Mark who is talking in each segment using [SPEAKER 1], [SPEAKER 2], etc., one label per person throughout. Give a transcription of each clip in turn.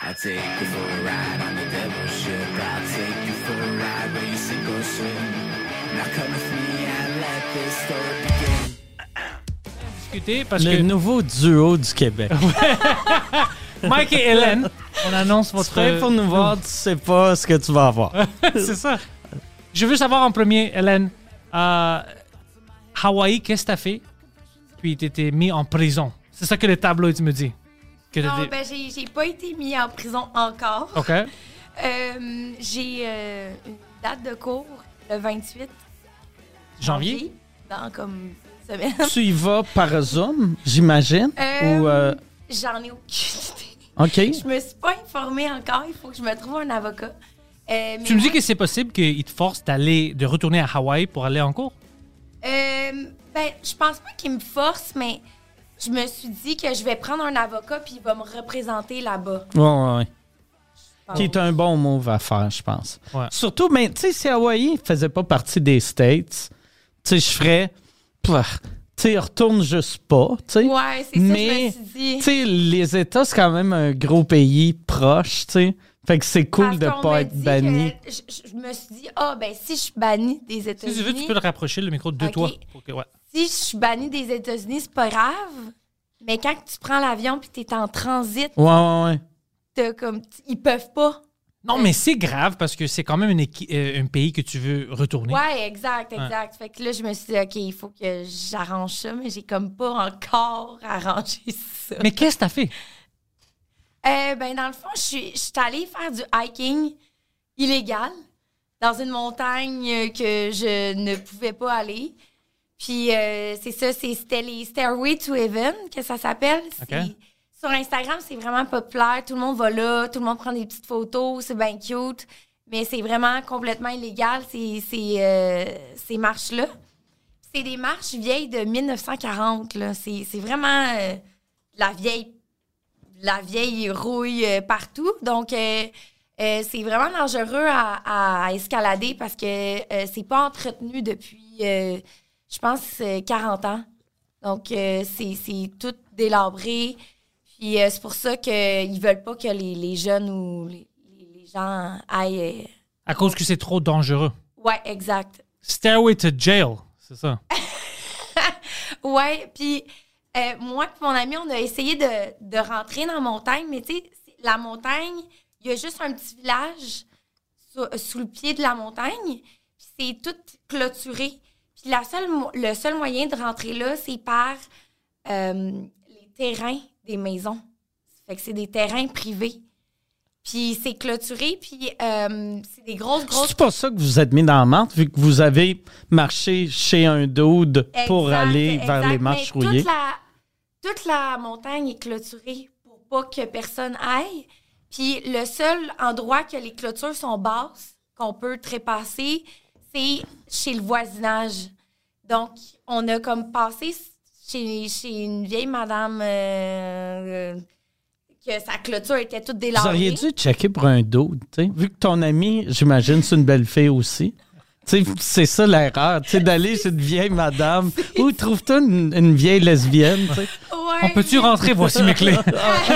[SPEAKER 1] I'll take you for a ride on the devil's ship. I'll take you for a ride where you sink or swim. Now come with me and let this story begin.
[SPEAKER 2] discuter parce
[SPEAKER 3] le
[SPEAKER 2] que
[SPEAKER 3] nouveau duo du Québec.
[SPEAKER 2] Mike et Hélène, on annonce
[SPEAKER 3] tu
[SPEAKER 2] votre.
[SPEAKER 3] fais pour nous voir, tu sais pas ce que tu vas avoir.
[SPEAKER 2] C'est ça. Je veux savoir en premier, Hélène, euh, Hawaï, qu'est-ce que t'as fait? Puis t'étais mis en prison. C'est ça que le tabloid me dit. Que
[SPEAKER 4] Non,
[SPEAKER 2] t'étais-
[SPEAKER 4] ben, j'ai j'ai pas été mis en prison encore.
[SPEAKER 2] Ok.
[SPEAKER 4] Euh, j'ai euh, une date de cours le 28
[SPEAKER 2] Janvier?
[SPEAKER 4] Dans comme une semaine.
[SPEAKER 3] tu y vas par Zoom, j'imagine?
[SPEAKER 4] Euh,
[SPEAKER 3] Ou. euh,
[SPEAKER 4] J'en ai aucune idée.
[SPEAKER 3] OK.
[SPEAKER 4] Je me suis pas informée encore. Il faut que je me trouve un avocat. Euh, mais
[SPEAKER 2] Tu me dis
[SPEAKER 4] moi,
[SPEAKER 2] que c'est possible qu'ils te forcent d'aller, de retourner à Hawaï pour aller en cours?
[SPEAKER 4] Euh, ben, je pense pas qu'il me force, mais je me suis dit que je vais prendre un avocat puis il va me représenter là-bas.
[SPEAKER 3] Ouais, ouais, ouais.
[SPEAKER 4] je
[SPEAKER 3] Qui est
[SPEAKER 4] pense.
[SPEAKER 3] un bon move à faire, je pense.
[SPEAKER 2] Ouais.
[SPEAKER 3] Surtout, mais tu sais, si Hawaii faisait pas partie des States, tu sais, je ferais. Pouah, Tu sais, retourne juste pas, tu sais.
[SPEAKER 4] Ouais, c'est ça que je me
[SPEAKER 3] Mais,
[SPEAKER 4] suis dit.
[SPEAKER 3] tu sais, les États, c'est quand même un gros pays proche, tu sais. Fait que c'est cool
[SPEAKER 4] Parce
[SPEAKER 3] de
[SPEAKER 4] qu'on
[SPEAKER 3] pas
[SPEAKER 4] m'a
[SPEAKER 3] être
[SPEAKER 4] dit
[SPEAKER 3] banni.
[SPEAKER 4] que- Je, je- je me suis dit, ah, ben, si je suis bannie des
[SPEAKER 2] Si
[SPEAKER 4] États-Unis.
[SPEAKER 2] tu veux, tu peux le rapprocher le micro de
[SPEAKER 4] Ok.
[SPEAKER 2] toi. Ok, ouais.
[SPEAKER 4] si je suis bannie des États-Unis, c'est pas grave. Mais quand tu prends l'avion puis t'es en transit,
[SPEAKER 3] Ouais, ouais, ouais.
[SPEAKER 4] t'as comme t- ils peuvent pas.
[SPEAKER 2] Non, mais c'est grave parce que c'est quand même une équi- euh, un pays que tu veux retourner.
[SPEAKER 4] Ouais, exact, exact. Fait que là, je me suis dit, OK, il faut que j'arrange ça, mais j'ai comme pas encore arrangé ça.
[SPEAKER 2] Mais qu'est-ce que t'as fait?
[SPEAKER 4] Euh, ben, dans le fond, je suis, je suis allée faire du hiking illégal dans une montagne euh, que je ne pouvais pas aller. Puis euh, c'est ça, c'est- c'était les Stairway to Heaven que ça s'appelle. C'est- Sur Instagram, c'est vraiment populaire. Tout le monde va là, tout le monde prend des petites photos, c'est bien cute. Mais c'est vraiment complètement illégal, ces, ces, euh, ces marches-là. C'est des marches vieilles de 1940. là. C'est c'est vraiment euh, la vieille la vieille rouille euh, partout. Donc, euh, euh, c'est vraiment dangereux à, à escalader parce que euh, c'est pas entretenu depuis, euh, je pense, euh, 40 ans. Donc, euh, c'est c'est tout délabré. Puis, euh, c'est pour ça qu'ils veulent pas que les, les jeunes ou les, les gens aillent. euh,
[SPEAKER 2] À cause que c'est trop dangereux.
[SPEAKER 4] Ouais, exact.
[SPEAKER 2] Stairway to jail, c'est ça.
[SPEAKER 4] Ouais, puis euh, moi et mon ami, on a essayé de, de rentrer dans la montagne, mais tu sais, c'est- la montagne, il y a juste un petit village sou- sous le pied de la montagne, puis c'est tout clôturé. Puis la seule, mo- le seul moyen de rentrer là, c'est par euh, les terrains des maisons. Fait que c'est des terrains privés. Puis c'est clôturé, puis euh, c'est des grosses, grosses...
[SPEAKER 3] C'est pas ça que vous êtes mis dans la marde, vu que vous avez marché chez un dude pour
[SPEAKER 4] Exact,
[SPEAKER 3] aller
[SPEAKER 4] exact,
[SPEAKER 3] vers les
[SPEAKER 4] mais
[SPEAKER 3] marches rouillées.
[SPEAKER 4] Toute la, toute la montagne est clôturée pour pas que personne aille. Puis le seul endroit que les clôtures sont basses, qu'on peut trépasser, c'est chez le voisinage. Donc, on a comme passé chez, chez une vieille madame euh, euh, que sa clôture était toute
[SPEAKER 3] Vous
[SPEAKER 4] délabrée.
[SPEAKER 3] auriez dû checker pour un dude, tu sais. Vu que ton ami, j'imagine, c'est une belle fille aussi. Tu sais, c'est ça l'erreur, tu sais, d'aller chez une vieille madame. Où trouve-toi une, une vieille lesbienne, tu sais.
[SPEAKER 4] Ouais.
[SPEAKER 2] On peut-tu rentrer? Voici mes clés.
[SPEAKER 3] Ah.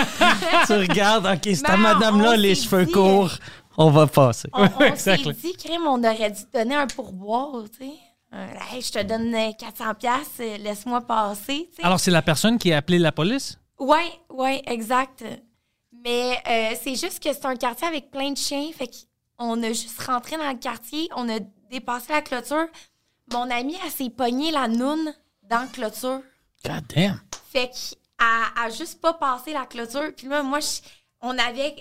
[SPEAKER 3] Tu regardes, OK, c'est ta
[SPEAKER 4] Non,
[SPEAKER 3] madame-là,
[SPEAKER 4] on
[SPEAKER 3] les
[SPEAKER 4] s'est
[SPEAKER 3] cheveux
[SPEAKER 4] dit-
[SPEAKER 3] courts, on va passer.
[SPEAKER 4] On, on s'est
[SPEAKER 2] exact, là.
[SPEAKER 4] dit, crime, on aurait dû te donner un pourboire, tu sais. Un, Hey, je te donne euh, 400 pièces, laisse-moi passer, tu sais.
[SPEAKER 2] Alors, c'est la personne qui a appelé la police?
[SPEAKER 4] Ouais, ouais, exact. Mais euh, c'est juste que c'est un quartier avec plein de chiens, fait qu'on a juste rentré dans le quartier, on a dépassé la clôture. Mon amie, elle s'est pognée la noune dans la clôture.
[SPEAKER 3] God damn.
[SPEAKER 4] Fait qu'à à juste pas passer la clôture. Puis là, moi, je- on avait,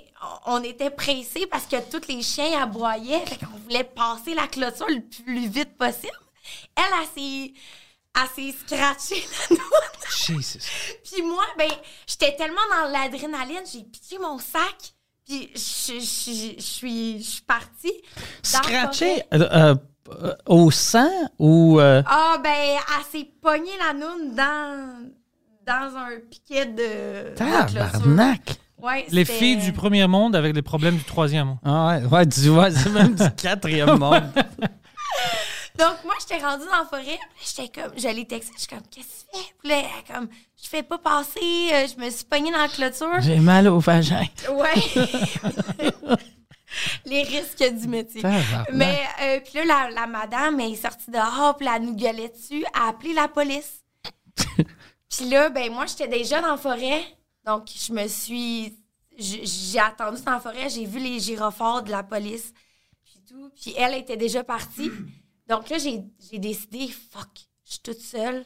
[SPEAKER 4] on était pressés parce que tous les chiens aboyaient. Fait qu'on voulait passer la clôture le plus vite possible. Elle, elle s'est, elle s'est scratchée la note.
[SPEAKER 2] Jesus.
[SPEAKER 4] Puis moi, ben, j'étais tellement dans l'adrénaline, j'ai piqué mon sac, puis je je- je- je suis je suis partie. dans la
[SPEAKER 3] Scratcher
[SPEAKER 4] forêt.
[SPEAKER 3] euh, euh, euh, au sang ou. euh,
[SPEAKER 4] Ah, ben, elle s'est pognée la noune dans, dans un piquet de. de Ah, clôture.
[SPEAKER 3] Tabarnak!
[SPEAKER 4] Ouais,
[SPEAKER 2] Les
[SPEAKER 4] c'était-
[SPEAKER 2] filles du premier monde avec les problèmes du troisième monde.
[SPEAKER 3] Ah ouais, ouais, tu vois, c'est même du quatrième monde.
[SPEAKER 4] Donc, moi, j'étais rendue dans la forêt. puis J'étais comme, j'allais texter. Je suis comme, qu'est-ce que tu fais? Puis là, elle, comme, je fais pas passer. euh, je me suis pognée dans la clôture.
[SPEAKER 3] J'ai mal au vagin.
[SPEAKER 4] Ouais. Les risques du métier.
[SPEAKER 3] Tabarnak.
[SPEAKER 4] Mais, euh, puis là, la, la madame elle est sortie dehors, puis là, elle nous gueulait dessus. Elle a appelé la police. puis là, ben moi, j'étais déjà dans la forêt. Donc, je me suis. j- J'ai attendu dans la forêt, j'ai vu les gyrophares de la police. Puis tout. Puis elle était déjà partie. Donc là, j'ai j'ai décidé, fuck, je suis toute seule.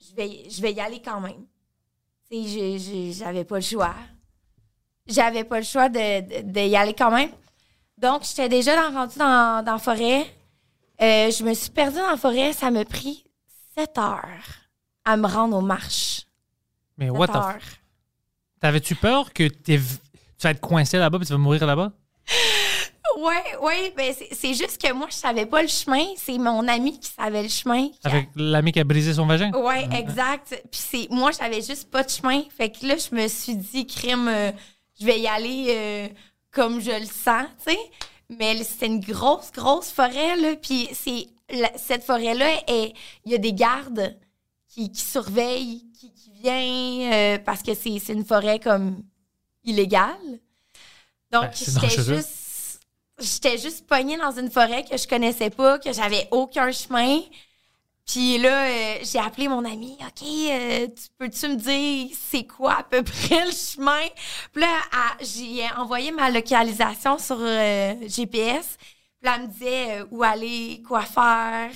[SPEAKER 4] Je vais, je vais y aller quand même. Tu sais, j'ai- j'ai- j'avais pas le choix. J'avais pas le choix de, de- de y aller quand même. Donc, j'étais déjà dans, rendue dans, dans la forêt. Euh, je me suis perdue dans la forêt. Ça m'a pris 7 heures à me rendre aux marches.
[SPEAKER 2] Mais
[SPEAKER 4] 7
[SPEAKER 2] what the
[SPEAKER 4] heures.
[SPEAKER 2] f... T'avais-tu peur que t'es... v- tu vas être coincé là-bas puis tu vas mourir là-bas?
[SPEAKER 4] Ouais, ouais. Ben c'est- c'est juste que moi, je savais pas le chemin. C'est mon ami qui savait le chemin. qui a-
[SPEAKER 2] Avec l'ami qui a brisé son vagin?
[SPEAKER 4] Ouais, exact. Puis c'est moi, j'avais juste pas de chemin. Fait que là, je me suis dit, crime, euh, je vais y aller euh, comme je le sens, tu sais. Mais l- c'était une grosse, grosse forêt, là. Puis c'est la- cette forêt-là, est- il y a des gardes qui, qui surveillent, qui, qui viennent, euh, parce que c'est c'est une forêt comme illégale. Donc,
[SPEAKER 2] Ben, c'est
[SPEAKER 4] j'étais
[SPEAKER 2] dangereux.
[SPEAKER 4] juste. J'étais juste pognée dans une forêt que je connaissais pas, que j'avais aucun chemin. Puis là, euh, j'ai appelé mon ami. OK, euh, tu peux-tu me dire c'est quoi à peu près le chemin? Puis là, elle- j'ai envoyé ma localisation sur euh, GPS. Puis là, elle me disait euh, où aller, quoi faire.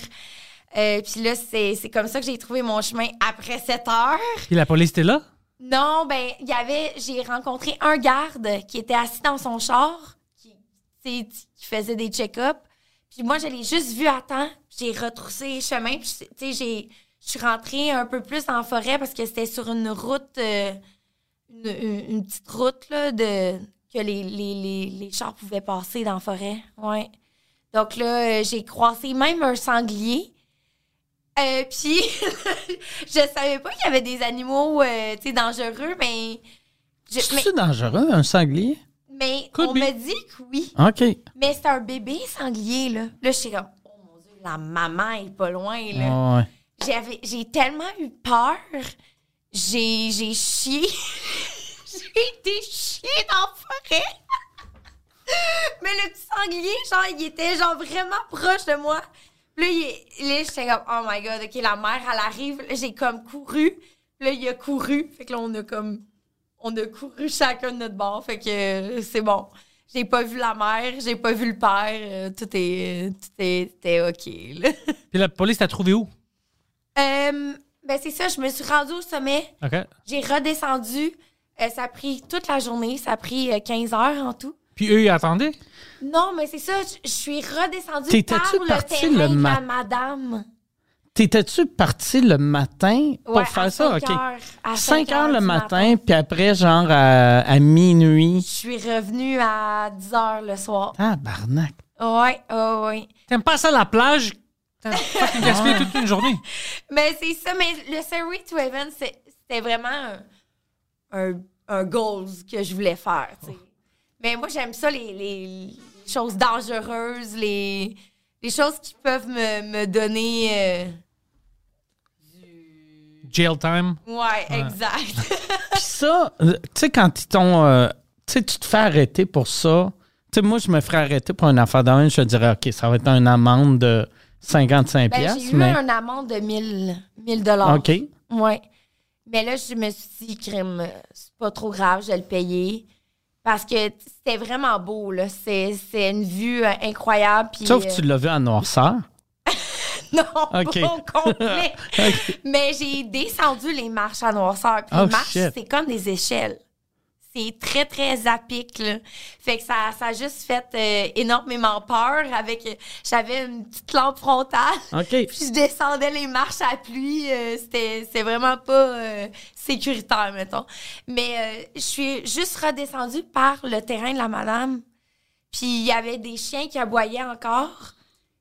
[SPEAKER 4] Euh, puis là, c'est c'est comme ça que j'ai trouvé mon chemin après 7 heures.
[SPEAKER 2] Puis la police était là?
[SPEAKER 4] Non, ben, il y avait, j'ai rencontré un garde qui était assis dans son char, qui, tu sais, qui faisait des check-up. Puis moi, je l'ai juste vu à temps. J'ai retroussé chemin. Puis, tu sais, j'ai, je suis rentrée un peu plus en forêt parce que c'était sur une route, euh, une, une- une petite route, là, de, que les, les, les, les chars pouvaient passer dans la forêt. Ouais. Donc là, euh, j'ai croisé même un sanglier. Euh, puis, je savais pas qu'il y avait des animaux, euh, tu sais, dangereux, mais... je- mais,
[SPEAKER 3] C'est dangereux, un sanglier?
[SPEAKER 4] mais
[SPEAKER 2] Could
[SPEAKER 4] on
[SPEAKER 2] be.
[SPEAKER 4] me dit que oui.
[SPEAKER 3] OK.
[SPEAKER 4] Mais c'est un bébé sanglier, là. Là, j'étais comme, oh mon Dieu, la maman est pas loin, là.
[SPEAKER 3] Ah Ouais.
[SPEAKER 4] J'avais, j'ai tellement eu peur. J'ai, j'ai chié. j'ai été chiée dans la forêt. Mais le petit sanglier, genre, il était genre vraiment proche de moi. Puis là, il est- là, j'étais comme, oh my god, ok, la mère, elle arrive. Là, j'ai comme couru. Puis là, il a couru. Fait que là, on a comme, on a couru chacun de notre bord. Fait que euh, c'est bon. J'ai pas vu la mère, j'ai pas vu le père. Euh, Tout est, tout est, était ok, là.
[SPEAKER 2] Puis la police t'a trouvé où?
[SPEAKER 4] Euh, ben c'est ça, je me suis rendue au sommet,
[SPEAKER 2] OK.
[SPEAKER 4] j'ai redescendu. Euh, ça a pris toute la journée, ça a pris euh, 15 heures en tout.
[SPEAKER 2] Puis eux, ils attendaient?
[SPEAKER 4] Non, mais c'est ça, je- je suis redescendue
[SPEAKER 3] T'étais-tu
[SPEAKER 4] par le
[SPEAKER 3] partie
[SPEAKER 4] terrain
[SPEAKER 3] le
[SPEAKER 4] de
[SPEAKER 3] mat-
[SPEAKER 4] la madame.
[SPEAKER 3] T'étais-tu parti le matin pour
[SPEAKER 4] Ouais, à
[SPEAKER 3] faire ça?
[SPEAKER 4] cinq
[SPEAKER 3] OK.
[SPEAKER 4] heures, à
[SPEAKER 3] 5 heures le
[SPEAKER 4] du
[SPEAKER 3] matin, puis après, genre à, à minuit.
[SPEAKER 4] Je suis revenue à 10 heures le soir.
[SPEAKER 3] Tabarnak.
[SPEAKER 4] Ouais, ouais, ouais.
[SPEAKER 2] T'aimes pas ça, la plage? T'as fucking gaspillé toute une journée.
[SPEAKER 4] Mais Ben, c'est ça, mais le Surrey to Heaven, c'est- c'était vraiment un, un, un goal que je voulais faire. tu sais. Mais moi, j'aime ça, les, les choses dangereuses, les, les choses qui peuvent me, me donner. euh,
[SPEAKER 2] Jail time.
[SPEAKER 4] Ouais, exact.
[SPEAKER 3] Puis ça, euh, tu sais, quand ils t'ont. euh, tu sais, tu te fais arrêter pour ça. Tu sais, moi, je me ferais arrêter pour une affaire de même, je te dirais, OK, ça va être une amende de 55$.
[SPEAKER 4] Ben,
[SPEAKER 3] piastres,
[SPEAKER 4] j'ai eu
[SPEAKER 3] mais.
[SPEAKER 4] un amende de 1000 dollars.
[SPEAKER 3] OK.
[SPEAKER 4] Ouais. Mais là, je me suis dit, crime, c'est pas trop grave, je vais le payer. Parce que c'était vraiment beau, là. C'est c'est une vue euh, incroyable. puis,
[SPEAKER 3] Sauf
[SPEAKER 4] euh,
[SPEAKER 3] que tu l'as vu en noirceur.
[SPEAKER 4] Non,
[SPEAKER 3] OK.
[SPEAKER 4] pas au complet. Mais j'ai descendu les marches à noirceur. Puis
[SPEAKER 3] Oh,
[SPEAKER 4] les marches,
[SPEAKER 3] shit.
[SPEAKER 4] c'est comme des échelles. C'est- c'est très, très à pic, là. Fait que ça, ça a juste fait euh, énormément peur avec... euh, J'avais une petite lampe frontale.
[SPEAKER 3] OK.
[SPEAKER 4] euh, Puis je descendais les marches à pluie. euh, c'était, c'était vraiment pas euh, sécuritaire, mettons. Mais euh, je suis juste redescendue par le terrain de la madame. Puis il y avait des chiens qui aboyaient encore.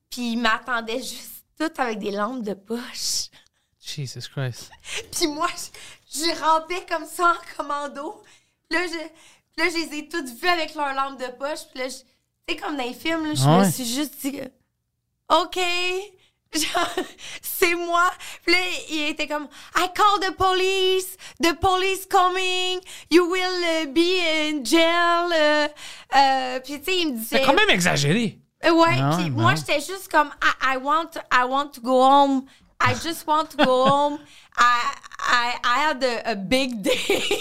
[SPEAKER 4] Puis ils m'attendaient juste tout avec des lampes de poche.
[SPEAKER 2] Jesus Christ.
[SPEAKER 4] Puis moi, je, je rampais comme ça en commando. Puis là, je, puis là, je les ai toutes vues avec leurs lampes de poche. Puis là, je- tu sais, comme dans les films, là, je
[SPEAKER 3] Ah ouais.
[SPEAKER 4] me suis juste dit « OK, genre, c'est moi. » Puis là, il était comme « I call the police. The police coming. You will uh, be in jail. Euh, euh, Puis tu sais, il me disait...
[SPEAKER 2] C'est quand même exagéré.
[SPEAKER 4] Euh, Ouais,
[SPEAKER 3] Ah ouais,
[SPEAKER 4] puis
[SPEAKER 3] ben
[SPEAKER 4] moi
[SPEAKER 3] ouais.
[SPEAKER 4] j'étais juste comme I, I want I want to go home. I just want to go home. I I I had a, a big day.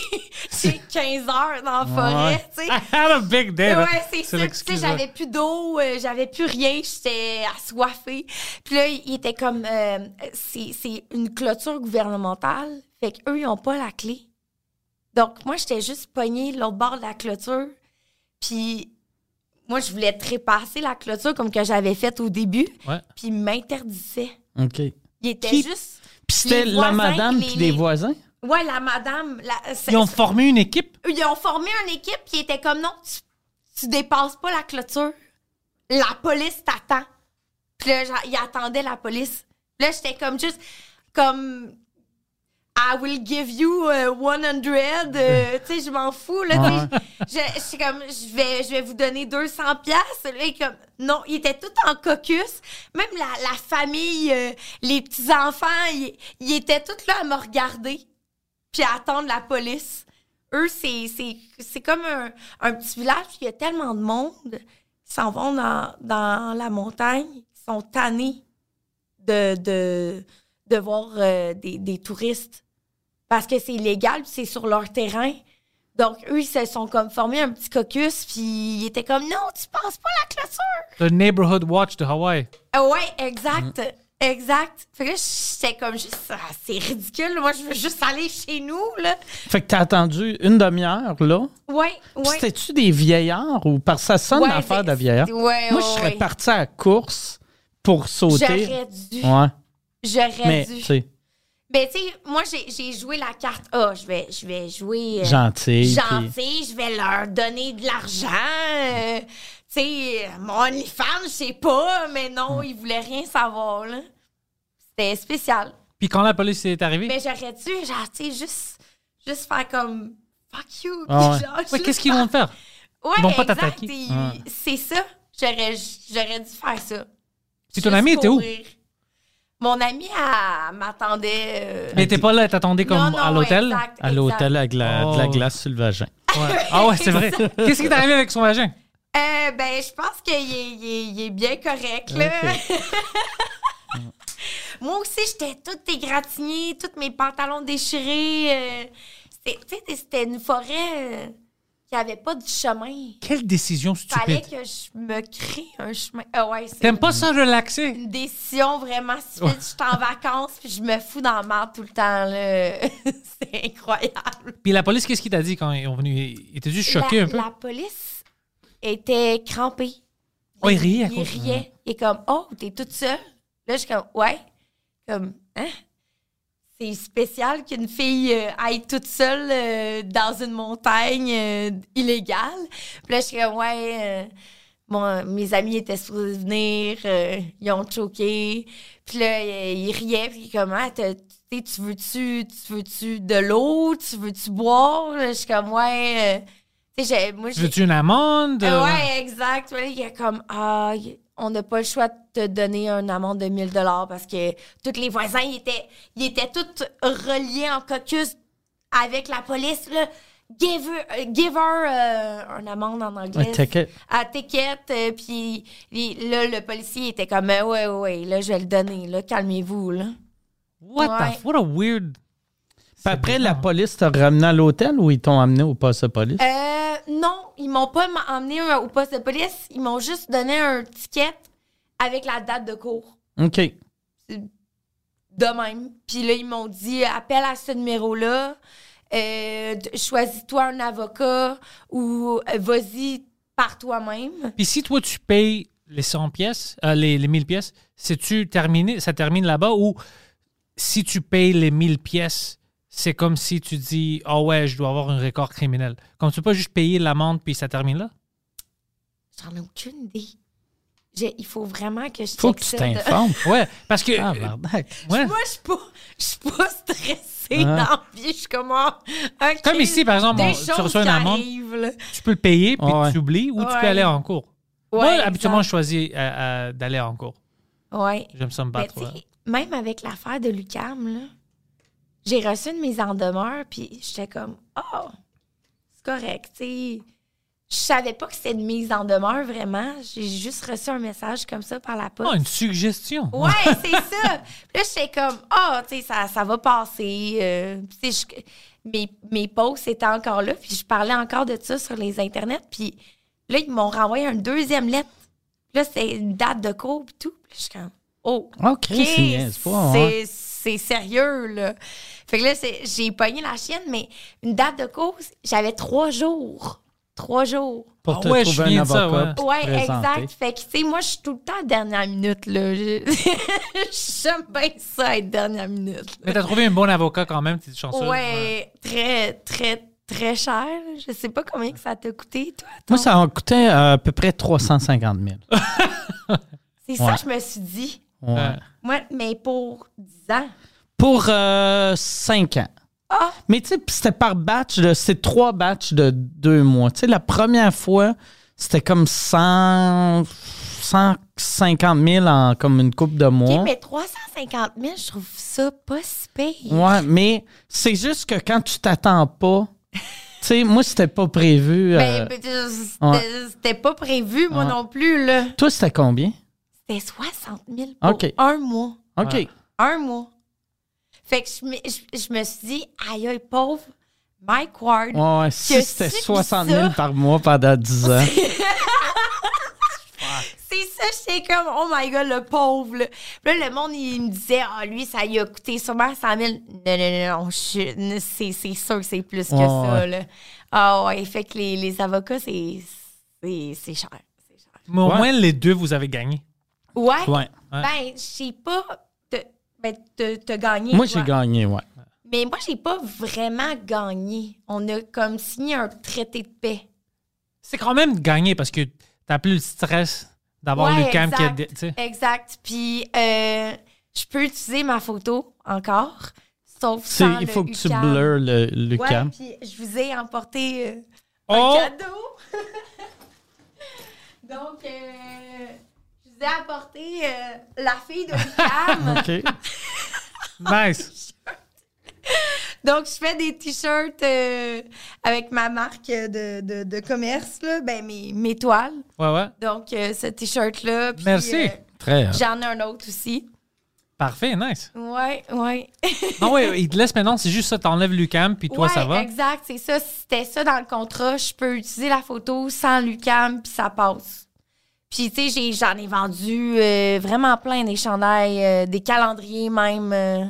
[SPEAKER 4] J'ai 15 heures dans la forêt, tu sais.
[SPEAKER 2] I had a big day.
[SPEAKER 4] Ouais, c'est ça. Puis, Tu sais,
[SPEAKER 2] l'excuse, ouais.
[SPEAKER 4] j'avais plus d'eau, euh, j'avais plus rien, j'étais assoiffée. Puis là, il était comme euh, c'est c'est une clôture gouvernementale, fait que eux ils ont pas la clé. Donc moi j'étais juste pognée de l'autre bord de la clôture. Puis moi je voulais trépasser la clôture comme que j'avais faite au début,
[SPEAKER 2] Ouais.
[SPEAKER 4] puis il m'interdisait.
[SPEAKER 3] OK. Puis
[SPEAKER 4] Il était
[SPEAKER 3] Qui-
[SPEAKER 4] juste
[SPEAKER 3] c'était
[SPEAKER 4] les
[SPEAKER 3] la
[SPEAKER 4] voisins,
[SPEAKER 3] madame
[SPEAKER 4] les-
[SPEAKER 3] puis des
[SPEAKER 4] les-
[SPEAKER 3] voisins?
[SPEAKER 4] Ouais, la madame la, c'est-
[SPEAKER 2] Ils ont formé une équipe.
[SPEAKER 4] ils ont formé une équipe qui était comme non, tu, tu dépasses pas la clôture. La police t'attend. Puis là, genre, ils attendaient la police. Là, j'étais comme juste comme I will give you euh, 100. euh, tu sais, je m'en fous. Là, tu sais. je, je suis comme, je vais, je vais vous donner 200 piastres. Là, il est comme, non, ils étaient tout en caucus. Même la, la famille, euh, les petits-enfants, ils, ils étaient tous là à me regarder puis à attendre la police. Eux, c'est- c'est c'est comme un, un petit village, puis il y a tellement de monde qui s'en vont dans, dans la montagne, qui sont tannés de, de, de voir euh, des, des touristes parce que c'est illégal, puis c'est sur leur terrain. Donc, eux, ils se sont comme formés un petit caucus, puis ils étaient comme « Non, tu passes pas la clôture! »
[SPEAKER 2] Le Neighborhood Watch de Hawaii.
[SPEAKER 4] Ah Ouais, exact. Exact. Fait que là, j'étais comme juste, Ah, c'est ridicule. Moi, je veux juste aller chez nous, là.
[SPEAKER 3] Fait que t'as attendu une demi-heure, là.
[SPEAKER 4] Ouais,
[SPEAKER 3] Puis
[SPEAKER 4] ouais.
[SPEAKER 3] C'était-tu des vieillards ou parce que ça sonne
[SPEAKER 4] Ouais,
[SPEAKER 3] l'affaire
[SPEAKER 4] c'est-
[SPEAKER 3] de vieillard?
[SPEAKER 4] c'est- ouais,
[SPEAKER 3] Moi, je
[SPEAKER 4] ouais,
[SPEAKER 3] serais
[SPEAKER 4] ouais.
[SPEAKER 3] parti à la course pour sauter.
[SPEAKER 4] J'aurais dû.
[SPEAKER 3] Ouais,
[SPEAKER 4] J'aurais
[SPEAKER 3] mais tu
[SPEAKER 4] dû.
[SPEAKER 3] sais,
[SPEAKER 4] Ben, tu sais, moi, j'ai- j'ai joué la carte Ah, je vais, je vais jouer. euh,
[SPEAKER 3] gentil. puis-
[SPEAKER 4] gentil, je vais leur donner de l'argent. euh, tu sais, euh, mon OnlyFans, je sais pas, mais non, ils voulaient rien savoir, là. C'était spécial.
[SPEAKER 2] Puis quand la police est arrivée,
[SPEAKER 4] Mais j'aurais dû, genre, tu sais, juste, juste faire comme fuck you.
[SPEAKER 3] Ah ouais.
[SPEAKER 4] puis genre,
[SPEAKER 2] ouais,
[SPEAKER 4] juste
[SPEAKER 2] qu'est-ce qu'ils vont faire?
[SPEAKER 4] Ouais,
[SPEAKER 2] Ils vont pas
[SPEAKER 4] exact,
[SPEAKER 2] t'attaquer.
[SPEAKER 4] et- C'est ça. J'aurais, j'aurais dû faire ça.
[SPEAKER 2] Puis
[SPEAKER 4] Puis
[SPEAKER 2] ton ami était où?
[SPEAKER 4] Mon ami elle m'attendait. euh,
[SPEAKER 2] Mais t'es pas là, t'attendais comme
[SPEAKER 4] Non, non,
[SPEAKER 2] à l'hôtel?
[SPEAKER 4] exact,
[SPEAKER 3] À l'hôtel
[SPEAKER 4] exact.
[SPEAKER 3] avec la- de la
[SPEAKER 2] Oh.
[SPEAKER 3] glace sur le vagin.
[SPEAKER 2] Ouais. Ah ouais, c'est vrai. Qu'est-ce qui t'est arrivé avec son vagin?
[SPEAKER 4] Euh, ben, je pense qu'il est, il est- il est bien correct, là. Moi aussi, j'étais toute égratignée, tous mes pantalons déchirés. euh, c'était- tu sais, c'était une forêt euh, qui avait pas de chemin.
[SPEAKER 2] Quelle décision
[SPEAKER 4] Fallait
[SPEAKER 2] stupide.
[SPEAKER 4] que je me crée un chemin. Ah ouais, c'est
[SPEAKER 2] T'aimes pas ça relaxer?
[SPEAKER 4] une décision vraiment stupide. J'étais en vacances, puis je me fous dans la merde tout le temps, là. c'est incroyable.
[SPEAKER 2] Puis la police, qu'est-ce qu'il t'a dit quand ils sont venus? Ils étaient juste choqués
[SPEAKER 4] la,
[SPEAKER 2] un peu.
[SPEAKER 4] la police était crampée.
[SPEAKER 2] Oh, ils riaient à
[SPEAKER 4] Il
[SPEAKER 2] cause.
[SPEAKER 4] riait. Il est comme, oh, t'es toute seule. Là, je suis comme, ouais. Comme, hein? C'est spécial qu'une fille euh, aille toute seule euh, dans une montagne euh, illégale. Puis là, je suis comme, ouais. euh, mon- mes amis étaient supposés venir, euh, ils ont choqué. Puis là, euh, ils riaient, puis comment, tu veux-tu, tu veux-tu de l'eau, tu veux-tu boire? Là, je suis comme, ouais. euh, tu sais, j'ai- moi,
[SPEAKER 2] Tu
[SPEAKER 4] j'ai-
[SPEAKER 2] Veux-tu une amende?
[SPEAKER 4] euh, ouais, exact. Ouais, Il y a comme, ah, y- on n'a pas le choix de te donner une amende de 1000 dollars parce que tous les voisins, ils étaient, ils étaient tous reliés en caucus avec la police. Là. Give her, euh, give her, euh, une amende en anglais.
[SPEAKER 3] Un ticket.
[SPEAKER 4] À ticket. euh, Puis il- là, le policier était comme, euh, ouais, ouais, ouais, là, je vais le donner. Là, calmez-vous. Là.
[SPEAKER 2] What the...
[SPEAKER 4] Ouais.
[SPEAKER 2] What a weird...
[SPEAKER 3] Puis après, la police t'a ramené à l'hôtel ou ils t'ont amené au poste de police?
[SPEAKER 4] Euh, non, ils m'ont pas m- emmené euh, au poste de police. Ils m'ont juste donné un ticket avec la date de cours.
[SPEAKER 3] OK.
[SPEAKER 4] de même. Puis là, ils m'ont dit appelle à ce numéro-là. euh, t- choisis-toi un avocat ou euh, vas-y par toi-même.
[SPEAKER 2] Puis si toi, tu payes les 100 pièces, euh, les, les 1000 pièces, c'est-tu terminé, ça termine là-bas ou si tu payes les 1000 pièces, c'est comme si tu dis, ah ouais, je dois avoir un record criminel. Comme tu peux pas juste payer l'amende puis ça termine là?
[SPEAKER 4] J'en ai aucune idée. J'ai- il faut vraiment que je
[SPEAKER 3] Faut
[SPEAKER 4] check
[SPEAKER 3] que tu
[SPEAKER 4] ça de-
[SPEAKER 3] t'informes.
[SPEAKER 2] Ouais, parce que. euh,
[SPEAKER 3] Ah, bardac.
[SPEAKER 2] ouais.
[SPEAKER 4] Moi, je suis pas- je suis pas stressée
[SPEAKER 3] Ah.
[SPEAKER 4] dans la vie. Je suis comme... ah, ok,
[SPEAKER 2] Comme ici, par exemple,
[SPEAKER 4] des
[SPEAKER 2] on- tu
[SPEAKER 4] choses
[SPEAKER 2] reçois une
[SPEAKER 4] qui
[SPEAKER 2] amende.
[SPEAKER 4] arrivent, là.
[SPEAKER 2] Tu peux le payer puis
[SPEAKER 3] Ouais.
[SPEAKER 2] tu oublies ou tu peux
[SPEAKER 4] Ouais.
[SPEAKER 2] aller en cours. Moi,
[SPEAKER 4] Ouais,
[SPEAKER 2] habituellement, je
[SPEAKER 4] exact.
[SPEAKER 2] choisis euh, euh, d'aller en cours.
[SPEAKER 4] Ouais.
[SPEAKER 2] J'aime ça me
[SPEAKER 4] Mais
[SPEAKER 2] battre.
[SPEAKER 4] Ben, tu sais,
[SPEAKER 2] ouais.
[SPEAKER 4] même avec l'affaire de Lucam, là, j'ai reçu une mise en demeure, puis j'étais comme, oh, c'est correct, tu sais. Je savais pas que c'était une mise en demeure, vraiment. J'ai juste reçu un message comme ça par la poste.
[SPEAKER 2] Ah, une suggestion.
[SPEAKER 4] Ouais, c'est ça. Puis là, j'étais comme, ah, tu sais, ça, ça va passer. euh, tu sais, je- mes, mes posts étaient encore là, puis je parlais encore de ça sur les internets. Puis là, ils m'ont renvoyé une deuxième lettre. Là, c'est une date de cours, puis tout. Puis là, je suis comme, oh,
[SPEAKER 3] Ah, Chris,
[SPEAKER 4] OK,
[SPEAKER 3] il niaise pas, hein.
[SPEAKER 4] c'est- c'est sérieux, là. Fait que là, c'est- j'ai pogné la chienne, mais une date de cause, j'avais trois jours. Trois jours.
[SPEAKER 3] Pour
[SPEAKER 2] Ah
[SPEAKER 3] te
[SPEAKER 2] ouais, je
[SPEAKER 3] trouver
[SPEAKER 2] viens
[SPEAKER 3] un
[SPEAKER 2] de ça,
[SPEAKER 3] avocat.
[SPEAKER 2] ouais.
[SPEAKER 3] pour te
[SPEAKER 4] Ouais,
[SPEAKER 3] présenter.
[SPEAKER 4] exact. Fait que, tu sais, moi, je suis tout le temps à dernière minute, là. Je- J'aime bien ça, être dernière minute.
[SPEAKER 2] Mais t'as trouvé un bon avocat quand même, t'es chanceuse.
[SPEAKER 4] Ouais, très, très, très cher. Je sais pas combien que ça t'a coûté, toi. ton-
[SPEAKER 3] Moi, ça en coûtait euh, à peu près 350 000.
[SPEAKER 4] C'est
[SPEAKER 3] ouais.
[SPEAKER 4] ça, je me suis dit.
[SPEAKER 3] Ouais.
[SPEAKER 2] Ouais.
[SPEAKER 4] Moi, mais pour 10 ans.
[SPEAKER 3] Pour 5 ans.
[SPEAKER 4] Ah!
[SPEAKER 3] Mais tu sais, pis c'était par batch, là, c'est trois batchs de deux mois. Tu sais, la première fois, c'était comme 100, 150 000 en comme une coupe de
[SPEAKER 4] OK,
[SPEAKER 3] mois.
[SPEAKER 4] mais 350 000, je trouve ça pas si pire.
[SPEAKER 3] Ouais, mais c'est juste que quand tu t'attends pas, tu sais, moi, c'était pas prévu. euh,
[SPEAKER 4] Ben, ben, euh, c'était
[SPEAKER 3] ouais.
[SPEAKER 4] c'était pas prévu, moi
[SPEAKER 3] Ouais.
[SPEAKER 4] non plus, là.
[SPEAKER 3] Toi, c'était combien?
[SPEAKER 4] C'était 60 000 pour
[SPEAKER 3] OK.
[SPEAKER 4] un mois.
[SPEAKER 3] OK.
[SPEAKER 2] Ouais.
[SPEAKER 4] Un mois. Fait que je me, je- je me suis dit, aïe, aïe, pauvre Mike Ward.
[SPEAKER 3] Ouais, ouais, si
[SPEAKER 4] Que
[SPEAKER 3] c'était
[SPEAKER 4] c'est
[SPEAKER 3] 60 000
[SPEAKER 4] ça?
[SPEAKER 3] par mois pendant 10 ans.
[SPEAKER 4] C'est ça, j'étais comme, oh my god, le pauvre. Là, Puis là, le monde, il me disait, ah, lui, ça lui a coûté sûrement 100 000. Non, non, non, non, je- c'est c'est sûr que c'est plus que
[SPEAKER 3] Ouais,
[SPEAKER 4] ça.
[SPEAKER 3] ouais.
[SPEAKER 4] Là. Ah ouais, fait que les, les avocats, c'est c'est- c'est cher. c'est cher.
[SPEAKER 2] Mais au
[SPEAKER 3] Ouais.
[SPEAKER 2] moins, les deux, vous avez gagné.
[SPEAKER 4] Ouais?
[SPEAKER 3] Ouais.
[SPEAKER 4] Ben, je sais pas. T'as ben, t'as- t'as gagné.
[SPEAKER 3] Moi,
[SPEAKER 4] toi.
[SPEAKER 3] j'ai gagné, ouais.
[SPEAKER 4] Mais moi, j'ai pas vraiment gagné. On a comme signé un traité de paix.
[SPEAKER 2] C'est quand même gagné parce que t'as plus le stress d'avoir
[SPEAKER 4] Ouais,
[SPEAKER 2] le cam qui a.
[SPEAKER 4] exact, Eh,
[SPEAKER 2] dé- tu sais.
[SPEAKER 4] Exact. Puis, euh, je peux utiliser ma photo encore, sauf
[SPEAKER 3] C'est-
[SPEAKER 4] sans
[SPEAKER 3] Il
[SPEAKER 4] le
[SPEAKER 3] faut que tu
[SPEAKER 4] UCAM.
[SPEAKER 3] blurs le, le
[SPEAKER 4] Ouais,
[SPEAKER 3] cam.
[SPEAKER 4] puis je vous ai emporté euh,
[SPEAKER 2] Oh!
[SPEAKER 4] un cadeau. Donc, euh, je vous ai apporté euh, la fille de Lucam.
[SPEAKER 3] OK.
[SPEAKER 2] Nice!
[SPEAKER 4] Donc, je fais des t-shirts euh, avec ma marque de, de- de commerce, là, ben, mes, mes toiles.
[SPEAKER 2] Ouais, ouais.
[SPEAKER 4] Donc, euh, ce t-shirt-là. puis,
[SPEAKER 2] Merci.
[SPEAKER 4] euh,
[SPEAKER 3] Très. hein.
[SPEAKER 4] J'en ai un autre aussi.
[SPEAKER 2] Parfait, nice.
[SPEAKER 4] Ouais, ouais.
[SPEAKER 2] Non, ouais, il te laisse maintenant, c'est juste ça, t'enlèves le cam puis toi,
[SPEAKER 4] ouais,
[SPEAKER 2] ça va.
[SPEAKER 4] exact, c'est ça. C'était ça dans le contrat. Je peux utiliser la photo sans l'UCAM, puis ça passe. Puis, tu sais, j'ai- j'en ai vendu euh, vraiment plein des chandails, euh, des calendriers même, euh,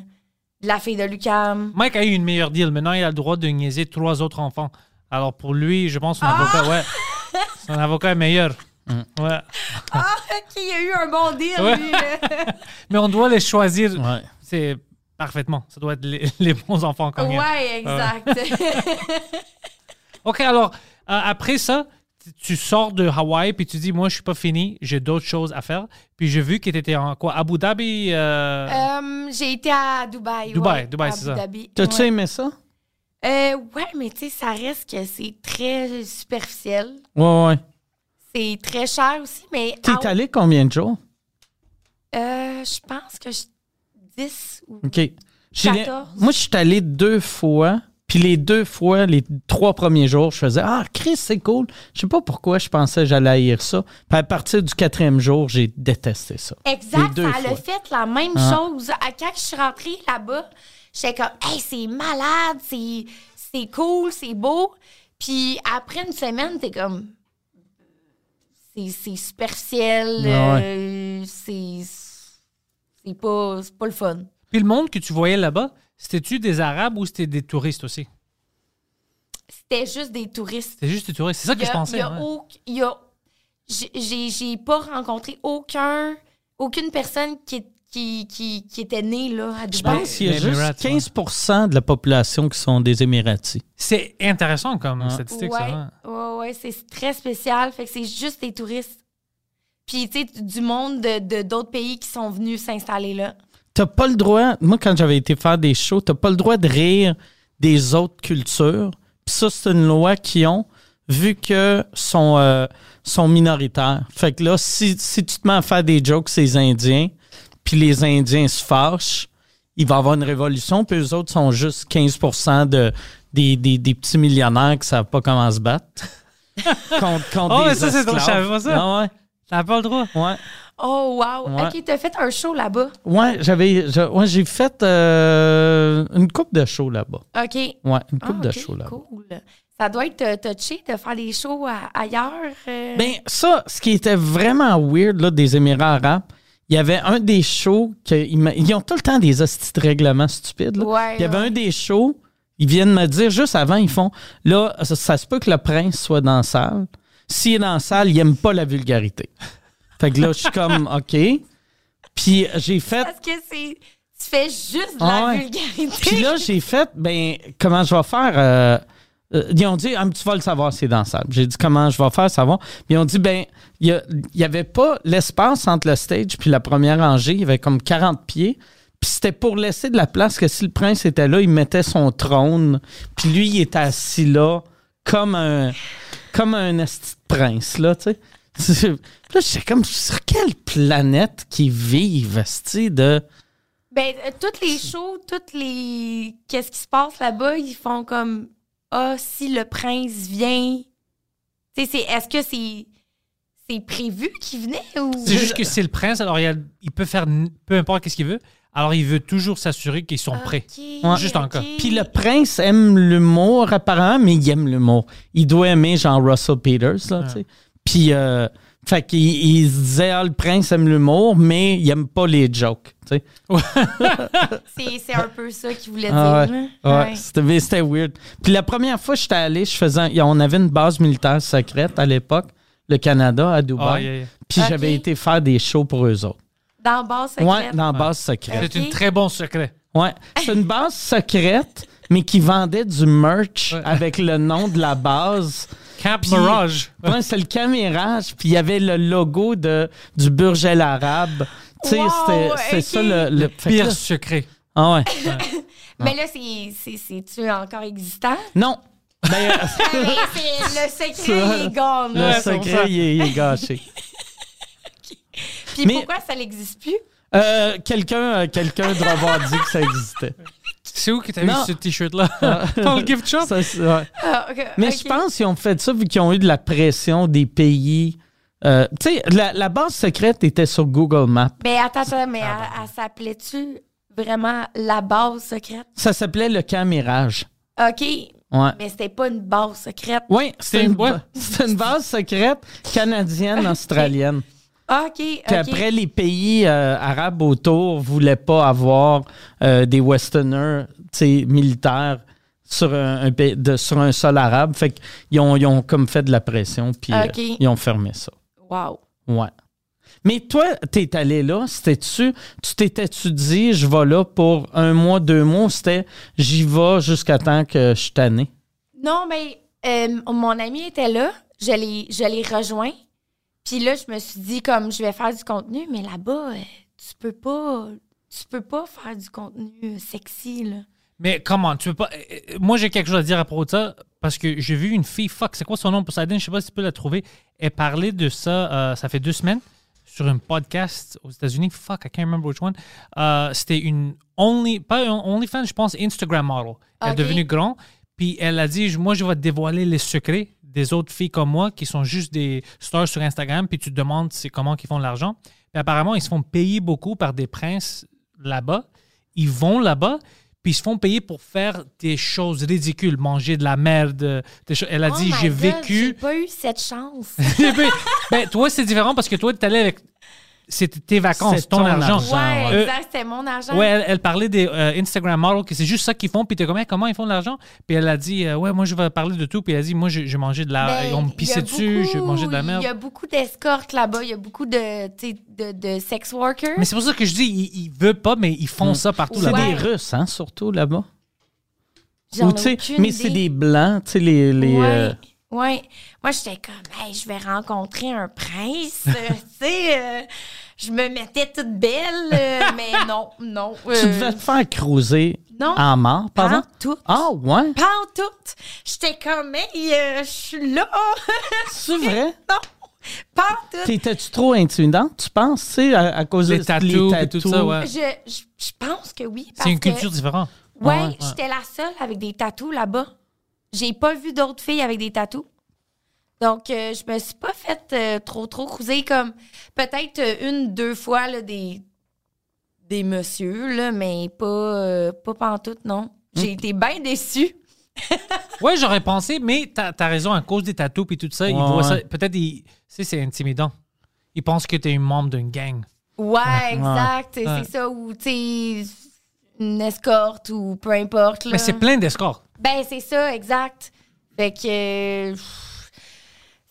[SPEAKER 4] de la fille de l'UCAM.
[SPEAKER 2] Mike a eu une meilleure deal. Maintenant, il a le droit de niaiser trois autres enfants. Alors pour lui, je pense son avocat, ouais. Son avocat est meilleur.
[SPEAKER 3] Mm.
[SPEAKER 2] Ouais.
[SPEAKER 4] Ah, OK, il y a eu un bon deal,
[SPEAKER 2] Ouais.
[SPEAKER 4] lui. là.
[SPEAKER 2] Mais on doit les choisir.
[SPEAKER 3] Ouais.
[SPEAKER 2] C'est parfaitement. Ça doit être les, les bons enfants qu'on aime.
[SPEAKER 4] ouais, exact.
[SPEAKER 2] OK, alors, euh, après ça, tu- tu sors de Hawaï, puis tu dis, moi, je suis pas fini, j'ai d'autres choses à faire. Puis j'ai vu que tu étais en quoi? Abu Dhabi? euh,
[SPEAKER 4] Euh, j'ai été à Dubaï.
[SPEAKER 2] Dubaï,
[SPEAKER 4] ouais,
[SPEAKER 2] Dubaï,
[SPEAKER 4] à
[SPEAKER 2] c'est
[SPEAKER 4] Abu
[SPEAKER 2] ça.
[SPEAKER 4] Dhabi,
[SPEAKER 3] T'as-tu
[SPEAKER 4] ouais.
[SPEAKER 3] aimé ça?
[SPEAKER 4] Euh, ouais, mais tu sais, ça reste que c'est très superficiel.
[SPEAKER 3] Ouais, ouais.
[SPEAKER 4] C'est très cher aussi, mais.
[SPEAKER 3] T'es
[SPEAKER 4] ah,
[SPEAKER 3] allé combien de jours?
[SPEAKER 4] euh, je pense que je... 10 ou.
[SPEAKER 3] OK. J'ai-
[SPEAKER 4] 14.
[SPEAKER 3] Moi, je suis allé deux fois. Puis les deux fois, les trois premiers jours, je faisais Ah, Chris, c'est cool. Je sais pas pourquoi je pensais que j'allais haïr ça. Puis à partir du quatrième jour, j'ai détesté ça. Les
[SPEAKER 4] Exact,
[SPEAKER 3] deux
[SPEAKER 4] ça a
[SPEAKER 3] fois.
[SPEAKER 4] fait la même
[SPEAKER 3] Ah.
[SPEAKER 4] chose. À- Quand je suis rentrée là-bas, j'étais comme, hey, c'est malade, c'est c'est cool, c'est beau. Puis après une semaine, t'es comme, c'est c'est superficiel,
[SPEAKER 3] Ouais,
[SPEAKER 4] euh, c'est c'est pas, c'est pas le fun.
[SPEAKER 2] Puis le monde que tu voyais là-bas, c'était-tu des Arabes ou c'était des touristes aussi?
[SPEAKER 4] c'était juste des touristes.
[SPEAKER 2] C'est juste des touristes. C'est ça que
[SPEAKER 4] Il y
[SPEAKER 2] je
[SPEAKER 4] a-
[SPEAKER 2] pensais.
[SPEAKER 4] il y a
[SPEAKER 2] ouais.
[SPEAKER 4] auc- il y a- j'ai- J'ai j'ai pas rencontré aucun, aucune personne qui, est- qui, qui, qui était née là à
[SPEAKER 3] Je
[SPEAKER 4] Dubaï.
[SPEAKER 3] pense qu'il y a
[SPEAKER 2] Les
[SPEAKER 3] juste
[SPEAKER 2] Emirates, ouais.
[SPEAKER 3] 15 de la population qui sont des Émiratis.
[SPEAKER 2] C'est intéressant comme statistique,
[SPEAKER 4] ouais,
[SPEAKER 2] ça. hein.
[SPEAKER 4] ouais, ouais, c'est très spécial. Fait que c'est juste des touristes. Puis, tu sais, du monde de de- d'autres pays qui sont venus s'installer là.
[SPEAKER 3] T'as pas le droit, moi quand j'avais été faire des shows, t'as pas le droit de rire des autres cultures. Puis ça, c'est une loi qu'ils ont, vu que sont, euh, sont minoritaires. Fait que là, si, si tu te mets à faire des jokes, ces Indiens, puis les Indiens se fâchent, il va y avoir une révolution, puis eux autres sont juste 15 de, des, des, des petits millionnaires qui savent pas comment se battre. Ah contre contre
[SPEAKER 2] Oh,
[SPEAKER 3] des
[SPEAKER 2] mais ça, c'est drôle, je savais pas ça.
[SPEAKER 3] Ah
[SPEAKER 2] T'as pas le droit.
[SPEAKER 3] ouais, ouais.
[SPEAKER 4] Oh, wow!
[SPEAKER 3] Ouais.
[SPEAKER 4] OK, t'as fait un show là-bas.
[SPEAKER 3] Ouais, j'avais, je- ouais, j'ai fait euh, une coupe de show là-bas.
[SPEAKER 4] OK.
[SPEAKER 3] Ouais, une
[SPEAKER 4] Ah,
[SPEAKER 3] coupe de
[SPEAKER 4] OK,
[SPEAKER 3] show là-bas.
[SPEAKER 4] Cool. Ça doit être euh, touché de faire des shows à- ailleurs. euh.
[SPEAKER 3] Ben ça, ce qui était vraiment weird là, des Émirats arabes, il y avait un des shows qu'ils ils ont tout le temps des hosties de règlements stupides. là.
[SPEAKER 4] Ouais,
[SPEAKER 3] il y avait
[SPEAKER 4] ouais.
[SPEAKER 3] un des shows, ils viennent me dire juste avant, ils font là, ça, ça se peut que le prince soit dans la salle. S'il est dans la salle, il aime pas la vulgarité. Fait que là, je suis comme OK. Puis j'ai fait
[SPEAKER 4] Parce que c'est. Tu fais juste de
[SPEAKER 3] Ah
[SPEAKER 4] la
[SPEAKER 3] ouais.
[SPEAKER 4] vulgarité.
[SPEAKER 3] Puis là, j'ai fait, ben, comment je vais faire? euh, euh, ils ont dit, ah, mais tu vas le savoir, c'est dans la salle. J'ai dit, comment je vais faire, savoir? Puis ils ont dit, ben, il n'y avait pas l'espace entre le stage puis la première rangée. Il y avait comme 40 pieds. Puis c'était pour laisser de la place que si le prince était là, il mettait son trône. Puis lui, il était assis là, comme un, comme un esti de prince, là, tu sais. Puis là, j'étais comme, sur quelle planète qui vivent, esti, de...
[SPEAKER 4] Ben, euh, toutes les shows, toutes les. Qu'est-ce qui se passe là-bas, ils font comme. Ah, si le prince vient. Tu sais, c'est- est-ce que c'est. C'est prévu qu'il venait ou.
[SPEAKER 2] C'est juste que c'est le prince, alors il, y a- il peut faire n- peu importe qu'est-ce qu'il veut. Alors il veut toujours s'assurer qu'ils sont prêts.
[SPEAKER 4] Ah, Ok,
[SPEAKER 3] Ouais.
[SPEAKER 2] Juste en
[SPEAKER 4] ok.
[SPEAKER 2] cas.
[SPEAKER 3] Puis le prince aime l'humour, apparemment, mais il aime l'humour. Il doit aimer genre Russell Peters, là, tu sais. Puis, euh, fait qu'il il se disait, ah, le prince aime l'humour, mais il aime pas les jokes, tu sais.
[SPEAKER 4] C'est c'est un peu ça qu'il voulait
[SPEAKER 3] Ah
[SPEAKER 4] dire.
[SPEAKER 3] ouais.
[SPEAKER 4] là.
[SPEAKER 3] Ouais,
[SPEAKER 4] Ouais.
[SPEAKER 3] C'était, mais c'était weird. Puis la première fois que j'étais allé, je faisais, on avait une base militaire secrète à l'époque, le Canada, à Dubaï.
[SPEAKER 2] Ah, yeah, yeah.
[SPEAKER 3] Puis
[SPEAKER 4] Ok.
[SPEAKER 3] j'avais été faire des shows pour eux autres.
[SPEAKER 4] Dans le bar secret.
[SPEAKER 3] Ouais, dans la base secrète.
[SPEAKER 2] C'est un très bon secret.
[SPEAKER 3] Ouais, c'est une base secrète, mais qui vendait du merch avec le nom de la base.
[SPEAKER 2] Camp
[SPEAKER 3] Puis-
[SPEAKER 2] Mirage.
[SPEAKER 3] Ouais, c'est le camérage, puis il y avait le logo de, du Burj El Arab. Tu sais,
[SPEAKER 4] Wow,
[SPEAKER 3] c'était- c'est
[SPEAKER 4] ok.
[SPEAKER 3] ça le, le- fait que
[SPEAKER 2] Pire
[SPEAKER 3] là-
[SPEAKER 2] secret.
[SPEAKER 3] Ah ouais.
[SPEAKER 4] Mais là, c'est- c'est- c'est-tu encore existant?
[SPEAKER 3] Non. Ben,
[SPEAKER 4] Mais c'est- le secret,
[SPEAKER 3] Ça,
[SPEAKER 4] il est gone.
[SPEAKER 3] le
[SPEAKER 4] là.
[SPEAKER 3] secret, il est, il est gâché.
[SPEAKER 4] Puis
[SPEAKER 3] Mais-
[SPEAKER 4] pourquoi ça n'existe plus?
[SPEAKER 3] Euh, quelqu'un euh, quelqu'un doit avoir dit que ça existait.
[SPEAKER 2] C'est où que t'as
[SPEAKER 3] Non. Ah.
[SPEAKER 2] vu ce t-shirt-là? Dans le gift shop?
[SPEAKER 3] Ça, c'est- ouais.
[SPEAKER 4] Ah, ok,
[SPEAKER 3] Mais
[SPEAKER 4] ok.
[SPEAKER 3] je pense qu'ils ont fait ça vu qu'ils ont eu de la pression des pays. Euh, tu sais, la, la base secrète était sur Google Maps.
[SPEAKER 4] Mais Ben, attends, attends, mais
[SPEAKER 2] Ah
[SPEAKER 4] elle, elle s'appelait-tu vraiment la base secrète?
[SPEAKER 3] Ça s'appelait le camérage.
[SPEAKER 4] OK,
[SPEAKER 3] Ouais.
[SPEAKER 4] mais c'était pas une base secrète.
[SPEAKER 3] Oui, c'était
[SPEAKER 2] C'est-
[SPEAKER 3] une,
[SPEAKER 2] ouais.
[SPEAKER 3] ba- c'était une base secrète canadienne-australienne.
[SPEAKER 4] OK, OK.
[SPEAKER 3] Puis après, les pays euh, arabes autour voulaient pas avoir euh, des westerners tu sais, militaires sur un, un pays- de- sur un sol arabe. Fait qu'ils ont, ils ont comme fait de la pression, puis euh,
[SPEAKER 4] Ok.
[SPEAKER 3] ils ont fermé ça.
[SPEAKER 4] Wow.
[SPEAKER 3] Ouais. Mais toi, t'es allé là, c'était-tu, tu t'étais-tu dit, je vais là pour un mois, deux mois, ou c'était, j'y vais jusqu'à temps que je suis tanné?
[SPEAKER 4] Non, mais euh, mon ami était là. Je l'ai, je l'ai rejoint. Puis là, je me suis dit, comme, je vais faire du contenu, mais là-bas, euh, tu peux pas... Tu peux pas faire du contenu euh, sexy, là.
[SPEAKER 2] Mais comment? Tu veux pas. euh, euh, Moi, j'ai quelque chose à dire à propos de ça parce que j'ai vu une fille, fuck, c'est quoi son nom pour Sadine? Je sais pas si tu peux la trouver. Elle parlait de ça, euh, ça fait deux semaines, sur un podcast aux États-Unis. Fuck, I can't remember which one. Euh, C'était une only, pas un OnlyFans, je pense, Instagram model. Elle
[SPEAKER 4] Ok.
[SPEAKER 2] est devenue grand. Puis elle a dit, moi, je vais te dévoiler les secrets des autres filles comme moi qui sont juste des stars sur Instagram. Puis tu te demandes c'est comment qu'ils font de l'argent. Puis apparemment, ils se font payer beaucoup par des princes là-bas. Ils vont là-bas, puis ils se font payer pour faire des choses ridicules, manger de la merde. des cho- Elle a
[SPEAKER 4] Oh
[SPEAKER 2] dit,
[SPEAKER 4] my
[SPEAKER 2] j'ai
[SPEAKER 4] God,
[SPEAKER 2] vécu.
[SPEAKER 4] J'ai pas eu cette chance.
[SPEAKER 2] ben, toi, c'est différent parce que toi, tu allé avec c'était tes vacances,
[SPEAKER 3] C'est
[SPEAKER 2] ton,
[SPEAKER 3] ton
[SPEAKER 2] argent.
[SPEAKER 3] argent.
[SPEAKER 4] Ouais,
[SPEAKER 2] Euh,
[SPEAKER 4] exact, c'était mon argent.
[SPEAKER 2] Ouais, elle, elle parlait des euh, Instagram models, que c'est juste ça qu'ils font. Puis t'es comme, Hey, comment ils font de l'argent? Puis elle a dit, euh, ouais, moi, je vais parler de tout. Puis elle a dit, moi, j'ai j'ai mangé de la.
[SPEAKER 4] Ben,
[SPEAKER 2] Ah, on me
[SPEAKER 4] il y a
[SPEAKER 2] pissait dessus,
[SPEAKER 4] beaucoup-
[SPEAKER 2] j'ai mangé de la merde.
[SPEAKER 4] Il y a beaucoup d'escortes là-bas, il y a beaucoup de, tu sais, de, de sex workers.
[SPEAKER 2] Mais c'est pour ça que je dis, ils, ils veulent pas, mais ils
[SPEAKER 3] Mm.
[SPEAKER 2] font ça partout
[SPEAKER 3] C'est
[SPEAKER 2] là-bas.
[SPEAKER 3] des Russes, hein, surtout là-bas.
[SPEAKER 4] J'en
[SPEAKER 3] Ou,
[SPEAKER 4] ai
[SPEAKER 3] tu sais,
[SPEAKER 4] aucune
[SPEAKER 3] mais c'est
[SPEAKER 4] idée.
[SPEAKER 3] des blancs, tu sais, les. les
[SPEAKER 4] ouais,
[SPEAKER 3] euh,
[SPEAKER 4] ouais. Moi, j'étais comme, hey, je vais rencontrer un prince. tu sais, euh, je me mettais toute belle, euh, mais non, non. euh,
[SPEAKER 3] Tu devais te faire cruiser
[SPEAKER 4] non.
[SPEAKER 3] en mort, pardon?
[SPEAKER 4] Pantoute.
[SPEAKER 3] Ah, ouais.
[SPEAKER 4] Pas en tout. J'étais comme, hey, euh, je suis là.
[SPEAKER 3] C'est vrai?
[SPEAKER 4] non, pas en tout.
[SPEAKER 3] T'étais-tu trop intimidante, tu penses, tu sais, à, à cause
[SPEAKER 2] Les
[SPEAKER 3] de
[SPEAKER 2] tatous et tout ça, ouais.
[SPEAKER 4] Je, je, je pense que oui. parce
[SPEAKER 2] C'est une
[SPEAKER 4] que-
[SPEAKER 2] culture différente.
[SPEAKER 4] Ouais,
[SPEAKER 3] Ouais, ouais.
[SPEAKER 4] j'étais la seule avec des tatous là-bas. J'ai pas vu d'autres filles avec des tatous. Donc, euh, je me suis pas faite euh, trop, trop cruiser comme peut-être euh, une, deux fois là, des, des messieurs, là, mais pas, euh, pas pantoute, non. J'ai été bien déçue.
[SPEAKER 2] Ouais, j'aurais pensé, mais t'as as raison, à cause des tatous et tout ça, ils
[SPEAKER 3] Ouais,
[SPEAKER 2] voient ça.
[SPEAKER 3] ouais.
[SPEAKER 2] Peut-être, ils- tu sais, c'est intimidant. Ils pensent que t'es une membre d'une gang.
[SPEAKER 4] Ouais, exact.
[SPEAKER 2] ouais.
[SPEAKER 4] C'est ça, ou tu sais, une escorte ou peu importe. Là.
[SPEAKER 2] Mais c'est plein d'escorts.
[SPEAKER 4] Ben, c'est ça, exact. Fait que. euh,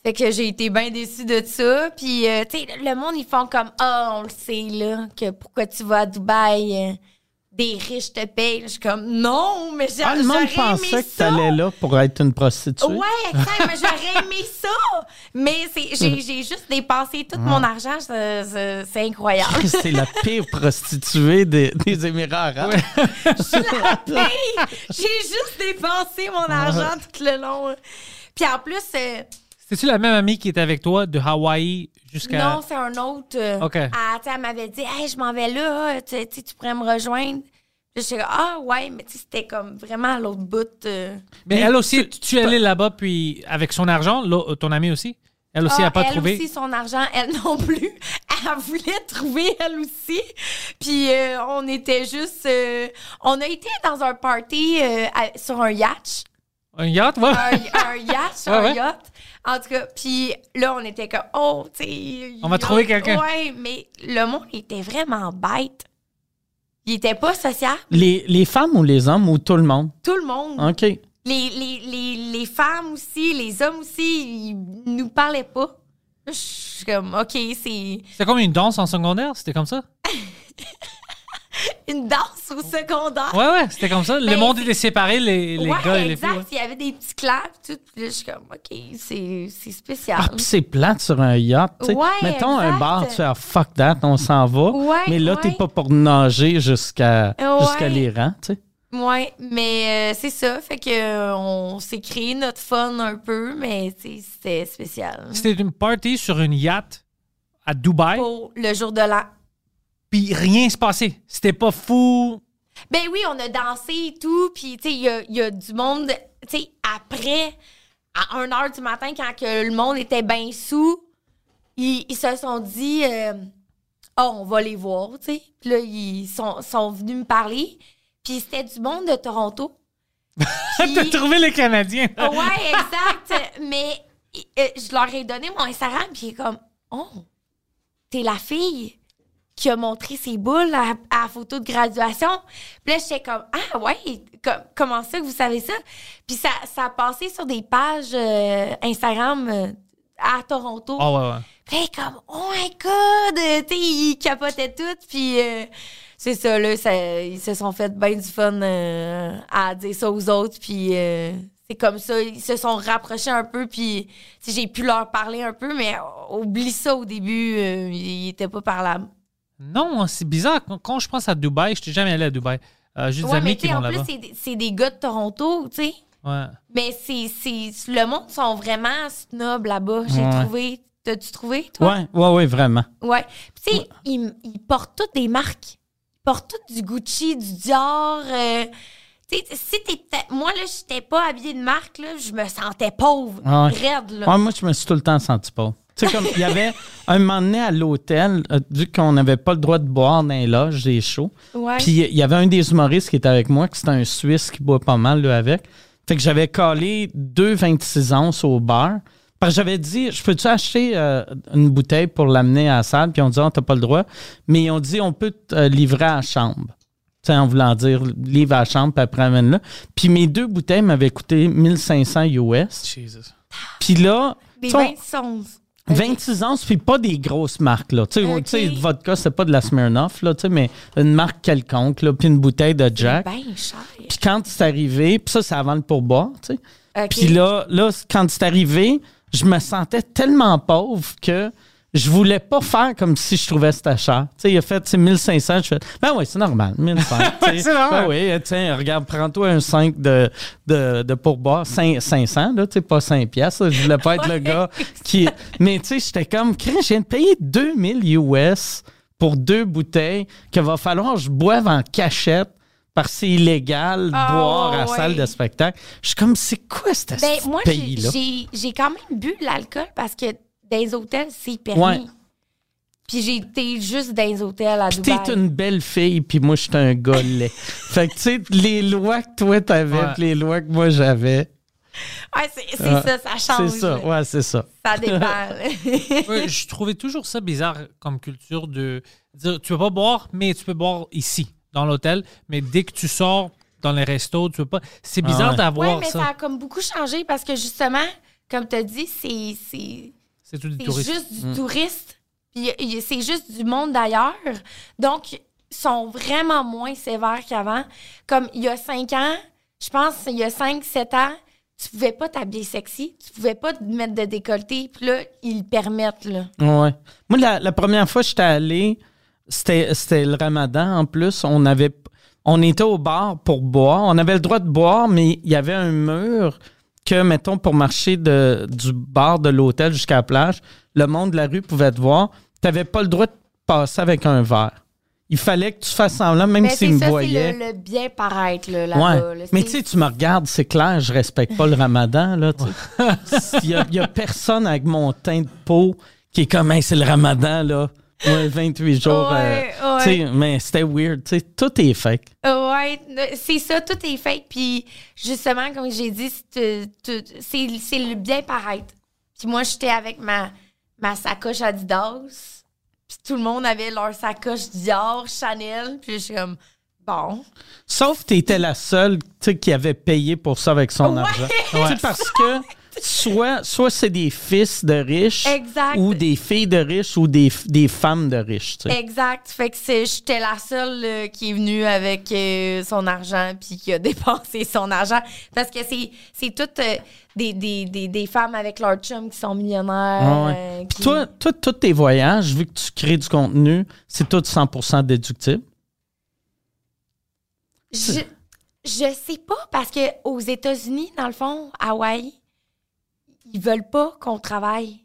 [SPEAKER 4] Fait que j'ai été bien déçue de ça. Puis, euh, tu sais, le monde, ils font comme Ah, on le sait, là, que pourquoi tu vas à Dubaï, euh, des riches te payent. Je suis comme Non, mais j'ai
[SPEAKER 3] Ah, le monde
[SPEAKER 4] j'aurais aimé
[SPEAKER 3] pensait que
[SPEAKER 4] ça.
[SPEAKER 3] t'allais là pour être une prostituée.
[SPEAKER 4] Ouais, exact, mais j'aurais aimé ça. Mais c'est- j'ai j'ai juste dépensé
[SPEAKER 3] Ah.
[SPEAKER 4] tout mon argent. ça- ça- C'est incroyable.
[SPEAKER 3] C'est la pire prostituée des, des Émirats arabes.
[SPEAKER 4] Hey, j'ai juste dépensé mon
[SPEAKER 3] Ah.
[SPEAKER 4] argent tout le long. Puis en plus, euh,
[SPEAKER 2] C'est-tu la même amie qui était avec toi de Hawaï jusqu'à.
[SPEAKER 4] Non, c'est un autre. euh,
[SPEAKER 2] OK.
[SPEAKER 4] Ah, tu sais, elle m'avait dit, hey, je m'en vais là, ah, tu sais, tu sais, tu pourrais me rejoindre. Puis j'étais comme, ah, ouais, mais tu sais, c'était comme vraiment à l'autre bout. euh.
[SPEAKER 2] Mais elle aussi, tu, tu es allée là-bas, puis avec son argent, l'au- ton amie aussi? Elle aussi
[SPEAKER 4] Ah,
[SPEAKER 2] n'a pas
[SPEAKER 4] elle
[SPEAKER 2] trouvé.
[SPEAKER 4] aussi, son argent, elle non plus. Elle voulait trouver, elle aussi. Puis euh, on était juste. euh, on a été dans un party euh, à- sur un yacht.
[SPEAKER 2] Un yacht, ouais.
[SPEAKER 4] Un, un yacht, sur
[SPEAKER 2] Ouais,
[SPEAKER 4] un
[SPEAKER 2] ouais.
[SPEAKER 4] yacht. En tout cas, puis là, on était comme, oh, tu sais.
[SPEAKER 2] On va
[SPEAKER 4] ils
[SPEAKER 2] trouver
[SPEAKER 4] ont-
[SPEAKER 2] quelqu'un.
[SPEAKER 4] Ouais, mais le monde il était vraiment bête. Il était pas sociable.
[SPEAKER 3] Les, les femmes ou les hommes ou tout le monde?
[SPEAKER 4] Tout le monde.
[SPEAKER 2] Hein?
[SPEAKER 3] OK.
[SPEAKER 4] Les, les, les, les femmes aussi, les hommes aussi, ils nous parlaient pas. Je suis comme, OK, c'est
[SPEAKER 2] C'était comme une danse en secondaire, c'était comme ça?
[SPEAKER 4] une danse au secondaire.
[SPEAKER 2] Ouais, ouais, c'était comme ça. Le
[SPEAKER 4] Ben,
[SPEAKER 2] monde
[SPEAKER 4] c'est-
[SPEAKER 2] était séparé, les, les
[SPEAKER 4] Ouais,
[SPEAKER 2] gars et les filles.
[SPEAKER 4] exact.
[SPEAKER 2] ouais.
[SPEAKER 4] Il y avait des petits claps, tout. Puis là, je suis comme, OK, c'est c'est spécial.
[SPEAKER 3] Ah, puis c'est plate sur un yacht. tu sais.
[SPEAKER 4] Ouais,
[SPEAKER 3] Mettons un
[SPEAKER 4] exact.
[SPEAKER 3] bar, tu fais ah, fuck that, on s'en va.
[SPEAKER 4] Ouais,
[SPEAKER 3] mais là, t'es
[SPEAKER 4] ouais.
[SPEAKER 3] pas pour nager jusqu'à
[SPEAKER 4] Ouais.
[SPEAKER 3] jusqu'à les rangs. tu sais.
[SPEAKER 4] Ouais, mais euh, c'est ça. Fait que euh, on s'est créé notre fun un peu, mais tu sais, c'était spécial.
[SPEAKER 2] C'était une party sur une yacht à Dubaï,
[SPEAKER 4] Pour le jour de l'an.
[SPEAKER 2] puis rien se passait. C'était pas fou.
[SPEAKER 4] Ben oui, on a dansé et tout, puis tu sais, il y a, il y a du monde, tu sais, après, à 1h du matin, quand que le monde était bien sous, ils, ils se sont dit, euh, oh, on va les voir, tu sais. Puis là, ils sont, sont venus me parler, puis c'était du monde de Toronto.
[SPEAKER 2] T'as
[SPEAKER 4] Puis-
[SPEAKER 2] trouvé les Canadiens.
[SPEAKER 4] Ouais, exact. Mais euh, je leur ai donné mon Instagram, puis il est comme, oh, t'es la fille qui a montré ses boules à, à la photo de graduation. Puis là, j'étais comme, ah ouais, com- comment ça que vous savez ça? Puis ça, ça a passé sur des pages euh, Instagram euh, à Toronto.
[SPEAKER 2] Oh, ouais, ouais.
[SPEAKER 4] Puis là, il est comme, oh my god, euh, tu sais, ils capotaient tout, puis... euh, c'est ça, là, ça- ils se sont fait bien du fun euh, à dire ça aux autres, puis euh, c'est comme ça, ils se sont rapprochés un peu, puis tu sais, j'ai pu leur parler un peu, mais euh, oublie ça au début, euh, ils étaient pas parlables.
[SPEAKER 2] Non, c'est bizarre. Quand, quand je pense à Dubaï, je n'étais jamais allé à Dubaï. Euh, J'ai des
[SPEAKER 4] Ouais, mais
[SPEAKER 2] amis qui
[SPEAKER 4] tu sais,
[SPEAKER 2] vont
[SPEAKER 4] en plus,
[SPEAKER 2] là-bas.
[SPEAKER 4] c'est des- c'est des gars de Toronto, tu sais.
[SPEAKER 2] Ouais.
[SPEAKER 4] Mais c'est, c'est, le monde sont vraiment snobs là-bas, j'ai
[SPEAKER 3] Ouais.
[SPEAKER 4] trouvé. T'as-tu trouvé, toi?
[SPEAKER 3] Ouais, ouais, ouais, vraiment.
[SPEAKER 4] Ouais. Puis tu sais, ils, ils portent toutes des marques. Ils portent toutes du Gucci, du Dior. euh, tu sais, si t'es peut-être- Moi, là, j'étais pas habillée de marque, là, je me sentais pauvre.
[SPEAKER 3] Ah ouais.
[SPEAKER 4] Raide, là.
[SPEAKER 3] Ouais, moi, je me suis tout le temps senti pauvre. Tu sais, comme il y avait un moment donné à l'hôtel, euh, vu qu'on n'avait pas le droit de boire dans les loges, des shows.
[SPEAKER 4] Ouais.
[SPEAKER 3] Puis il y avait un des humoristes qui était avec moi, qui c'était un Suisse qui boit pas mal, lui, avec. Fait que j'avais collé deux 26 onces au bar. Parce que j'avais dit, je peux-tu acheter euh, une bouteille pour l'amener à la salle? Puis on dit, on t'as pas le droit. Mais ils ont dit, on peut te euh, livrer à la chambre. Tu sais, en voulant dire, livre à la chambre, puis après, amène-le. Puis mes deux bouteilles m'avaient coûté 1500 US.
[SPEAKER 2] Jesus.
[SPEAKER 3] Puis là,
[SPEAKER 4] Des
[SPEAKER 3] tu sais, on-
[SPEAKER 4] 26
[SPEAKER 3] 26 ans, puis pas des grosses marques. Là. Tu sais,
[SPEAKER 4] Ok.
[SPEAKER 3] tu sais, vodka, c'est pas de la Smirnoff, là, tu sais, mais une marque quelconque, là, puis une bouteille de Jack.
[SPEAKER 4] Ben cher.
[SPEAKER 3] Puis quand c'est arrivé, puis ça, c'est avant le pourboire, tu sais.
[SPEAKER 4] Ok.
[SPEAKER 3] Puis là, là, c- quand c'est arrivé, je me sentais tellement pauvre que je voulais pas faire comme si je trouvais c'était cher. Tu sais, il a fait, tu sais, 1500, je fais, ben oui, c'est normal, 1500. tu sais.
[SPEAKER 2] c'est normal.
[SPEAKER 3] Ben oui, euh, tiens, regarde, prends-toi un 5 de, de, de pourboire, Cin- 500, là, tu sais, pas 5 piastres. là. Je voulais pas être le gars qui... Mais tu sais, j'étais comme, Chris, je viens de payer 2000 US pour deux bouteilles que va falloir que je boive en cachette parce que c'est illégal de
[SPEAKER 4] Ah,
[SPEAKER 3] boire à la
[SPEAKER 4] ouais.
[SPEAKER 3] salle de spectacle. Je suis comme, c'est quoi cette
[SPEAKER 4] Ben,
[SPEAKER 3] ce
[SPEAKER 4] moi, j'ai-
[SPEAKER 3] pays-là?
[SPEAKER 4] j'ai j'ai quand même bu de l'alcool parce que dans les hôtels, c'est permis.
[SPEAKER 3] Ouais.
[SPEAKER 4] Puis j'ai été juste dans les hôtels à
[SPEAKER 3] Puis
[SPEAKER 4] Dubaï.
[SPEAKER 3] T'es une belle fille, puis moi, j'étais un gars laid. fait que, tu sais, les lois que toi, t'avais,
[SPEAKER 2] Ouais.
[SPEAKER 3] puis les lois que moi, j'avais.
[SPEAKER 4] Ouais, c'est c'est
[SPEAKER 3] Ah,
[SPEAKER 4] ça, ça change.
[SPEAKER 3] C'est ça,
[SPEAKER 4] là.
[SPEAKER 3] ouais, c'est ça.
[SPEAKER 4] Ça dépend. là.
[SPEAKER 2] Ouais, je trouvais toujours ça bizarre comme culture de dire tu peux pas boire, mais tu peux boire ici, dans l'hôtel, mais dès que tu sors dans les restos, tu peux pas. C'est bizarre
[SPEAKER 3] ouais.
[SPEAKER 2] d'avoir
[SPEAKER 4] ouais, mais ça. a
[SPEAKER 2] ça.
[SPEAKER 4] comme beaucoup changé parce que justement, comme tu as dit, c'est- c'est
[SPEAKER 2] C'est tout des
[SPEAKER 4] c'est
[SPEAKER 2] touristes.
[SPEAKER 4] juste
[SPEAKER 3] Mm.
[SPEAKER 4] du touriste. Puis y- y- c'est juste du monde d'ailleurs. Donc, ils sont vraiment moins sévères qu'avant. Comme il y a cinq ans, je pense, il y a cinq, sept ans, tu pouvais pas t'habiller sexy, tu pouvais pas te mettre de décolleté. Puis là, ils le permettent, là.
[SPEAKER 3] Ouais. Moi, la, la première fois que j'étais allé, c'était c'était le ramadan en plus. On avait on était au bar pour boire. On avait le droit de boire, mais il y avait un mur que, mettons, pour marcher de, du bar de l'hôtel jusqu'à la plage, le monde de la rue pouvait te voir. Tu n'avais pas le droit de passer avec un verre. Il fallait que tu fasses semblant, même
[SPEAKER 4] Mais
[SPEAKER 3] s'ils
[SPEAKER 4] c'est
[SPEAKER 3] me
[SPEAKER 4] ça, c'est
[SPEAKER 3] voyaient.
[SPEAKER 4] le, le bien paraître, là,
[SPEAKER 3] Ouais.
[SPEAKER 4] là-bas. là.
[SPEAKER 3] Mais
[SPEAKER 4] C'est-
[SPEAKER 3] tu sais, tu me regardes, c'est clair, je respecte pas le ramadan. Là, tu sais. Il y a- il y, a personne avec mon teint de peau qui est comme, Hey, c'est le ramadan, là. Moi, 28 jours.
[SPEAKER 4] Ouais,
[SPEAKER 3] euh, tu
[SPEAKER 4] ouais.
[SPEAKER 3] sais, Mais c'était weird. tu sais, tout est fake.
[SPEAKER 4] Ouais, n- c'est ça, tout est fake. Puis justement, comme j'ai dit, c'est euh, tout- c'est c'est le bien paraître. Puis moi, j'étais avec ma, ma sacoche Adidas. Puis tout le monde avait leur sacoche Dior, Chanel. Puis je suis comme, bon.
[SPEAKER 3] Sauf que tu étais la seule tu sais, qui avait payé pour ça avec son argent. Tu sais, Parce que soit, soit c'est des fils de riches,
[SPEAKER 4] Exact.
[SPEAKER 3] ou des filles de riches, ou des, des femmes de riches. tu sais.
[SPEAKER 4] Exact. Fait que c'est- j'étais la seule euh, qui est venue avec euh, son argent puis qui a dépensé son argent. Parce que c'est c'est toutes euh, des, des, des, des femmes avec leur chum qui sont millionnaires.
[SPEAKER 3] Ah ouais.
[SPEAKER 4] euh,
[SPEAKER 3] Puis
[SPEAKER 4] qui-
[SPEAKER 3] toi, toi, tous tes voyages, vu que tu crées du contenu, c'est tout 100% déductible.
[SPEAKER 4] Je, je sais pas parce que aux États-Unis, dans le fond, Hawaï, ils veulent pas qu'on travaille.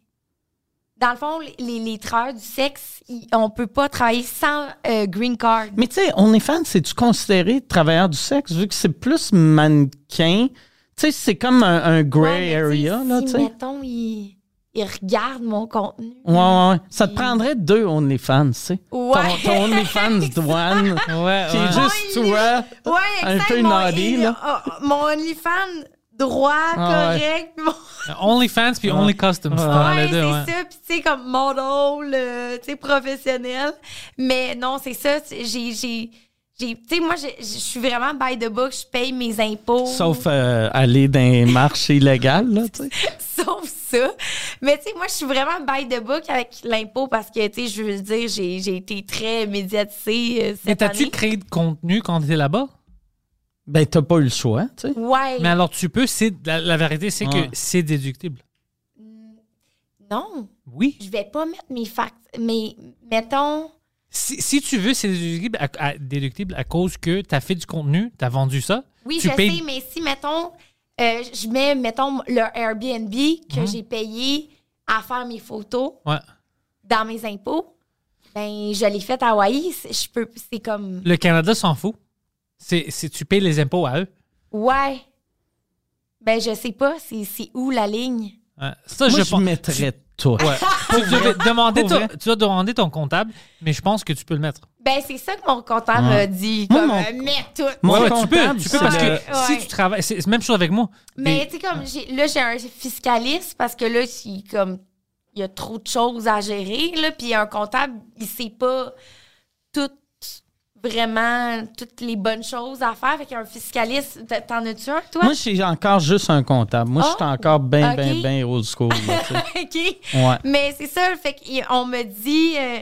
[SPEAKER 4] Dans le fond, les, les, les travailleurs du sexe, ils- on peut pas travailler sans euh, green card.
[SPEAKER 3] Mais tu sais, on est fan, c'est-tu considéré travailleur du sexe, vu que c'est plus mannequin? Tu sais, c'est comme un, un gray
[SPEAKER 4] Ouais, mais tu sais,
[SPEAKER 3] area, là,
[SPEAKER 4] si,
[SPEAKER 3] tu sais. Ouais,
[SPEAKER 4] mettons, ils, ils regardent mon contenu.
[SPEAKER 3] ouais, ouais. Ça te prendrait deux OnlyFans, tu sais.
[SPEAKER 4] Ouais.
[SPEAKER 3] Ton, ton OnlyFans douane,
[SPEAKER 2] Ouais,
[SPEAKER 3] qui est
[SPEAKER 2] ouais.
[SPEAKER 3] juste
[SPEAKER 4] Only-
[SPEAKER 3] toi,
[SPEAKER 4] Ouais,
[SPEAKER 3] un
[SPEAKER 4] exact,
[SPEAKER 3] peu
[SPEAKER 4] mon-
[SPEAKER 3] naughty, là.
[SPEAKER 4] oh, oh, mon OnlyFans droit,
[SPEAKER 3] Ah ouais.
[SPEAKER 4] correct. mon-
[SPEAKER 2] OnlyFans puis Only Customs. dans
[SPEAKER 4] Ouais,
[SPEAKER 2] Ah, les deux, ouais.
[SPEAKER 4] c'est ça. Puis, tu sais, comme model, euh, tu sais, professionnel. Mais non, c'est ça. c'est- J'ai. j'ai- j'ai- Tu sais, moi, j'ai- je suis vraiment by the book. Je paye mes impôts.
[SPEAKER 3] Sauf euh, aller dans les marches illégales, là, tu sais.
[SPEAKER 4] Sauf ça. Mais, tu sais, moi, je suis vraiment by the book avec l'impôt parce que, tu sais, je veux dire, j'ai j'ai été très médiatisée euh, cette
[SPEAKER 2] Mais t'as-tu
[SPEAKER 4] année.
[SPEAKER 2] créé de contenu quand t'étais là-bas?
[SPEAKER 3] Ben, t'as pas eu le choix, tu sais.
[SPEAKER 4] Ouais.
[SPEAKER 2] Mais alors tu peux, c'est la, la vérité, c'est
[SPEAKER 3] Ouais.
[SPEAKER 2] que c'est déductible.
[SPEAKER 4] Non,
[SPEAKER 2] Oui.
[SPEAKER 4] je vais pas mettre mes facts. Mais, mettons.
[SPEAKER 2] Si, si tu veux, c'est déductible à, à- déductible à cause que t'as fait du contenu, t'as vendu ça.
[SPEAKER 4] Oui,
[SPEAKER 2] tu
[SPEAKER 4] je
[SPEAKER 2] payes-
[SPEAKER 4] sais, mais si, mettons, euh, je mets, mettons, le Airbnb
[SPEAKER 3] Mhm.
[SPEAKER 4] que j'ai payé à faire mes photos
[SPEAKER 2] Ouais.
[SPEAKER 4] dans mes impôts, ben je l'ai fait à Hawaï. C'est- Je peux, c'est comme,
[SPEAKER 2] Le Canada s'en fout. C'est, c'est- tu payes les impôts à eux.
[SPEAKER 4] ouais. Ben, je sais pas, c'est c'est où la ligne?
[SPEAKER 2] Ouais. Ça,
[SPEAKER 3] Moi, je,
[SPEAKER 2] pense-
[SPEAKER 3] mettrais tout.
[SPEAKER 2] Ouais. tu, devais demander
[SPEAKER 3] Pour
[SPEAKER 2] ton-
[SPEAKER 3] vrai.
[SPEAKER 2] tu vas demander ton comptable, mais je pense que tu peux le mettre.
[SPEAKER 4] Ben, c'est ça que mon compteur m'a dit.
[SPEAKER 3] Moi,
[SPEAKER 4] Comme,
[SPEAKER 3] mon-
[SPEAKER 4] euh, mets tout.
[SPEAKER 3] Moi,
[SPEAKER 2] Ouais, ouais, tu
[SPEAKER 3] comptable,
[SPEAKER 2] peux, tu peux
[SPEAKER 3] c'est
[SPEAKER 2] parce que
[SPEAKER 3] le-
[SPEAKER 2] si
[SPEAKER 4] Ouais.
[SPEAKER 2] tu travailles, c'est c'est la même chose avec moi.
[SPEAKER 4] Mais
[SPEAKER 2] Des-
[SPEAKER 4] tu sais,
[SPEAKER 3] Ah.
[SPEAKER 4] comme j'ai- là, j'ai un fiscaliste parce que là, il, comme, il y a trop de choses à gérer. Là, puis un comptable, il sait pas tout, vraiment toutes les bonnes choses à faire. Fait qu'un fiscaliste, t- t'en as-tu un, toi?
[SPEAKER 3] Moi, j'ai encore juste un comptable. Moi, je suis
[SPEAKER 4] Oh,
[SPEAKER 3] encore bien, bien,
[SPEAKER 4] ok.
[SPEAKER 3] bien old school. là, tu sais.
[SPEAKER 4] OK.
[SPEAKER 3] Ouais.
[SPEAKER 4] Mais c'est ça, fait qu'on me dit euh,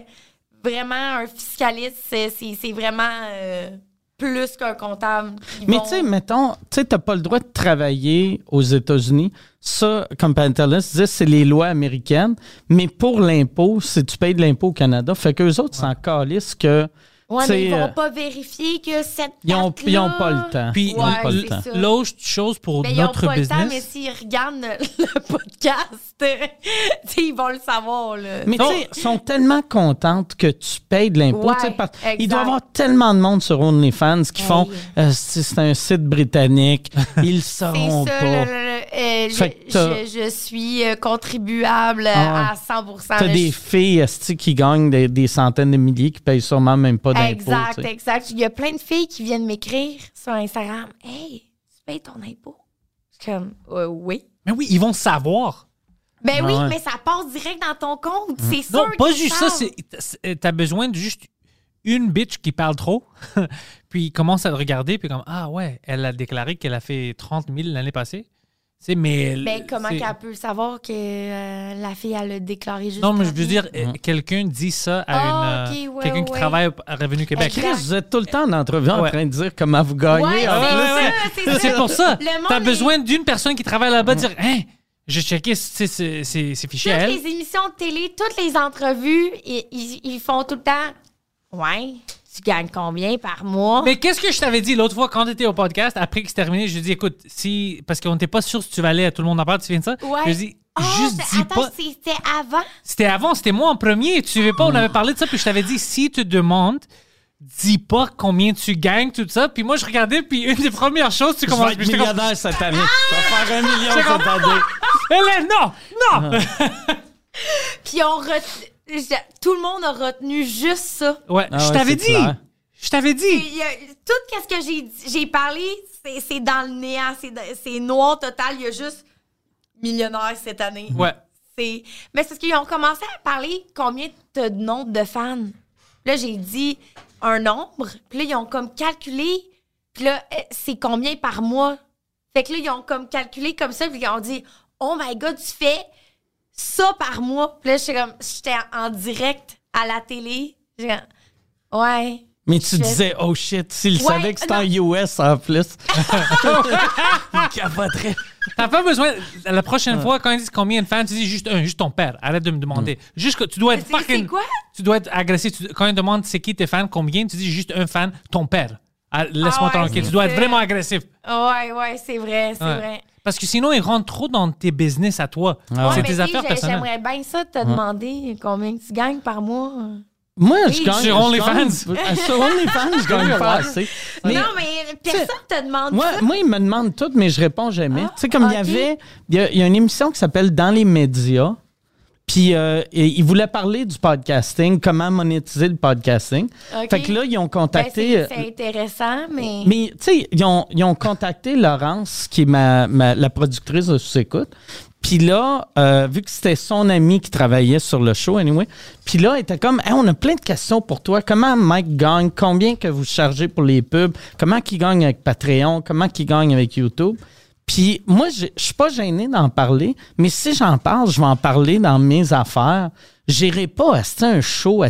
[SPEAKER 4] vraiment un fiscaliste, c'est, c'est- c'est vraiment euh, plus qu'un comptable. Ils
[SPEAKER 3] Mais
[SPEAKER 4] vont-
[SPEAKER 3] tu sais, mettons, tu sais, t'as pas le droit de travailler aux États-Unis. Ça, comme Pantelis disait, c'est les lois américaines. Mais pour l'impôt, si tu payes de l'impôt au Canada, fait qu'eux autres s'en calissent que.
[SPEAKER 4] Ouais,
[SPEAKER 3] tu
[SPEAKER 4] mais
[SPEAKER 3] sais,
[SPEAKER 4] ils
[SPEAKER 3] euh,
[SPEAKER 4] vont pas vérifier que cette
[SPEAKER 3] ils ont-
[SPEAKER 4] carte-là-
[SPEAKER 3] ils ont pas le temps.
[SPEAKER 2] Puis
[SPEAKER 3] Ils ont pas le
[SPEAKER 4] c'est
[SPEAKER 3] temps.
[SPEAKER 4] ça.
[SPEAKER 2] l'autre chose pour
[SPEAKER 4] Ben, ils ont
[SPEAKER 2] notre
[SPEAKER 4] pas
[SPEAKER 2] business.
[SPEAKER 4] le temps, mais s'ils regardent le, le podcast, euh, tu sais, ils vont le savoir. Là.
[SPEAKER 3] euh, Mais tu sais, ils sont tellement contentes que tu payes de l'impôt.
[SPEAKER 4] Ouais,
[SPEAKER 3] tu sais, parce- il
[SPEAKER 4] exact.
[SPEAKER 3] doit y avoir tellement de monde sur OnlyFans qui font euh, c'est c'est un site britannique, ils le
[SPEAKER 4] c'est
[SPEAKER 3] sauront
[SPEAKER 4] ça,
[SPEAKER 3] pas.
[SPEAKER 4] le- le- le- euh,
[SPEAKER 3] Fait que t'as-
[SPEAKER 4] je, je- je suis euh, contribuable euh,
[SPEAKER 3] Ah.
[SPEAKER 4] à 100
[SPEAKER 3] T'as
[SPEAKER 4] là,
[SPEAKER 3] des
[SPEAKER 4] je-
[SPEAKER 3] filles esti, qui gagnent des, des centaines de milliers qui payent sûrement même pas d'impôts.
[SPEAKER 4] Exact,
[SPEAKER 3] tu sais.
[SPEAKER 4] exact. Il y a plein de filles qui viennent m'écrire sur Instagram. Hey, tu payes ton impôt? Je suis comme, Euh, oui.
[SPEAKER 2] Mais oui, ils vont savoir.
[SPEAKER 4] Ben
[SPEAKER 3] Ah
[SPEAKER 4] oui,
[SPEAKER 3] ouais. Mmh.
[SPEAKER 4] mais ça passe direct dans ton compte. C'est sûr.
[SPEAKER 2] Non, pas
[SPEAKER 4] qu'ils
[SPEAKER 2] juste ça.
[SPEAKER 4] savent.
[SPEAKER 2] c'est- c'est- T'as besoin de juste une bitch qui parle trop. puis ils commencent à te regarder. Puis comme, ah ouais, elle a déclaré qu'elle a fait 30 000 l'année passée. Tu sais, mais. elle-
[SPEAKER 4] Ben, comment
[SPEAKER 2] c'est-
[SPEAKER 4] qu'elle peut savoir que euh, la fille, elle a déclaré juste.
[SPEAKER 2] Non, mais je veux
[SPEAKER 4] 30 000?
[SPEAKER 2] dire, euh, quelqu'un dit ça à
[SPEAKER 4] Ah,
[SPEAKER 2] une. euh,
[SPEAKER 4] ok, ouais,
[SPEAKER 2] quelqu'un qui
[SPEAKER 4] ouais.
[SPEAKER 2] travaille à Revenu Québec.
[SPEAKER 4] Exact.
[SPEAKER 3] Ben, Chris, vous êtes tout le temps en entrevue en
[SPEAKER 2] Ouais.
[SPEAKER 3] train de dire comment vous gagnez.
[SPEAKER 4] Ouais,
[SPEAKER 3] Ah,
[SPEAKER 4] c'est
[SPEAKER 2] ouais,
[SPEAKER 4] ça,
[SPEAKER 2] ouais.
[SPEAKER 4] c'est ça.
[SPEAKER 2] C'est pour ça.
[SPEAKER 4] Le monde
[SPEAKER 2] T'as
[SPEAKER 4] est-
[SPEAKER 2] besoin d'une personne qui travaille là-bas dire Hein, j'ai checké ces ces- ces- ces fichiers à
[SPEAKER 4] Toutes
[SPEAKER 2] elle.
[SPEAKER 4] les émissions de télé, toutes les entrevues, ils, ils- ils font tout le temps. Ouais, tu gagnes combien par mois?
[SPEAKER 2] Mais qu'est-ce que je t'avais dit l'autre fois quand t'étais au podcast, après que c'est terminé, je dis écoute, si. Parce qu'on n'était pas sûr si tu valais à tout le monde en parle, tu viens de ça?
[SPEAKER 4] ouais.
[SPEAKER 2] Je dis
[SPEAKER 4] Ah,
[SPEAKER 2] juste
[SPEAKER 4] c'est-
[SPEAKER 2] dis
[SPEAKER 4] attends,
[SPEAKER 2] pas.
[SPEAKER 4] c'était avant.
[SPEAKER 2] C'était avant, c'était moi en premier. Tu savais pas, on avait parlé de ça, puis je t'avais dit si tu demandes, dis pas combien tu gagnes, tout ça. Puis moi, je regardais, puis une des premières choses, tu
[SPEAKER 3] Je vais
[SPEAKER 2] commences.
[SPEAKER 3] être
[SPEAKER 2] puis j'étais comme,
[SPEAKER 3] millionnaire cette année.
[SPEAKER 4] Ah!
[SPEAKER 3] Je vais faire un million cette année.
[SPEAKER 2] Hélène, non! Non!
[SPEAKER 3] Ah.
[SPEAKER 4] Puis on ret- je- tout le monde a retenu juste ça.
[SPEAKER 2] Ouais,
[SPEAKER 3] Ah
[SPEAKER 2] je
[SPEAKER 3] ouais,
[SPEAKER 2] t'avais
[SPEAKER 3] c'est
[SPEAKER 2] dit!
[SPEAKER 3] clair.
[SPEAKER 2] Je t'avais
[SPEAKER 4] Puis
[SPEAKER 2] dit!
[SPEAKER 4] il y a- tout ce que j'ai dit- j'ai parlé, c'est c'est dans le néant, c'est dans- c'est noir total. Il y a juste millionnaire cette année.
[SPEAKER 2] Ouais.
[SPEAKER 4] C'est- Mais c'est parce qu'ils ont commencé à parler combien t'as de nombre de fans. Là, j'ai dit un nombre. Puis là, ils ont comme calculé. Puis là, eh, c'est combien par mois. Fait que là, ils ont comme calculé comme ça. Puis ils ont dit, oh my God, tu fais ça par mois. Puis là, j'étais comme, j'étais en, en direct à la télé. J'ai comme, ouais.
[SPEAKER 3] Mais tu
[SPEAKER 4] Je-
[SPEAKER 3] disais, oh shit, s'il
[SPEAKER 4] Ouais,
[SPEAKER 3] savait que c'était en US en plus. il capoterait.
[SPEAKER 2] T'as pas besoin. La prochaine fois, quand ils disent combien de fans, tu dis juste un, juste ton père. Arrête de me demander.
[SPEAKER 3] Mm.
[SPEAKER 2] Juste que tu dois être
[SPEAKER 4] C'est- c'est
[SPEAKER 2] fucking-
[SPEAKER 4] quoi?
[SPEAKER 2] Tu dois être agressif. Tu- quand ils demandent c'est qui tes fans, combien, tu dis juste un fan, ton père. Ah, Laisse-moi
[SPEAKER 4] Ah ouais,
[SPEAKER 2] tranquille.
[SPEAKER 4] c'est
[SPEAKER 2] Tu dois être
[SPEAKER 4] ça.
[SPEAKER 2] vraiment agressif.
[SPEAKER 4] Ouais, ouais, c'est vrai, c'est
[SPEAKER 2] Ouais.
[SPEAKER 4] vrai.
[SPEAKER 2] Parce que sinon, ils rentrent trop dans tes business à toi.
[SPEAKER 3] Ah ouais.
[SPEAKER 2] C'est
[SPEAKER 4] Mais
[SPEAKER 2] tes
[SPEAKER 4] tu sais,
[SPEAKER 2] affaires
[SPEAKER 4] j'ai-
[SPEAKER 2] personnelles.
[SPEAKER 4] J'aimerais bien ça te demander combien que tu gagnes par mois.
[SPEAKER 3] Moi, je gagne.
[SPEAKER 2] Sur
[SPEAKER 3] je
[SPEAKER 2] OnlyFans.
[SPEAKER 3] gagne- Sur OnlyFans, je gagne pas assez. Mais-
[SPEAKER 4] non, mais personne te demande
[SPEAKER 3] Moi,
[SPEAKER 4] ça.
[SPEAKER 3] moi, ils me demandent tout, mais je réponds jamais.
[SPEAKER 4] Ah,
[SPEAKER 3] tu sais, comme il y
[SPEAKER 4] ok.
[SPEAKER 3] avait. Il y, a- il y a une émission qui s'appelle Dans les médias. Puis, euh, et- ils voulaient parler du podcasting, comment monétiser le podcasting.
[SPEAKER 4] Ok.
[SPEAKER 3] Fait que là, ils ont contacté.
[SPEAKER 4] Ben, c'est- c'est intéressant, mais.
[SPEAKER 3] euh, Mais tu sais, ils ont, ils ont contacté Laurence, qui est ma, ma- la productrice de Sous-Écoute. Puis là, euh, vu que c'était son ami qui travaillait sur le show, anyway, puis là, elle était comme, Hey, on a plein de questions pour toi. Comment Mike gagne? Combien que vous chargez pour les pubs? Comment qu'il gagne avec Patreon? Comment qu'il gagne avec YouTube? Puis moi, j'ai- je suis pas gêné d'en parler, mais si j'en parle, je vais en parler dans mes affaires. J'irai pas à c'est un show à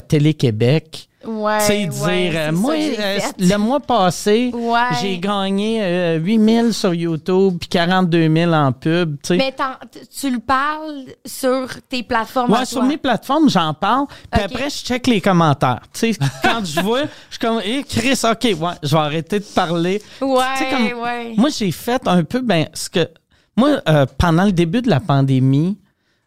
[SPEAKER 3] Télé-Québec.
[SPEAKER 4] Ouais,
[SPEAKER 3] Tu sais, dire,
[SPEAKER 4] ouais, c'est
[SPEAKER 3] euh,
[SPEAKER 4] ça
[SPEAKER 3] moi,
[SPEAKER 4] que j'ai
[SPEAKER 3] euh,
[SPEAKER 4] fait.
[SPEAKER 3] le mois passé,
[SPEAKER 4] Ouais.
[SPEAKER 3] j'ai gagné 8000 sur YouTube, puis 42 000 en pub, tu sais.
[SPEAKER 4] Mais t'en- t- tu le parles sur tes plateformes.
[SPEAKER 3] Ouais,
[SPEAKER 4] à
[SPEAKER 3] sur
[SPEAKER 4] toi.
[SPEAKER 3] mes plateformes, j'en parle. Puis
[SPEAKER 4] Ok.
[SPEAKER 3] après, je check les commentaires. Tu sais, quand je vois, je suis comme, hé, Chris, OK, ouais, je vais arrêter de parler.
[SPEAKER 4] Ouais,
[SPEAKER 3] Tu sais, comme-
[SPEAKER 4] ouais.
[SPEAKER 3] Moi, j'ai fait un peu, ben, ce que. Moi, euh, pendant le début de la pandémie,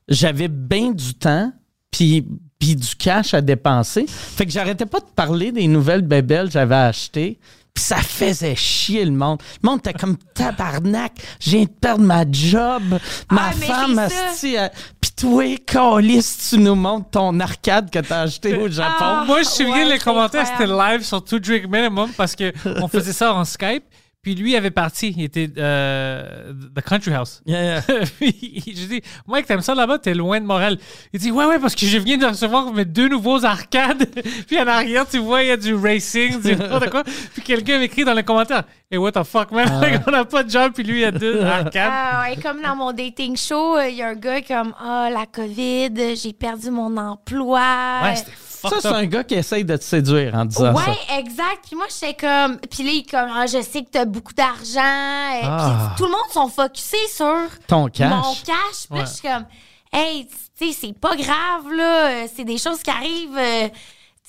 [SPEAKER 3] j'avais bien du temps, puis puis du cash à dépenser. Fait que j'arrêtais pas de parler des nouvelles bébelles que j'avais achetées. Puis ça faisait chier le monde. Le monde était comme tabarnak. J'ai de perdre ma job. Ma
[SPEAKER 4] Ah, mais
[SPEAKER 3] femme,
[SPEAKER 4] c'est ça.
[SPEAKER 3] asti, elle- Puis euh, Toi, Calis, tu nous montres ton arcade que t'as acheté au Japon.
[SPEAKER 4] Ah,
[SPEAKER 2] Moi, je souviens
[SPEAKER 4] ouais,
[SPEAKER 2] les
[SPEAKER 4] c'est
[SPEAKER 2] commentaires, c'était
[SPEAKER 4] incroyable.
[SPEAKER 2] live sur Two Drink Minimum parce que on faisait ça en Skype. Puis lui avait parti, il était euh, The Country House.
[SPEAKER 3] Yeah, yeah.
[SPEAKER 2] Puis je dis, Mike, t'aimes ça là-bas? T'es loin de Montréal. Il dit, ouais, ouais, parce que je viens de recevoir mes deux nouveaux arcades. Puis en arrière, tu vois, il y a du racing, du n'importe quoi. Puis quelqu'un m'écrit dans les commentaires, hey, what the fuck, man? on n'a pas de job, puis lui, il y a deux arcades.
[SPEAKER 4] Ah ouais, comme dans mon dating show, euh, il y a un gars comme Ah, la COVID, euh, j'ai perdu mon emploi.
[SPEAKER 2] Ah
[SPEAKER 4] Euh,
[SPEAKER 2] ouais, c'était
[SPEAKER 3] Ça,
[SPEAKER 2] fucked
[SPEAKER 3] c'est
[SPEAKER 2] up.
[SPEAKER 3] un gars qui essaye de te séduire en disant ça.
[SPEAKER 4] Ouais, exact. Puis moi, j'étais comme. Puis là, il est comme, ah, je sais que t'as beaucoup d'argent. Euh,
[SPEAKER 3] Ah.
[SPEAKER 4] Puis tout le monde sont focusés sur
[SPEAKER 3] Ton cash.
[SPEAKER 4] mon cash. Puis là, je suis comme, hey, tu sais, c'est pas grave, là. Euh, C'est des choses qui arrivent. euh,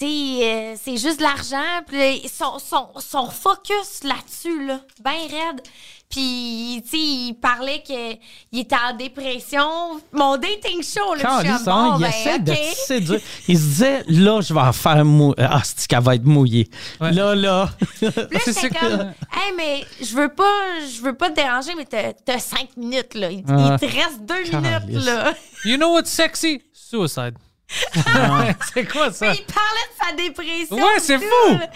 [SPEAKER 4] tu sais, euh, c'est juste de l'argent. Puis là, ils sont, sont, sont focus là-dessus, là. Ben raide. Puis, tu sais, il parlait qu'il était en dépression. Mon dating show, là. puis je suis comme,
[SPEAKER 3] Calissant,
[SPEAKER 4] bon,
[SPEAKER 3] hein, il
[SPEAKER 4] ben,
[SPEAKER 3] essaie de
[SPEAKER 4] ok.
[SPEAKER 3] te séduire. Il se disait, là, je vais en faire mou... Ah, c'est qu'elle va être mouillée.
[SPEAKER 2] Ouais.
[SPEAKER 3] Là, là.
[SPEAKER 4] Puis là,
[SPEAKER 2] C'est
[SPEAKER 4] j'étais
[SPEAKER 2] sûr que-
[SPEAKER 4] comme, hey, mais je veux pas, je veux pas te déranger, mais t'as, t'as cinq minutes, là. Il, il
[SPEAKER 3] Ah.
[SPEAKER 4] te reste deux
[SPEAKER 3] Calisse.
[SPEAKER 4] minutes, là.
[SPEAKER 2] You know what's sexy? Suicide. Ah c'est quoi ça?
[SPEAKER 4] Il parlait de sa dépression.
[SPEAKER 2] Ouais, c'est
[SPEAKER 4] tout,
[SPEAKER 2] fou!
[SPEAKER 4] là.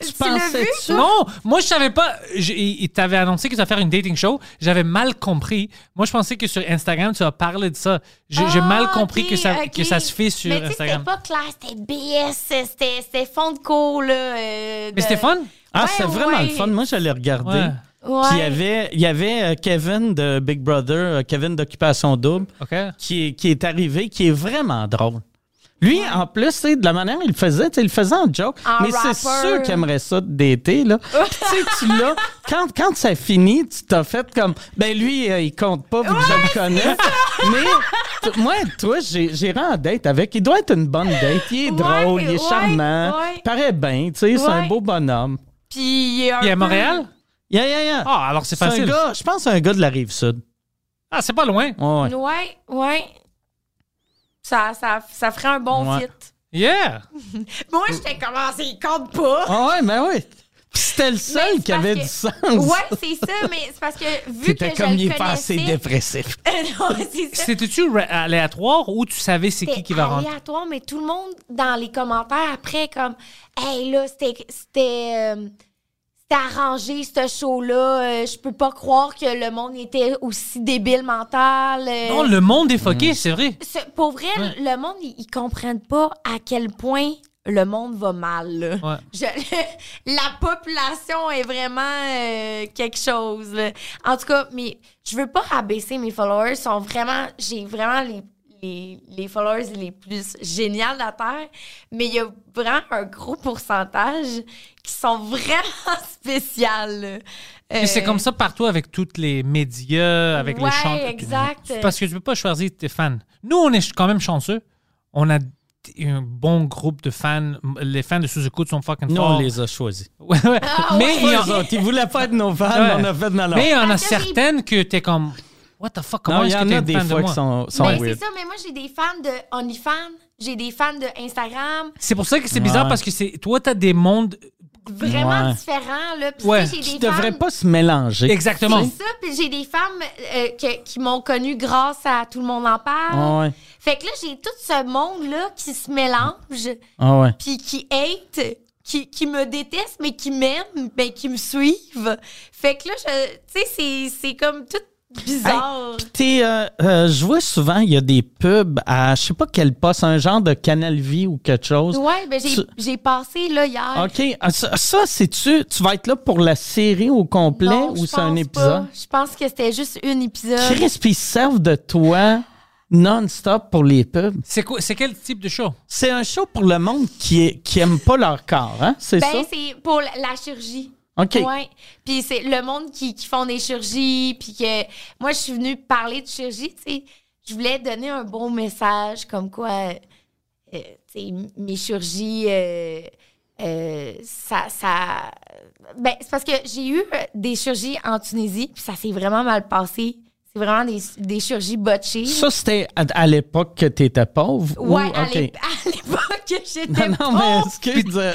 [SPEAKER 4] Tu l'as
[SPEAKER 3] pensais
[SPEAKER 4] vu?
[SPEAKER 3] ça?
[SPEAKER 2] Non, moi je savais pas. Je- il il t'avait annoncé que tu vas faire une dating show. J'avais mal compris. Moi je pensais que sur Instagram tu as parlé de ça. Je- J'ai mal
[SPEAKER 4] Ah,
[SPEAKER 2] compris
[SPEAKER 4] ok,
[SPEAKER 2] que, ça,
[SPEAKER 4] ok.
[SPEAKER 2] que ça se fait sur
[SPEAKER 4] mais tu sais,
[SPEAKER 2] Instagram.
[SPEAKER 4] C'était pas clair, c'était BS, c'était, c'était fond de cours, là. euh, de-
[SPEAKER 2] Mais Stéphane,
[SPEAKER 3] Ah,
[SPEAKER 4] Ouais,
[SPEAKER 3] c'est vraiment
[SPEAKER 4] ouais.
[SPEAKER 3] le fun. Moi, je l'ai regardé.
[SPEAKER 2] Ouais.
[SPEAKER 3] Puis il y
[SPEAKER 4] Ouais.
[SPEAKER 3] avait, il y avait euh, Kevin de Big Brother, euh, Kevin d'Occupation Double,
[SPEAKER 2] OK.
[SPEAKER 3] qui, est- qui est arrivé, qui est vraiment drôle. Lui, en plus, tu sais, de la manière il le faisait, tu sais, il le faisait en joke.
[SPEAKER 4] En
[SPEAKER 3] mais c'est
[SPEAKER 4] rapper.
[SPEAKER 3] sûr qu'il aimerait ça d'été, là. Puis, tu sais, tu l'as. Quand, quand ça finit, tu t'as fait comme. Ben, lui, euh, il compte pas, vu que je le connais. Mais, t- moi, toi, j'ai- j'irai en date avec. Il doit être une bonne date. Il est
[SPEAKER 4] Ouais,
[SPEAKER 3] drôle, il est
[SPEAKER 4] ouais,
[SPEAKER 3] charmant.
[SPEAKER 4] ouais.
[SPEAKER 3] Paraît bien, tu sais, c'est un
[SPEAKER 4] Ouais.
[SPEAKER 3] beau bonhomme.
[SPEAKER 4] Puis il est un
[SPEAKER 2] Puis à
[SPEAKER 4] peu-
[SPEAKER 2] Montréal?
[SPEAKER 3] Yeah, yeah, yeah.
[SPEAKER 2] Ah, alors c'est
[SPEAKER 3] C'est un
[SPEAKER 2] facile.
[SPEAKER 3] gars, je pense que c'est un gars de la rive sud.
[SPEAKER 2] Ah, c'est pas loin.
[SPEAKER 3] Ouais.
[SPEAKER 4] Ouais, ouais. Ça, ça, ça ferait un bon
[SPEAKER 3] Ouais.
[SPEAKER 4] fit.
[SPEAKER 2] Yeah.
[SPEAKER 4] Moi, j'étais comme, ah, c'est- il compte pas.
[SPEAKER 3] Ah ouais, mais oui. Puis c'était le
[SPEAKER 4] Mais
[SPEAKER 3] seul
[SPEAKER 4] c'est
[SPEAKER 3] qui avait
[SPEAKER 4] parce
[SPEAKER 3] du sens.
[SPEAKER 4] que- Ouais, c'est ça, mais c'est parce que vu que
[SPEAKER 3] C'était comme
[SPEAKER 4] je
[SPEAKER 3] il
[SPEAKER 4] le
[SPEAKER 3] est pas assez
[SPEAKER 4] connaissais...
[SPEAKER 3] dépressif.
[SPEAKER 4] non, c'est ça.
[SPEAKER 2] C'était-tu ra- aléatoire ou tu savais c'est qui
[SPEAKER 4] C'était
[SPEAKER 2] qui va rentrer?
[SPEAKER 4] aléatoire, mais tout le monde dans les commentaires après, comme, hey là, c'était. C'était euh, c'était arrangé, ce show-là. Euh, je peux pas croire que le monde était aussi débile mental. Euh,
[SPEAKER 2] Non, le monde est fucké, c'est vrai.
[SPEAKER 4] ce- pour vrai, le monde, ils, ils comprennent pas à quel point le monde va mal. là.
[SPEAKER 2] Ouais.
[SPEAKER 4] Je- la population est vraiment euh, quelque chose. là. En tout cas, mais je veux pas rabaisser mes followers. Ils sont vraiment, j'ai vraiment les, les, les followers les plus géniaux de la terre. Mais il y a vraiment un gros pourcentage qui sont vraiment spéciales. Euh,
[SPEAKER 2] Et c'est comme ça partout avec tous les médias, avec les
[SPEAKER 4] Ouais,
[SPEAKER 2] chanteurs.
[SPEAKER 4] exact.
[SPEAKER 2] Parce que tu peux pas choisir tes fans. Nous, on est quand même chanceux. On a un bon groupe de fans. Les fans de Suzuku sont fucking
[SPEAKER 3] Nous,
[SPEAKER 2] forts.
[SPEAKER 3] on les a choisis.
[SPEAKER 2] Ouais, ouais.
[SPEAKER 4] Ah,
[SPEAKER 2] mais il y
[SPEAKER 3] Pas
[SPEAKER 2] en-
[SPEAKER 3] eux autres, Ils voulaient pas être nos fans,
[SPEAKER 2] Ouais.
[SPEAKER 3] on a fait dans leur...
[SPEAKER 2] mais il y en a
[SPEAKER 4] Parce que les-
[SPEAKER 2] certaines que t'es comme What the fuck, comment
[SPEAKER 3] Non, il
[SPEAKER 2] est-ce
[SPEAKER 3] y
[SPEAKER 2] que
[SPEAKER 3] en
[SPEAKER 2] t'es
[SPEAKER 3] a
[SPEAKER 2] une
[SPEAKER 3] des
[SPEAKER 2] fan de
[SPEAKER 3] fois
[SPEAKER 2] moi?
[SPEAKER 3] qui sont, sont
[SPEAKER 4] Mais ben, c'est
[SPEAKER 3] weird.
[SPEAKER 4] ça, mais moi j'ai des fans de OnlyFans, j'ai des fans de Instagram,
[SPEAKER 2] C'est pour ça que c'est bizarre
[SPEAKER 3] Ouais.
[SPEAKER 2] parce que c'est toi t'as des mondes
[SPEAKER 4] vraiment
[SPEAKER 3] Ouais.
[SPEAKER 4] différents là. Puis
[SPEAKER 2] Ouais.
[SPEAKER 4] tu sais, j'ai
[SPEAKER 3] Ils
[SPEAKER 4] des
[SPEAKER 3] devraient
[SPEAKER 4] femmes-
[SPEAKER 3] pas se mélanger.
[SPEAKER 2] exactement.
[SPEAKER 4] C'est ça, puis j'ai des femmes euh, que- qui m'ont connue grâce à Tout le monde en parle.
[SPEAKER 3] Ah ouais.
[SPEAKER 4] Fait que là, j'ai tout ce monde-là qui se mélange,
[SPEAKER 3] Ah ouais.
[SPEAKER 4] puis qui hate, qui, qui me déteste, mais qui m'aime, mais qui me suivent. Fait que là, je- tu sais, c'est- c'est comme tout bizarre.
[SPEAKER 3] Puis t'es, euh, euh, je vois souvent, il y a des pubs à je sais pas quel poste, un genre de Canal Vie ou quelque chose.
[SPEAKER 4] ouais, ben j'ai-
[SPEAKER 3] Tu-
[SPEAKER 4] j'ai passé là hier.
[SPEAKER 3] OK. Ah, Ça, ça, c'est-tu, tu vas être là pour la série au complet
[SPEAKER 4] Non, je
[SPEAKER 3] ou c'est un
[SPEAKER 4] pense
[SPEAKER 3] épisode?
[SPEAKER 4] pas. Je pense que c'était juste un épisode.
[SPEAKER 3] Chris, puis ils se servent de toi non-stop pour les pubs.
[SPEAKER 2] C'est quoi c'est quel type de show?
[SPEAKER 3] C'est un show pour le monde qui, est- qui aime pas leur corps, hein? C'est
[SPEAKER 4] Ben,
[SPEAKER 3] ça?
[SPEAKER 4] c'est pour la la chirurgie.
[SPEAKER 3] OK.
[SPEAKER 4] Ouais. Puis c'est le monde qui, qui font des chirurgies, puis que moi, je suis venue parler de chirurgie, tu sais. Je voulais donner un bon message comme quoi, euh, tu sais, mes chirurgies, euh, euh, ça, ça... Ben, c'est parce que j'ai eu euh, des chirurgies en Tunisie, puis ça s'est vraiment mal passé. C'est vraiment des, des chirurgies botchées.
[SPEAKER 3] Ça, c'était à, à l'époque que t'étais pauvre? ou-
[SPEAKER 4] ouais, à
[SPEAKER 3] OK.
[SPEAKER 4] l'ép- Oh, à l'époque, j'étais
[SPEAKER 3] Non, non, mais
[SPEAKER 4] pauvre.
[SPEAKER 3] excuse. euh,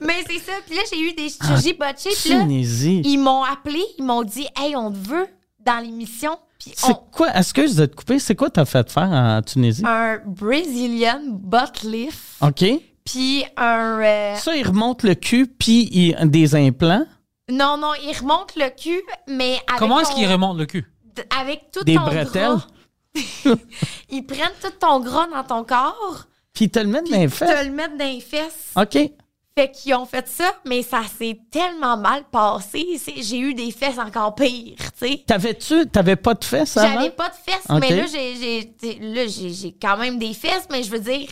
[SPEAKER 4] Mais c'est ça. Puis là, j'ai eu des chirurgies botchées. Puis là,
[SPEAKER 3] Tunisie.
[SPEAKER 4] ils m'ont appelé, ils m'ont dit Hey, on te veut dans l'émission. Puis
[SPEAKER 3] C'est
[SPEAKER 4] on,
[SPEAKER 3] quoi, excuse de te couper, c'est quoi t'as fait faire en Tunisie?
[SPEAKER 4] un Brazilian butt lift,
[SPEAKER 2] Ah.
[SPEAKER 3] OK.
[SPEAKER 4] puis un... euh,
[SPEAKER 3] Ça, il remonte le cul, puis il- des implants,
[SPEAKER 4] non, non, il remonte le cul, mais avec
[SPEAKER 2] Comment est-ce
[SPEAKER 4] ton-
[SPEAKER 2] qu'il remonte le cul?
[SPEAKER 4] Avec tout
[SPEAKER 3] Des
[SPEAKER 4] ton
[SPEAKER 3] bretelles.
[SPEAKER 4] gras. Ils prennent tout ton gras dans ton corps,
[SPEAKER 3] puis ils te le mettent dans les
[SPEAKER 4] te
[SPEAKER 3] fesses.
[SPEAKER 4] le mettent dans les fesses.
[SPEAKER 3] OK.
[SPEAKER 4] Fait qu'ils ont fait ça, mais ça s'est tellement mal passé. c'est- J'ai eu des fesses encore pires, tu sais.
[SPEAKER 3] T'avais-tu, t'avais pas de fesses avant?
[SPEAKER 4] J'avais pas de fesses,
[SPEAKER 3] Ok.
[SPEAKER 4] mais là, j'ai- j'ai- t'sais, là, j'ai j'ai quand même des fesses, mais je veux dire,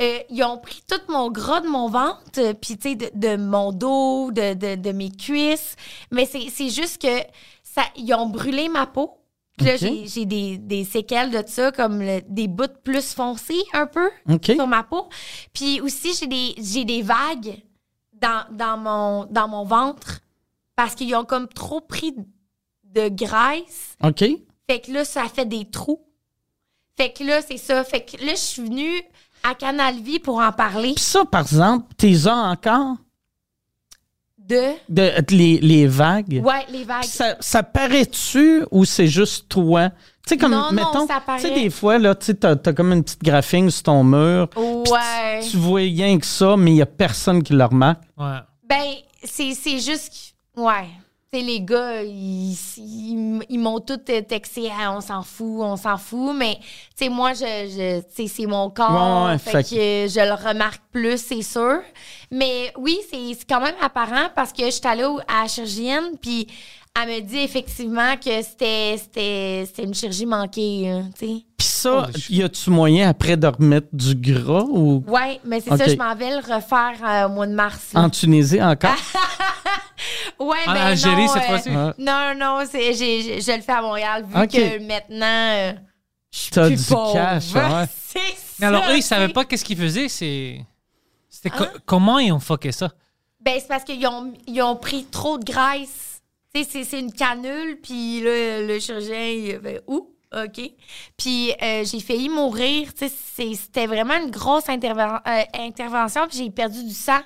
[SPEAKER 4] euh, ils ont pris tout mon gras de mon ventre, euh, puis tu sais, de, de mon dos, de, de, de mes cuisses, mais c'est c'est juste que ça, ils ont brûlé ma peau. Puis là,
[SPEAKER 3] Ok.
[SPEAKER 4] j'ai- j'ai des, des séquelles de ça, comme le- des bouts plus foncés un peu
[SPEAKER 3] OK.
[SPEAKER 4] sur ma peau. Puis aussi, j'ai des, j'ai des vagues dans, dans, mon, dans mon ventre parce qu'ils ont comme trop pris de graisse.
[SPEAKER 3] OK.
[SPEAKER 4] Fait que là, ça fait des trous. Fait que là, c'est ça. Fait que là, je suis venue à Canal Vie pour en parler
[SPEAKER 3] Puis ça, par exemple, t'es as encore,
[SPEAKER 4] de.
[SPEAKER 3] de, de- les, les vagues.
[SPEAKER 4] Ouais, les vagues.
[SPEAKER 3] Puis Ça, ça paraît-tu ou c'est juste toi? Tu sais, comme,
[SPEAKER 4] Non, non,
[SPEAKER 3] mettons,
[SPEAKER 4] ça
[SPEAKER 3] tu sais,
[SPEAKER 4] paraît.
[SPEAKER 3] des fois, là, tu sais, t'as, t'as comme une petite graphine sur ton mur. puis
[SPEAKER 4] Ouais.
[SPEAKER 3] Tu, tu vois rien que ça, mais il y a personne qui le remarque.
[SPEAKER 2] Ouais.
[SPEAKER 4] Ben, c'est c'est juste. que- Ouais. Tu sais, les gars, ils, ils, ils m'ont tout euh, texté, Ah, on s'en fout, on s'en fout. Mais, tu sais, moi, je, je, tu sais, c'est mon corps.
[SPEAKER 3] Ouais, ouais,
[SPEAKER 4] fait,
[SPEAKER 3] fait
[SPEAKER 4] que je le remarque plus, c'est sûr. Mais oui, c'est c'est quand même apparent parce que je suis allée au- à la chirurgienne, puis elle me dit effectivement que c'était c'était- c'était une chirurgie manquée, hein, tu sais.
[SPEAKER 3] Puis ça,
[SPEAKER 2] Oh, je-
[SPEAKER 3] y a-tu moyen après de remettre du gras ou
[SPEAKER 4] Ouais, mais c'est
[SPEAKER 3] Ok.
[SPEAKER 4] ça, je m'en vais le refaire euh, au mois de mars. là.
[SPEAKER 3] en Tunisie encore?
[SPEAKER 4] Ouais,
[SPEAKER 2] En
[SPEAKER 4] mais
[SPEAKER 2] Algérie,
[SPEAKER 4] non,
[SPEAKER 2] cette
[SPEAKER 4] euh,
[SPEAKER 2] fois-ci?
[SPEAKER 3] Ah.
[SPEAKER 4] Non, non, c'est, j'ai- j'ai- je le fais à Montréal vu
[SPEAKER 3] Ok.
[SPEAKER 4] que maintenant, euh, je suis
[SPEAKER 3] T'as
[SPEAKER 4] plus
[SPEAKER 3] du
[SPEAKER 4] pauvre.
[SPEAKER 3] cash, ouais.
[SPEAKER 4] c'est
[SPEAKER 2] Mais alors,
[SPEAKER 4] ça, Hein?
[SPEAKER 2] eux, ils savaient
[SPEAKER 4] tu sais.
[SPEAKER 2] pas qu'est-ce qu'ils faisaient. C'est... C'était co- Comment ils ont fucké ça?
[SPEAKER 4] Ben, c'est parce qu'ils ont, ils ont pris trop de graisse. Tu sais, c'est, c'est une canule, puis là, le chirurgien, il avait où? OK. Puis euh, j'ai failli mourir. Tu sais, c'est- c'était vraiment une grosse interven- euh, intervention, puis j'ai perdu du sang.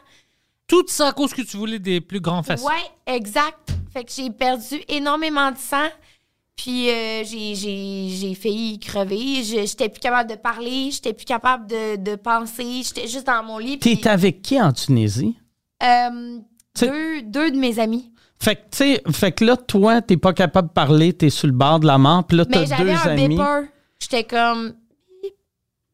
[SPEAKER 2] Tout ça à cause que tu voulais des plus grands fesses.
[SPEAKER 4] Ouais, exact. Fait que j'ai perdu énormément de sang. Puis euh, j'ai- j'ai j'ai failli crever. Je- J'étais plus capable de parler. J'étais plus capable de, de penser. J'étais juste dans mon lit. Puis,
[SPEAKER 3] T'es avec qui en Tunisie?
[SPEAKER 4] euh,
[SPEAKER 3] T'sais-
[SPEAKER 4] deux, deux de mes amis.
[SPEAKER 3] Fait que, tu sais, fait que là, toi, t'es pas capable de parler, t'es sur le bord de la mort, puis là,
[SPEAKER 4] Mais
[SPEAKER 3] t'as deux
[SPEAKER 4] j'avais un
[SPEAKER 3] amis.
[SPEAKER 4] beeper. J'étais comme...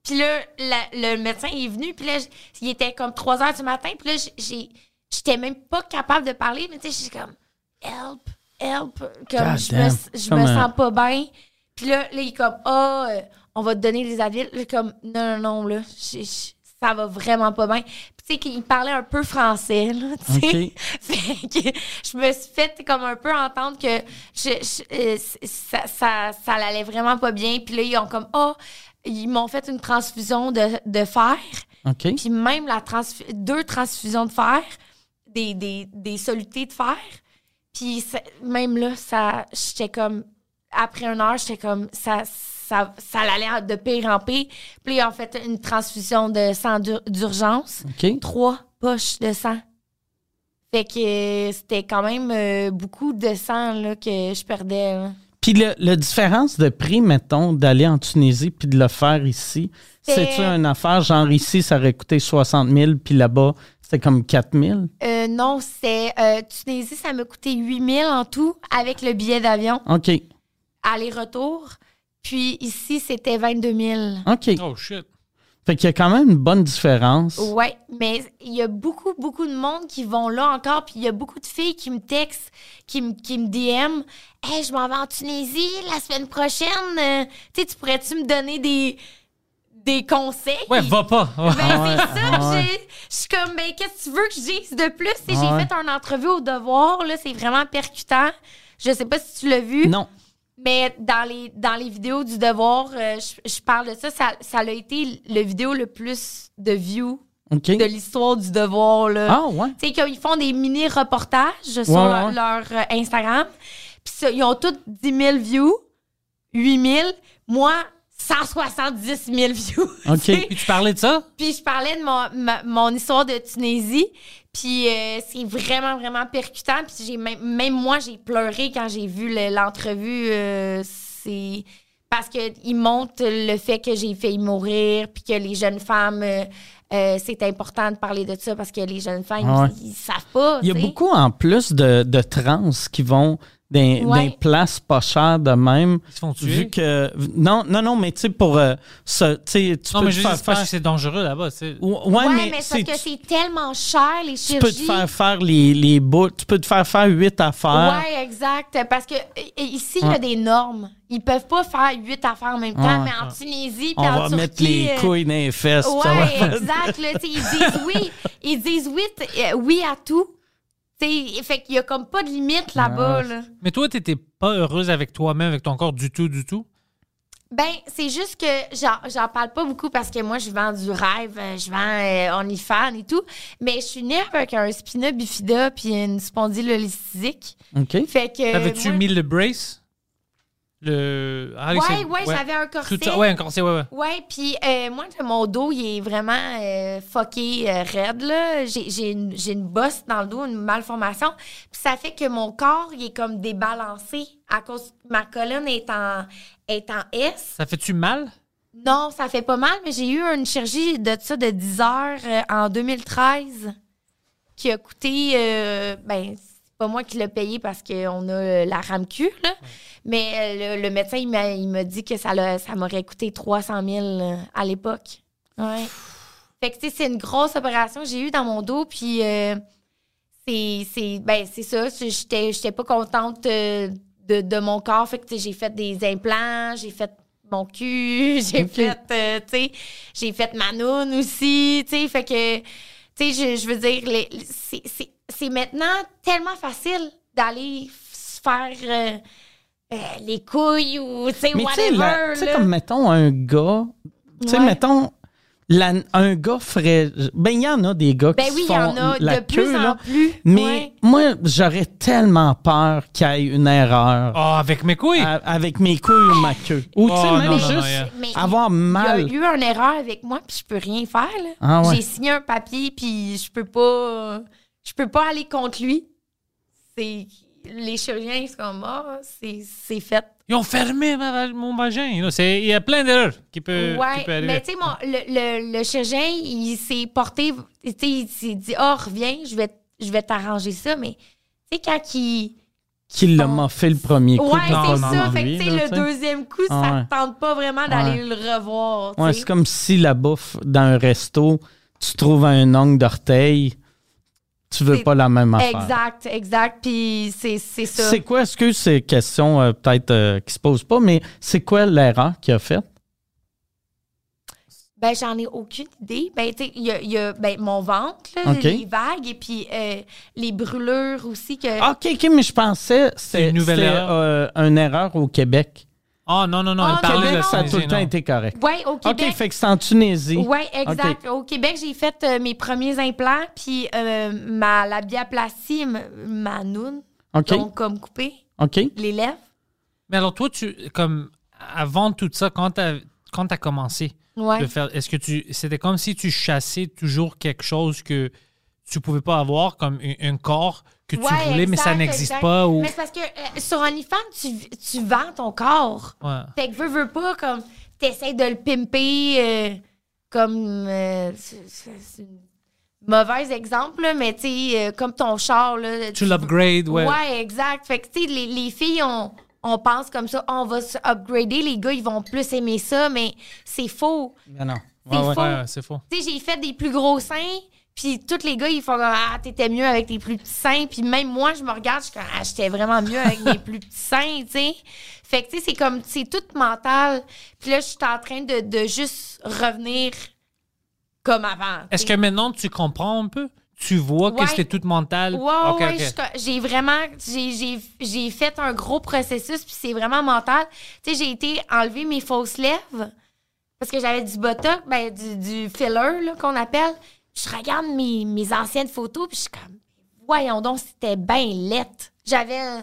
[SPEAKER 4] Puis là, la- le médecin est venu. Puis là, j- il était comme 3 heures du matin. Puis là, j- j'ai- j'étais même pas capable de parler. Mais tu sais, j'étais comme... Help, help. Comme, je me,
[SPEAKER 3] damn.
[SPEAKER 4] je
[SPEAKER 3] Comme
[SPEAKER 4] me
[SPEAKER 3] un-
[SPEAKER 4] sens pas bien. Puis là, là, il est comme... Ah, euh, on va te donner des Advil. Là, comme... Non, non, non, là. j'ai- j- ça va vraiment pas bien. Puis tu sais qu'il parlait un peu français, là, tu sais.
[SPEAKER 3] Ok.
[SPEAKER 4] Fait que je me suis fait comme un peu entendre que je, je- euh, c- ça, ça, ça l'allait vraiment pas bien. Puis là, ils ont comme, ah, ils m'ont fait une transfusion de, de fer.
[SPEAKER 3] OK.
[SPEAKER 4] Puis même la transfu- deux transfusions de fer, des, des, des solutés de fer. Puis ça- même là, ça, j'étais comme, après une heure, j'étais comme, ça, ça, ça allait de pire en pire. Puis là, ils ont fait une transfusion de sang d'ur- d'urgence
[SPEAKER 3] OK.
[SPEAKER 4] trois poches de sang. Fait que euh, c'était quand même euh, beaucoup de sang là, que je perdais. là.
[SPEAKER 3] Puis le- la différence de prix, mettons, d'aller en Tunisie puis de le faire ici,
[SPEAKER 4] C'est-
[SPEAKER 3] c'est-tu une affaire, genre ici, ça aurait coûté 60 000, puis là-bas, c'était comme 4 000?
[SPEAKER 4] Euh, non, c'est euh, Tunisie, ça m'a coûté 8000 en tout avec le billet d'avion
[SPEAKER 3] OK.
[SPEAKER 4] aller-retour. Puis ici, c'était 22 000.
[SPEAKER 3] OK.
[SPEAKER 2] Oh, shit.
[SPEAKER 3] Fait qu'il y a quand même une bonne différence.
[SPEAKER 4] Ouais, mais il y a beaucoup, beaucoup de monde qui vont là encore. Puis il y a beaucoup de filles qui me textent, qui me, qui me DM. Hey, je m'en vais en Tunisie la semaine prochaine. euh, tu sais, tu pourrais-tu me donner des, des conseils?
[SPEAKER 2] Ouais, va pas. Ouais.
[SPEAKER 4] Ben,
[SPEAKER 3] ouais,
[SPEAKER 4] c'est ça.
[SPEAKER 3] ah ouais.
[SPEAKER 4] j'ai- Je suis comme, ben, qu'est-ce que tu veux que je dise de plus? Tu
[SPEAKER 3] Ah
[SPEAKER 4] sais, J'ai
[SPEAKER 3] ouais.
[SPEAKER 4] fait un entrevue au devoir, là, c'est vraiment percutant. Je sais pas si tu l'as vu.
[SPEAKER 3] Non.
[SPEAKER 4] Mais dans les, dans les vidéos du devoir, euh, je, je parle de ça. Ça, ça a été le vidéo le plus de views
[SPEAKER 3] OK.
[SPEAKER 4] de l'histoire du devoir, là.
[SPEAKER 3] Ah, ouais.
[SPEAKER 4] Tu sais, qu'ils font des mini-reportages sur
[SPEAKER 3] Ouais,
[SPEAKER 4] leur,
[SPEAKER 3] ouais.
[SPEAKER 4] leur, euh, Instagram. Puis ça, ils ont tous 10 000 views, 8 000. Moi, 170 000 views.
[SPEAKER 3] OK.
[SPEAKER 4] tu sais.
[SPEAKER 2] Puis tu parlais de ça?
[SPEAKER 4] Puis je parlais de mon, ma- mon histoire de Tunisie. Puis euh, c'est vraiment, vraiment percutant. Puis j'ai même, même moi, j'ai pleuré quand j'ai vu le- l'entrevue. euh, c'est parce qu'il montre le fait que j'ai failli mourir, puis que les jeunes femmes, euh, euh, c'est important de parler de ça parce que les jeunes femmes,
[SPEAKER 3] Ah ouais.
[SPEAKER 4] ils, ils savent pas.
[SPEAKER 3] Il y a
[SPEAKER 4] tu sais.
[SPEAKER 3] beaucoup en plus de, de trans qui vont dans
[SPEAKER 4] Ouais.
[SPEAKER 3] dans des places pas chères de même.
[SPEAKER 2] Ils se font tuer.
[SPEAKER 3] Vu que non non non mais tu sais pour euh, ce- tu sais tu
[SPEAKER 2] Non,
[SPEAKER 3] peux
[SPEAKER 2] mais je
[SPEAKER 3] te
[SPEAKER 2] veux dire, c'est
[SPEAKER 3] faire
[SPEAKER 2] parce
[SPEAKER 3] faire-
[SPEAKER 2] que c'est dangereux là-bas. tu sais.
[SPEAKER 3] Ouais,
[SPEAKER 4] Ouais,
[SPEAKER 3] mais,
[SPEAKER 4] mais, c'est
[SPEAKER 3] c'est-
[SPEAKER 4] parce que c'est tellement cher, les
[SPEAKER 3] tu peux te
[SPEAKER 4] chirurgies.
[SPEAKER 3] faire faire les, les bouts, tu peux te faire faire huit affaires.
[SPEAKER 4] Oui, exact. Parce que euh, ici, il y
[SPEAKER 3] Ouais.
[SPEAKER 4] a des normes. Ils peuvent pas faire huit affaires en même temps,
[SPEAKER 3] Hein? Ouais.
[SPEAKER 4] mais en Tunisie, puis
[SPEAKER 3] On
[SPEAKER 4] en
[SPEAKER 3] va
[SPEAKER 4] Turquie...
[SPEAKER 3] mettre les
[SPEAKER 4] euh,
[SPEAKER 3] couilles dans les fesses. puis ça va
[SPEAKER 4] Ouais,
[SPEAKER 3] faire-
[SPEAKER 4] exact. là, tu sais, ils disent oui. Ils disent oui, t- euh, oui à tout. Tu sais, fait qu'il y a comme pas de limite là-bas. là.
[SPEAKER 2] Mais toi, t'étais pas heureuse avec toi-même, avec ton corps du tout, du tout.
[SPEAKER 4] Ben, c'est juste que j'en- j'en parle pas beaucoup parce que moi, je vends du rêve, euh, je vends euh, OnlyFans et tout. Mais je suis née avec un spina bifida puis une spondylolisthique.
[SPEAKER 3] OK.
[SPEAKER 4] Fait que.
[SPEAKER 2] T'avais-tu
[SPEAKER 4] Euh, moi-
[SPEAKER 2] mis le brace? Le... Ah,
[SPEAKER 4] Ouais,
[SPEAKER 2] c'est-
[SPEAKER 4] ouais, j'avais un corset.
[SPEAKER 2] Tout ça- Ouais, un corset, ouais, ouais.
[SPEAKER 4] Ouais, puis euh, moi, mon dos, il est vraiment euh, fucké, euh, raide, là. J'ai j'ai une, j'ai une bosse dans le dos, une malformation. Puis ça fait que mon corps, il est comme débalancé à cause ma colonne est en, est en S.
[SPEAKER 2] Ça fait-tu mal?
[SPEAKER 4] Non, ça fait pas mal, mais j'ai eu une chirurgie de ça de 10 heures euh, en 2013 qui a coûté, euh, ben, c'est pas moi qui l'ai payé parce qu'on a euh, la RAMQ, là. Mais euh, le, le médecin, il m'a, il m'a dit que ça, l'a- ça m'aurait coûté 300 000 euh, à l'époque. Ouais. Fait que, tu sais, c'est une grosse opération que j'ai eue dans mon dos, puis euh, c'est, c'est, ben, c'est ça. c'est- J'étais, j'étais pas contente euh, de, de mon corps. Fait que, tu sais, j'ai fait des implants, j'ai fait mon cul, j'ai fait, euh, tu sais, j'ai fait ma noune aussi, tu sais. Fait que, tu sais, je, je veux dire, les- les- c'est, c'est, c'est maintenant tellement facile d'aller f- se faire... euh, euh, les couilles ou, tu sais,
[SPEAKER 3] Mais tu sais,
[SPEAKER 4] whatever.
[SPEAKER 3] la- tu sais,
[SPEAKER 4] là.
[SPEAKER 3] comme mettons un gars, tu sais,
[SPEAKER 4] Ouais.
[SPEAKER 3] mettons la- un gars ferait. Ben, il y en a des gars
[SPEAKER 4] Ben
[SPEAKER 3] qui se
[SPEAKER 4] oui, il y
[SPEAKER 3] font
[SPEAKER 4] en a
[SPEAKER 3] la
[SPEAKER 4] de
[SPEAKER 3] queue,
[SPEAKER 4] plus en
[SPEAKER 3] là.
[SPEAKER 4] plus.
[SPEAKER 3] Mais
[SPEAKER 4] ouais.
[SPEAKER 3] moi, j'aurais tellement peur qu'il y ait une erreur
[SPEAKER 2] Ah, avec mes couilles!
[SPEAKER 3] à- avec mes couilles ou ma queue. Ou tu sais,
[SPEAKER 2] Oh,
[SPEAKER 3] même
[SPEAKER 2] non, non,
[SPEAKER 3] juste
[SPEAKER 2] non, yeah.
[SPEAKER 4] Mais
[SPEAKER 3] avoir mal.
[SPEAKER 4] Il y a eu une erreur avec moi, puis je peux rien faire. là.
[SPEAKER 3] Ah ouais.
[SPEAKER 4] J'ai signé un papier, puis je peux pas, je peux pas aller contre lui. C'est les chirurgiens ils sont comme ah, c'est c'est fait.
[SPEAKER 2] Ils ont fermé ma va- mon vagin. là. C'est- Il y a plein d'erreurs qui peuvent
[SPEAKER 4] ouais,
[SPEAKER 2] qui peut
[SPEAKER 4] mais
[SPEAKER 2] arriver.
[SPEAKER 4] tu sais mon- le, le, le chirurgien il s'est porté, tu sais, il s'est dit oh reviens, je vais je vais t'arranger ça, mais tu sais quand il
[SPEAKER 3] Qu'il l'a moffé le premier coup.
[SPEAKER 4] Ouais,
[SPEAKER 3] puis
[SPEAKER 4] c'est
[SPEAKER 3] pas le
[SPEAKER 2] non,
[SPEAKER 4] ça.
[SPEAKER 2] non,
[SPEAKER 4] fait que,
[SPEAKER 3] lui,
[SPEAKER 4] tu sais,
[SPEAKER 3] là,
[SPEAKER 4] le
[SPEAKER 3] tu sais.
[SPEAKER 4] deuxième coup,
[SPEAKER 3] Ah
[SPEAKER 4] ça
[SPEAKER 3] ouais.
[SPEAKER 4] ne tente pas vraiment d'aller le revoir. tu
[SPEAKER 3] Ouais,
[SPEAKER 4] sais.
[SPEAKER 3] c'est comme si la bouffe dans un resto, tu trouves un ongle d'orteil, tu veux
[SPEAKER 4] C'est-
[SPEAKER 3] pas la même affaire.
[SPEAKER 4] Exact, exact. Puis c'est c'est ça.
[SPEAKER 3] C'est quoi, est-ce que c'est question euh, peut-être euh, qui se pose pas, mais c'est quoi l'erreur qu'il a faite?
[SPEAKER 4] Euh. Ben, j'en ai aucune idée. Ben, tu sais, il y a, il y a, ben, mon ventre, là,
[SPEAKER 3] Ok.
[SPEAKER 4] les vagues, et puis euh, les brûlures aussi. que
[SPEAKER 3] Ah, Ok, ok, mais je pensais que
[SPEAKER 2] C'est
[SPEAKER 3] c'était
[SPEAKER 2] une nouvelle
[SPEAKER 3] c'était,
[SPEAKER 2] erreur.
[SPEAKER 3] euh, une erreur au Québec.
[SPEAKER 2] Ah, non, non, non.
[SPEAKER 4] Ah,
[SPEAKER 2] elle parlait
[SPEAKER 4] Québec,
[SPEAKER 2] de la
[SPEAKER 3] ça a tout le
[SPEAKER 2] Tunisie,
[SPEAKER 3] temps
[SPEAKER 2] non.
[SPEAKER 3] été correct.
[SPEAKER 4] Ouais, au
[SPEAKER 3] Ok,
[SPEAKER 4] Québec.
[SPEAKER 3] fait que c'est en Tunisie.
[SPEAKER 4] Oui, exact. Au Québec, j'ai fait euh, mes premiers implants, puis euh, ma labiaplastie, m- ma noune,
[SPEAKER 3] Ok.
[SPEAKER 4] donc comme coupée,
[SPEAKER 3] Ok.
[SPEAKER 4] les lèvres.
[SPEAKER 2] Mais alors, toi, tu, comme, avant tout ça, quand t'as quand t'as commencé
[SPEAKER 4] Ouais.
[SPEAKER 2] de faire, est-ce que tu, c'était comme si tu chassais toujours quelque chose que tu pouvais pas avoir, comme un, un corps que tu
[SPEAKER 4] Ouais,
[SPEAKER 2] voulais, mais ça
[SPEAKER 4] exact,
[SPEAKER 2] n'existe
[SPEAKER 4] exact.
[SPEAKER 2] pas ou.
[SPEAKER 4] Mais c'est parce que euh, sur OnlyFans, tu, tu vends ton corps.
[SPEAKER 2] Ouais.
[SPEAKER 4] Fait que veux, veux pas, comme, t'essayes de le pimper euh, comme. euh, c'est- c'est c'est un mauvais exemple, là, mais tu sais, euh, comme ton char. Là,
[SPEAKER 2] Tu l'upgrades, ouais.
[SPEAKER 4] Ouais, exact. Fait que, tu sais, les, les filles, on, on pense comme ça, on va se upgrader, les gars, ils vont plus aimer ça, mais c'est faux.
[SPEAKER 2] ben
[SPEAKER 3] Ah non.
[SPEAKER 4] C'est
[SPEAKER 3] Ouais, ouais.
[SPEAKER 4] faux.
[SPEAKER 2] Ouais, ouais, c'est faux.
[SPEAKER 4] Tu sais, j'ai fait des plus gros seins, puis tous les gars, ils font comme, Ah, t'étais mieux avec tes plus petits seins. Puis même moi, je me regarde, je suis comme, Ah, j'étais vraiment mieux avec mes plus petits seins, tu sais. Fait que, tu sais, c'est comme, c'est tout mental. Puis là, je suis en train de, de juste revenir comme avant.
[SPEAKER 2] Est-ce que maintenant tu comprends un peu? Tu vois que
[SPEAKER 4] Ouais.
[SPEAKER 2] c'était tout mental?
[SPEAKER 4] Wow,
[SPEAKER 2] Ok,
[SPEAKER 4] ouais,
[SPEAKER 2] ok.
[SPEAKER 4] je suis co- j'ai vraiment, j'ai- j'ai j'ai fait un gros processus, puis c'est vraiment mental. Tu sais, j'ai été enlever mes fausses lèvres parce que j'avais du botox, ben, du, du filler, là, qu'on appelle. Je regarde mes, mes anciennes photos, puis je suis comme, voyons donc, c'était bien laite. J'avais, euh,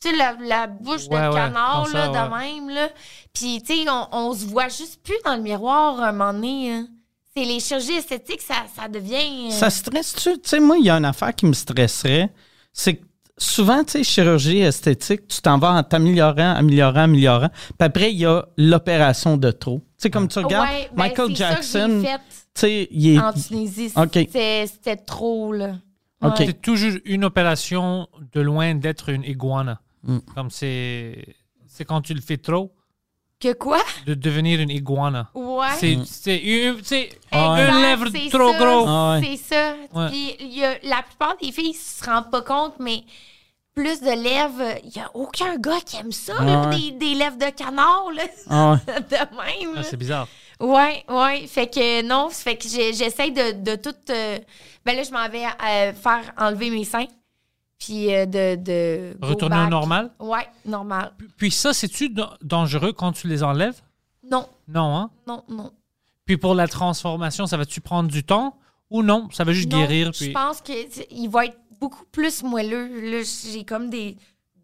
[SPEAKER 4] tu sais, la, la bouche
[SPEAKER 2] Ouais,
[SPEAKER 4] de
[SPEAKER 2] ouais,
[SPEAKER 4] canard,
[SPEAKER 2] comme ça,
[SPEAKER 4] là, de
[SPEAKER 2] ouais.
[SPEAKER 4] même, là. Puis, tu sais, on, on se voit juste plus dans le miroir à un moment euh, donné, hein. C'est c'est les chirurgies esthétiques, ça, ça devient. euh,
[SPEAKER 3] Ça stresse-tu? Tu sais, moi, il y a une affaire qui me stresserait. C'est que souvent, tu sais, chirurgie esthétique, tu t'en vas en t'améliorant, améliorant, améliorant. Puis après, il y a l'opération de trop. Tu sais, comme tu regardes
[SPEAKER 4] Ouais, ben,
[SPEAKER 3] Michael
[SPEAKER 4] c'est ça que j'ai
[SPEAKER 3] Jackson, tu
[SPEAKER 4] fait
[SPEAKER 3] sais, il est.
[SPEAKER 4] en Tunisie.
[SPEAKER 3] OK.
[SPEAKER 4] C'était c'était trop, là.
[SPEAKER 3] OK.
[SPEAKER 4] Ouais.
[SPEAKER 2] C'est toujours une opération de loin d'être une iguana. Comme c'est. C'est quand tu le fais trop,
[SPEAKER 4] Que quoi?
[SPEAKER 2] de devenir une iguana.
[SPEAKER 4] Ouais.
[SPEAKER 2] C'est c'est une, c'est
[SPEAKER 4] Exact,
[SPEAKER 2] une lèvre
[SPEAKER 4] c'est
[SPEAKER 2] trop
[SPEAKER 4] ça,
[SPEAKER 2] grosse.
[SPEAKER 3] Ah ouais.
[SPEAKER 4] C'est ça.
[SPEAKER 2] Ouais.
[SPEAKER 4] Puis il y a- la plupart des filles se rendent pas compte, mais plus de lèvres, il n'y a aucun gars qui aime ça, là,
[SPEAKER 3] Ah Ouais.
[SPEAKER 4] des, des lèvres de canard, là.
[SPEAKER 3] Ah ouais.
[SPEAKER 4] de même.
[SPEAKER 2] Ah,
[SPEAKER 4] là.
[SPEAKER 2] c'est bizarre.
[SPEAKER 4] Ouais, ouais. Fait que non, fait que j'ai- j'essaie de, de tout. euh, ben là, je m'en vais euh, faire enlever mes seins. Puis euh, de, de. go
[SPEAKER 2] Retourner au
[SPEAKER 4] back.
[SPEAKER 2] normal?
[SPEAKER 4] Ouais, normal.
[SPEAKER 2] Puis- Puis ça, c'est-tu da- dangereux quand tu les enlèves?
[SPEAKER 4] Non,
[SPEAKER 2] Non, hein?
[SPEAKER 4] non, non.
[SPEAKER 2] Puis pour la transformation, ça va-tu prendre du temps ou non? Ça va juste
[SPEAKER 4] Non,
[SPEAKER 2] guérir.
[SPEAKER 4] Je
[SPEAKER 2] Puis...
[SPEAKER 4] pense qu'il va être beaucoup plus moelleux. Là, j'ai comme des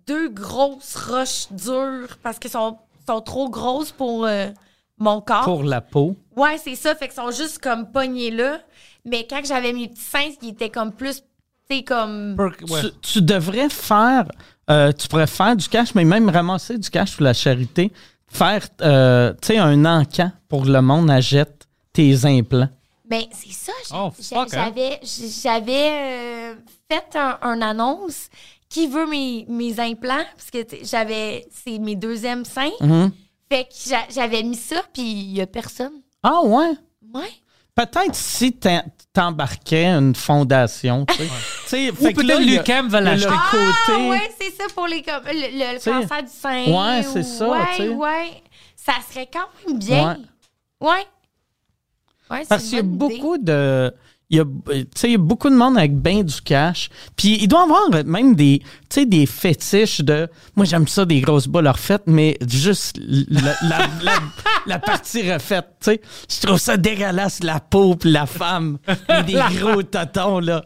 [SPEAKER 4] deux grosses roches dures parce qu'elles sont, sont trop grosses pour euh, mon corps.
[SPEAKER 3] Pour la peau.
[SPEAKER 4] Ouais, c'est ça. Fait qu'ils sont juste comme pognés là. Mais quand j'avais mes petits seins, ils étaient comme plus. Tu sais, comme.
[SPEAKER 2] Perk- ouais.
[SPEAKER 3] Tu, tu devrais faire, euh, tu pourrais faire du cash, mais même ramasser du cash pour la charité, faire, euh, tu sais, un encan pour que le monde achète tes implants.
[SPEAKER 4] Ben, c'est ça. j'ai-
[SPEAKER 2] Oh,
[SPEAKER 4] j'ai-
[SPEAKER 2] fuck, hein?
[SPEAKER 4] J'avais j'ai- j'avais euh, fait un, un annonce qui veut mes, mes implants, parce que tu sais, j'avais. C'est mes deuxièmes seins. Fait que j'a- j'avais mis ça, puis il n'y a personne.
[SPEAKER 3] Ah ouais?
[SPEAKER 4] Ouais.
[SPEAKER 3] Peut-être si t'en- t'embarquais une fondation, tu sais. Tu sais.
[SPEAKER 2] Ou
[SPEAKER 3] fait que là,
[SPEAKER 2] peut-être
[SPEAKER 3] il y a-
[SPEAKER 2] Lucam va
[SPEAKER 3] il y a
[SPEAKER 2] l'acheter.
[SPEAKER 3] le
[SPEAKER 2] Ah,
[SPEAKER 4] Ah,
[SPEAKER 3] côté-
[SPEAKER 4] ouais, c'est ça pour les, comme, le, le- le
[SPEAKER 3] T'sais,
[SPEAKER 4] cancer du sein.
[SPEAKER 3] ouais, c'est
[SPEAKER 4] ou-
[SPEAKER 3] ça,
[SPEAKER 4] Ouais,
[SPEAKER 3] t'sais.
[SPEAKER 4] ouais. Ça serait quand même bien. Ouais. Ouais. c'est
[SPEAKER 3] Parce
[SPEAKER 4] une
[SPEAKER 3] qu'il y a
[SPEAKER 4] bonne idée.
[SPEAKER 3] beaucoup de. Il y, a, euh, tu sais, il y a beaucoup de monde avec ben du cash. Puis il doit y avoir euh, même des, tu sais, des fétiches de. Moi, j'aime ça, des grosses boules refaites, mais juste l- la, la- la- la partie refaite. tu sais. Je trouve ça dégueulasse, la peau puis la femme. Et des gros totons, là.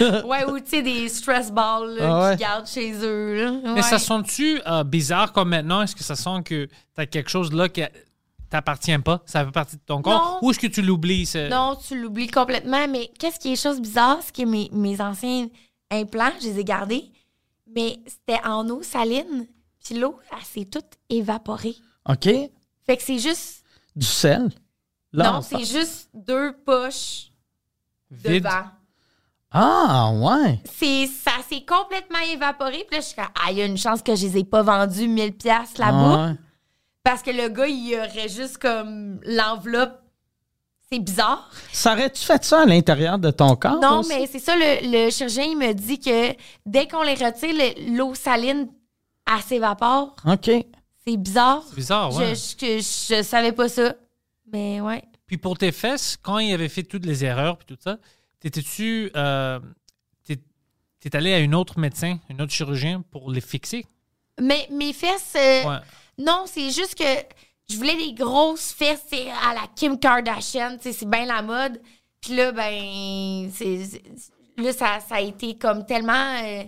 [SPEAKER 4] Ouais, ou tu sais, des stress balls là,
[SPEAKER 3] Ah ouais.
[SPEAKER 4] qu'ils gardent chez eux. là.
[SPEAKER 2] Mais ça
[SPEAKER 4] Ouais.
[SPEAKER 2] sent-tu euh, bizarre comme maintenant? Est-ce que ça sent que t'as quelque chose là qui a- t'appartient pas? Ça fait partie de ton corps?
[SPEAKER 4] Non.
[SPEAKER 2] Ou est-ce que tu l'oublies? c'est-
[SPEAKER 4] Non, tu l'oublies complètement, mais qu'est-ce qui est chose bizarre, c'est que mes, mes anciens implants, je les ai gardés, mais c'était en eau saline, puis l'eau, elle s'est toute évaporée.
[SPEAKER 3] OK?
[SPEAKER 4] Fait que c'est juste.
[SPEAKER 3] Du sel? Là, on parle-
[SPEAKER 4] non, c'est juste deux poches
[SPEAKER 2] Vide.
[SPEAKER 4] devant.
[SPEAKER 3] Ah, ouais.
[SPEAKER 4] C'est, ça s'est complètement évaporé. Puis là, je suis comme, ah, il y a une chance que je les ai pas vendus 1000 pièces là-bas.
[SPEAKER 3] Ah Ouais.
[SPEAKER 4] Parce que le gars, il aurait juste comme l'enveloppe. C'est bizarre.
[SPEAKER 3] Ça aurait-tu fait ça à l'intérieur de ton corps?
[SPEAKER 4] non,
[SPEAKER 3] aussi?
[SPEAKER 4] mais c'est ça, le, le chirurgien, il me dit que dès qu'on les retire, le- l'eau saline, elle s'évapore.
[SPEAKER 3] OK.
[SPEAKER 4] C'est bizarre.
[SPEAKER 2] Bizarre, ouais.
[SPEAKER 4] Je, je, je- je savais pas ça. Mais ouais.
[SPEAKER 2] Puis pour tes fesses, quand il avait fait toutes les erreurs puis tout ça, t'étais-tu... euh, t'es- T'es allé à un autre médecin, un autre chirurgien pour les fixer?
[SPEAKER 4] Mais mes fesses, euh,
[SPEAKER 2] Ouais.
[SPEAKER 4] Non, c'est juste que je voulais des grosses fesses tu sais, à la Kim Kardashian, tu sais, c'est bien la mode. Puis là, ben, c'est- c'est- là, ça, ça a été comme tellement. euh,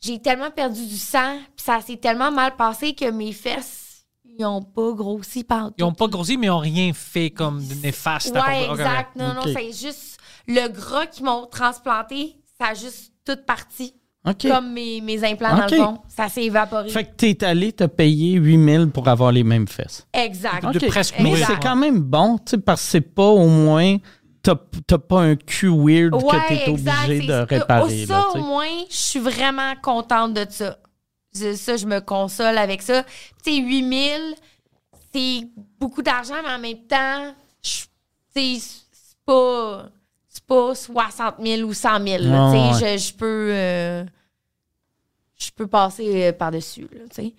[SPEAKER 4] j'ai tellement perdu du sang, puis ça s'est tellement mal passé que mes fesses, ils ont pas grossi par
[SPEAKER 2] Ils ont pas grossi, mais ils ont rien fait comme de néfaste. à
[SPEAKER 4] Ouais,
[SPEAKER 2] propos- Ok,
[SPEAKER 4] exact.
[SPEAKER 2] ok.
[SPEAKER 4] Non, non,
[SPEAKER 3] Ok.
[SPEAKER 4] c'est juste le gras qu'ils m'ont transplanté, ça a juste toute partie.
[SPEAKER 3] OK.
[SPEAKER 4] Comme mes, mes implants,
[SPEAKER 3] Ok.
[SPEAKER 4] dans le fond. Ça s'est évaporé.
[SPEAKER 3] Fait que t'es allé te payer 8000 pour avoir les mêmes fesses.
[SPEAKER 4] Exact.
[SPEAKER 2] De
[SPEAKER 3] Ok.
[SPEAKER 2] presque
[SPEAKER 3] Mais
[SPEAKER 4] mourir.
[SPEAKER 3] c'est quand même bon, tu sais, parce que c'est pas au moins. T'as t'as pas un cul weird que t'es obligé
[SPEAKER 4] c'est
[SPEAKER 3] de
[SPEAKER 4] ça.
[SPEAKER 3] réparer.
[SPEAKER 4] Ça,
[SPEAKER 3] là, tu
[SPEAKER 4] au
[SPEAKER 3] sais.
[SPEAKER 4] moins, je suis vraiment contente de ça. Je- Ça, je me console avec ça. Tu sais, 8000, c'est beaucoup d'argent, mais en même temps, je- tu sais, c'est pas, c'est pas 60 000 ou 100 000. là.
[SPEAKER 3] Ouais,
[SPEAKER 4] Tu sais, je, je peux... euh, je peux passer euh, par-dessus, là, tu sais.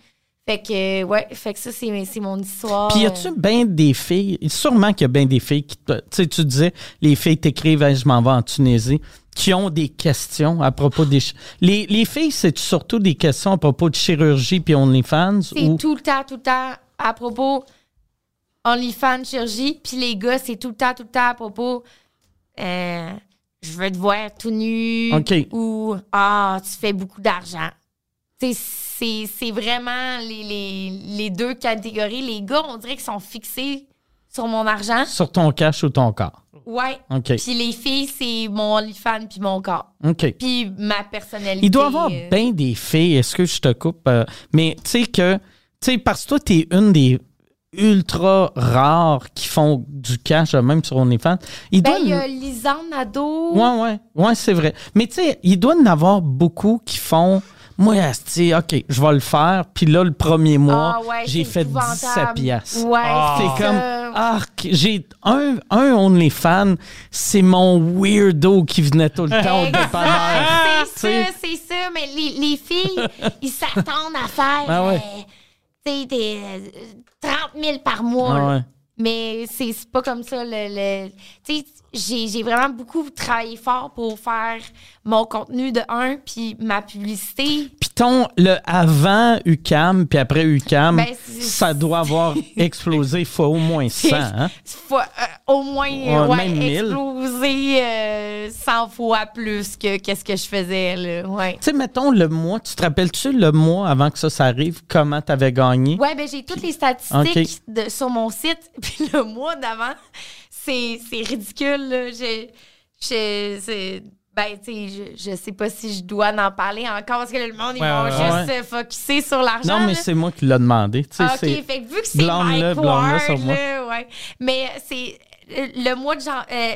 [SPEAKER 4] Fait que, euh, ouais, fait que ça, c'est c'est mon histoire.
[SPEAKER 3] Puis y
[SPEAKER 4] euh.
[SPEAKER 3] a-tu bien des filles? Sûrement qu'il y a bien des filles qui. te- Tu sais, tu disais, les filles t'écrivent, Hey, je m'en vais en Tunisie, qui ont des questions à propos des. chi- Les, les filles, c'est surtout des questions à propos de chirurgie puis OnlyFans?
[SPEAKER 4] C'est
[SPEAKER 3] ou...
[SPEAKER 4] tout le temps, tout le temps à propos OnlyFans chirurgie. Puis les gars, c'est tout le temps, tout le temps à propos euh, je veux te voir tout nu
[SPEAKER 3] OK.
[SPEAKER 4] ou ah, tu fais beaucoup d'argent. Tu sais, C'est c'est vraiment les, les- les deux catégories. Les gars, on dirait qu'ils sont fixés sur mon argent.
[SPEAKER 3] Sur ton cash ou ton corps.
[SPEAKER 4] Ouais.
[SPEAKER 3] OK.
[SPEAKER 4] Puis les filles, c'est mon OnlyFans puis mon corps.
[SPEAKER 3] OK.
[SPEAKER 4] Puis ma personnalité.
[SPEAKER 3] Il doit y avoir ben,
[SPEAKER 4] euh,
[SPEAKER 3] bien des filles, est-ce que je te coupe? euh, mais tu sais que, tu sais, parce que toi, t'es une des ultra rares qui font du cash, euh, même sur OnlyFans. Il
[SPEAKER 4] Ben,
[SPEAKER 3] doit.
[SPEAKER 4] il y a Lisanne Nadeau.
[SPEAKER 3] Ouais, ouais, ouais, c'est vrai. Mais tu sais, il doit y en avoir beaucoup qui font. Moi, asti, OK, je vais le faire. Puis là, le premier mois,
[SPEAKER 4] Ah ouais,
[SPEAKER 3] j'ai
[SPEAKER 4] c'est
[SPEAKER 3] fait
[SPEAKER 4] épouvantable.
[SPEAKER 3] 17 piastres. Ah.
[SPEAKER 4] Ouais,
[SPEAKER 3] C'est
[SPEAKER 4] c'est
[SPEAKER 3] comme,
[SPEAKER 4] ça.
[SPEAKER 3] arc, j'ai un, un OnlyFans, c'est mon weirdo qui venait tout le temps au
[SPEAKER 4] Exact,
[SPEAKER 3] dépanneur.
[SPEAKER 4] Ah, C'est
[SPEAKER 3] Tu
[SPEAKER 4] ça, c'est ça. Mais les, les filles, ils s'attendent à faire
[SPEAKER 3] Ah ouais.
[SPEAKER 4] euh, tu sais, des, euh, 30 000 par mois.
[SPEAKER 3] Ah
[SPEAKER 4] là.
[SPEAKER 3] ouais.
[SPEAKER 4] Mais c'est c'est pas comme ça. Le, le- tu sais, j'ai j'ai vraiment beaucoup travaillé fort pour faire mon contenu de un, puis ma publicité.
[SPEAKER 3] Puis ton, le avant UCAM, puis après UCAM,
[SPEAKER 4] Ben, c'est-
[SPEAKER 3] ça doit avoir explosé fois au moins 100. hein?
[SPEAKER 4] Fois, euh, au moins
[SPEAKER 3] Ouais,
[SPEAKER 4] ouais,
[SPEAKER 3] même mille.
[SPEAKER 4] exploser euh, 100 fois plus que qu'est-ce que je faisais. Là. Ouais.
[SPEAKER 3] Tu sais, mettons le mois, tu te rappelles-tu le mois avant que ça, ça arrive, comment tu avais gagné?
[SPEAKER 4] Ouais, ben j'ai toutes les statistiques de, sur mon site. Puis le mois d'avant, c'est c'est ridicule. là. Je, je, c'est- ben, tu sais, je, je sais pas si je dois en parler encore parce que le monde, ils
[SPEAKER 2] Ouais,
[SPEAKER 4] vont
[SPEAKER 2] ouais,
[SPEAKER 4] juste
[SPEAKER 3] ouais.
[SPEAKER 4] se focusser sur l'argent.
[SPEAKER 3] Non, mais
[SPEAKER 4] là.
[SPEAKER 3] c'est moi qui l'ai demandé. Tu sais,
[SPEAKER 4] Ah, OK,
[SPEAKER 3] c'est-
[SPEAKER 4] fait que vu que c'est
[SPEAKER 3] Blâme-le,
[SPEAKER 4] Mike
[SPEAKER 3] blâme-le
[SPEAKER 4] Ward,
[SPEAKER 3] sur moi.
[SPEAKER 4] là, ouais. Mais euh, c'est euh, le mois de jan- euh,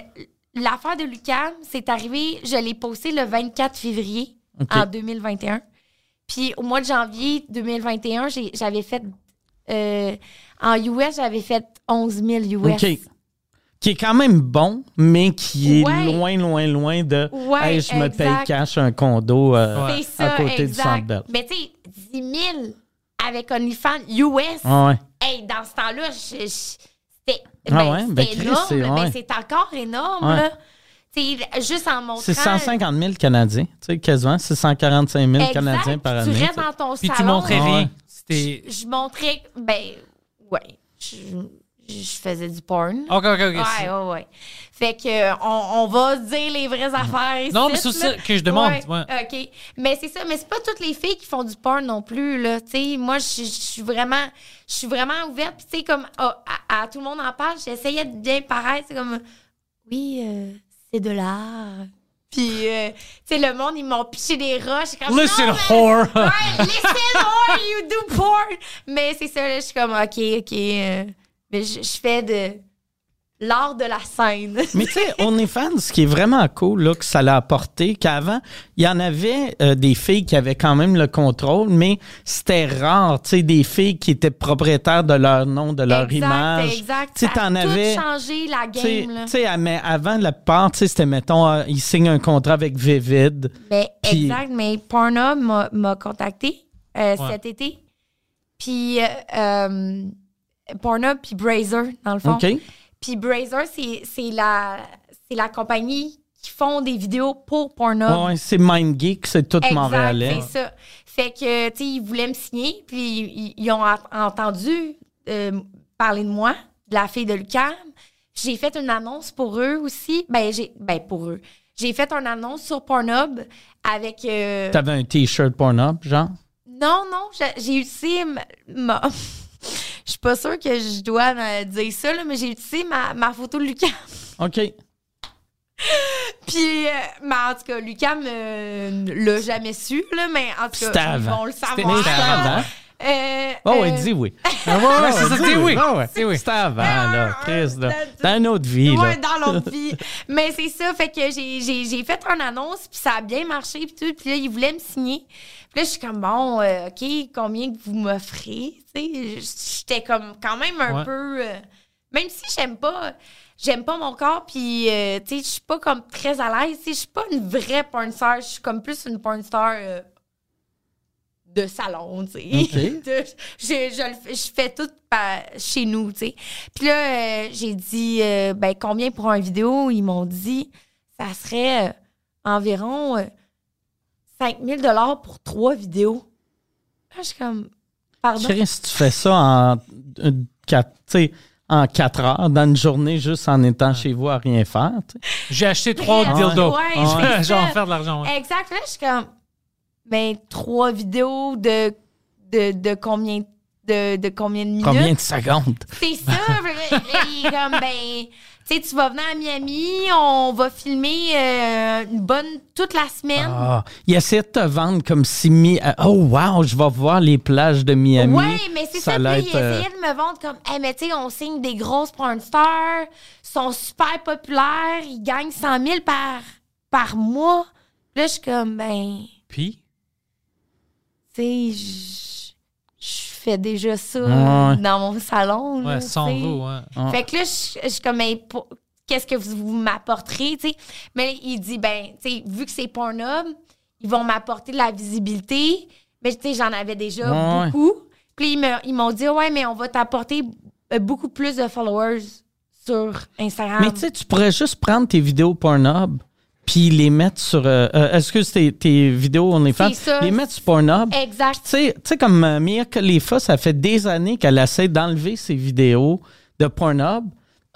[SPEAKER 4] l'affaire de Lucam, c'est arrivé, je l'ai posté le 24 février
[SPEAKER 3] OK.
[SPEAKER 4] en 2021. Puis au mois de janvier 2021, j'ai- j'avais fait euh, en US, j'avais fait 11 000 US.
[SPEAKER 3] OK. Qui est quand même bon, mais qui est
[SPEAKER 4] Ouais.
[SPEAKER 3] loin, loin, loin de
[SPEAKER 4] Ouais,
[SPEAKER 3] Hey, je me paye
[SPEAKER 4] exact.
[SPEAKER 3] cash un condo euh,
[SPEAKER 4] C'est
[SPEAKER 3] à
[SPEAKER 4] ça,
[SPEAKER 3] côté du Centre
[SPEAKER 4] exact.
[SPEAKER 3] Bell.
[SPEAKER 4] Mais tu sais, 10 000 avec OnlyFans US.
[SPEAKER 3] Ah ouais.
[SPEAKER 4] Hey, dans ce temps-là, je- je- c'était
[SPEAKER 3] Ah
[SPEAKER 4] ben,
[SPEAKER 3] ouais,
[SPEAKER 4] c'était
[SPEAKER 3] ben, Chris,
[SPEAKER 4] énorme,
[SPEAKER 3] c'est-
[SPEAKER 4] là,
[SPEAKER 3] ouais.
[SPEAKER 4] mais c'est encore énorme.
[SPEAKER 3] Ouais.
[SPEAKER 4] là. Tu sais, juste en montrant.
[SPEAKER 3] C'est 150 000 Canadiens, tu sais, quasiment. C'est 145 000
[SPEAKER 4] Exact,
[SPEAKER 3] Canadiens par
[SPEAKER 4] Tu
[SPEAKER 3] année.
[SPEAKER 4] restes
[SPEAKER 3] tu sais.
[SPEAKER 4] dans ton
[SPEAKER 2] Puis
[SPEAKER 4] salon. hein.
[SPEAKER 2] tu montrais
[SPEAKER 3] Ah ouais.
[SPEAKER 2] rien. C'était.
[SPEAKER 4] Je montrais. Ben, ouais. Je, je faisais du
[SPEAKER 3] Ah
[SPEAKER 4] porn.
[SPEAKER 2] Ok, ok, ok. c'est-
[SPEAKER 4] Ouais, ouais, ouais. Fait que euh, on, on va dire les vraies affaires.
[SPEAKER 2] Mhm. Non,
[SPEAKER 4] ici,
[SPEAKER 2] mais c'est ça
[SPEAKER 4] là.
[SPEAKER 2] que je demande,
[SPEAKER 4] Ouais,
[SPEAKER 2] ouais.
[SPEAKER 4] OK. Mais c'est ça, mais c'est pas toutes les filles qui font du porn non plus là, tu sais. Moi, je je suis vraiment je suis vraiment ouverte, puis tu sais comme ah, à, à tout le monde en parle, j'essayais de bien paraître, c'est comme oui, euh, c'est de l'art. Puis, euh, tu sais, le monde, ils m'ont piché des roches. Comme,
[SPEAKER 2] Listen,
[SPEAKER 4] Non, mais-
[SPEAKER 2] whore!
[SPEAKER 4] Ouais, listen, whore, you do porn! Mais c'est ça, là, je suis comme, OK, OK. euh, mais je je fais de l'art de la scène.
[SPEAKER 3] Mais tu sais, OnlyFans, ce qui est vraiment cool, là, que ça l'a apporté, qu'avant, il y en avait euh, des filles qui avaient quand même le contrôle, mais c'était rare, tu sais, des filles qui étaient propriétaires de leur nom, de leur
[SPEAKER 4] exact,
[SPEAKER 3] image.
[SPEAKER 4] Exact,
[SPEAKER 3] Tu sais,
[SPEAKER 4] Ça a
[SPEAKER 3] t'en
[SPEAKER 4] tout
[SPEAKER 3] avais.
[SPEAKER 4] changé la
[SPEAKER 3] Tu sais,
[SPEAKER 4] game, là.
[SPEAKER 3] tu sais, à- mais avant la part, tu sais, c'était, mettons, euh, ils signent un contrat avec Vivid.
[SPEAKER 4] Mais
[SPEAKER 3] Puis-
[SPEAKER 4] exact, mais Pornhub m'a- m'a contacté euh, cet été. Puis euh, euh, Pornhub puis Brazer, dans le fond.
[SPEAKER 3] OK.
[SPEAKER 4] Puis Brazer, c'est c'est la, c'est la compagnie qui font des vidéos pour Pornhub.
[SPEAKER 3] Ouais, ouais, c'est MindGeek, c'est tout
[SPEAKER 4] exact,
[SPEAKER 3] Montréalais.
[SPEAKER 4] c'est ça. Fait que, tu sais, ils voulaient me signer, puis ils, ils ont en- entendu euh, parler de moi, de la fille de Lucam. J'ai fait une annonce pour eux aussi. Ben, j'ai ben pour eux. J'ai fait une annonce sur Pornhub avec... euh,
[SPEAKER 3] T'avais un T-shirt Pornhub, genre?
[SPEAKER 4] non, non, j'ai- j'ai utilisé ma. ma- Je suis pas sûre que je dois euh, dire ça, là, mais j'ai utilisé ma, ma photo de Lucam.
[SPEAKER 3] OK.
[SPEAKER 4] Puis, euh, mais en tout cas, Lucam euh, l'a jamais su, là, mais en tout
[SPEAKER 3] C'était
[SPEAKER 4] cas, ils
[SPEAKER 3] avant.
[SPEAKER 4] vont le
[SPEAKER 2] C'était-
[SPEAKER 4] savoir.
[SPEAKER 2] c'était avant.
[SPEAKER 4] Euh,
[SPEAKER 3] Oh, ouais,
[SPEAKER 4] euh,
[SPEAKER 3] dis oui.
[SPEAKER 2] Ouais, ouais,
[SPEAKER 3] Ah,
[SPEAKER 2] c'est ça,
[SPEAKER 3] dis
[SPEAKER 2] c'est oui.
[SPEAKER 3] Ah ouais.
[SPEAKER 2] C'est oui.
[SPEAKER 3] C'était avant,
[SPEAKER 4] Ah,
[SPEAKER 3] là. Chris, là.
[SPEAKER 4] Euh,
[SPEAKER 3] Dans une autre vie,
[SPEAKER 4] Ouais,
[SPEAKER 3] là.
[SPEAKER 4] dans l'autre vie. Mais c'est ça, fait que j'ai- j'ai j'ai fait une annonce, puis ça a bien marché, puis tout. Puis là, ils voulaient me signer. Puis là, je suis comme, bon, euh, OK, combien que vous m'offrez? Tu sais, j'étais comme quand même un
[SPEAKER 2] Ouais.
[SPEAKER 4] peu... euh, même si j'aime pas... J'aime pas mon corps, puis, euh, tu sais, je suis pas comme très à l'aise. Tu sais, je suis pas une vraie porn star. Je suis comme plus une porn star... euh, de salon, tu sais.
[SPEAKER 3] Ok.
[SPEAKER 4] De- je, je le fais- je fais tout par- chez nous, tu sais. Puis là, euh, j'ai dit, euh, ben, combien pour un vidéo? Ils m'ont dit, ça serait euh, environ 5000 dollars pour trois vidéos. Là, je suis comme, pardon?
[SPEAKER 3] Chris, tu fais ça en, une- quatre, tu sais, en quatre heures, dans une journée, juste en étant chez vous à rien faire. tu sais.
[SPEAKER 2] J'ai acheté trois
[SPEAKER 4] Ouais,
[SPEAKER 2] dildos.
[SPEAKER 4] ouais,
[SPEAKER 2] Je vais-
[SPEAKER 4] je fais
[SPEAKER 2] je vais en
[SPEAKER 4] ça.
[SPEAKER 2] faire de l'argent. ouais.
[SPEAKER 4] Exact. Là, je suis comme, ben, trois vidéos de, de, de combien de de, de combien de minutes.
[SPEAKER 3] Combien de secondes?
[SPEAKER 4] C'est ça. là, il est comme, ben, tu sais, tu vas venir à Miami, on va filmer euh, une bonne toute la semaine.
[SPEAKER 3] Ah, il essaie de te vendre comme si... Mi euh, oh, wow, je vais voir les plages de Miami.
[SPEAKER 4] Ouais, mais c'est ça.
[SPEAKER 3] allait
[SPEAKER 4] Puis
[SPEAKER 3] être,
[SPEAKER 4] il
[SPEAKER 3] euh,
[SPEAKER 4] essayait de me vendre comme, hey, mais tu sais, on signe des grosses porn stars, sont super populaires, ils gagnent 100 000 par, par mois. Là, je suis comme, ben,
[SPEAKER 2] Puis,
[SPEAKER 4] tu sais, je- je fais déjà ça
[SPEAKER 3] Ouais.
[SPEAKER 4] dans mon salon. là,
[SPEAKER 2] ouais, sans
[SPEAKER 4] tu sais.
[SPEAKER 2] vous, hein.
[SPEAKER 3] Ah.
[SPEAKER 4] Fait que là, je je suis comme, mais pour- qu'est-ce que vous, vous m'apporterez, tu sais? Mais il dit, ben, tu sais, vu que c'est Pornhub, ils vont m'apporter de la visibilité. Mais tu sais, j'en avais déjà
[SPEAKER 3] Ouais, ouais.
[SPEAKER 4] beaucoup. Puis ils me- ils m'ont dit, ouais, mais on va t'apporter euh, beaucoup plus de followers sur Instagram.
[SPEAKER 3] Mais tu sais, tu pourrais juste prendre tes vidéos Pornhub puis les mettre sur... Euh, euh, excuse, tes, tes vidéos OnlyFans.
[SPEAKER 4] C'est ça.
[SPEAKER 3] Les mettre sur Pornhub. Puis
[SPEAKER 4] Exact.
[SPEAKER 3] Tu sais- tu sais, comme euh, Mia Khalifa, ça fait des années qu'elle essaie d'enlever ses vidéos de Pornhub.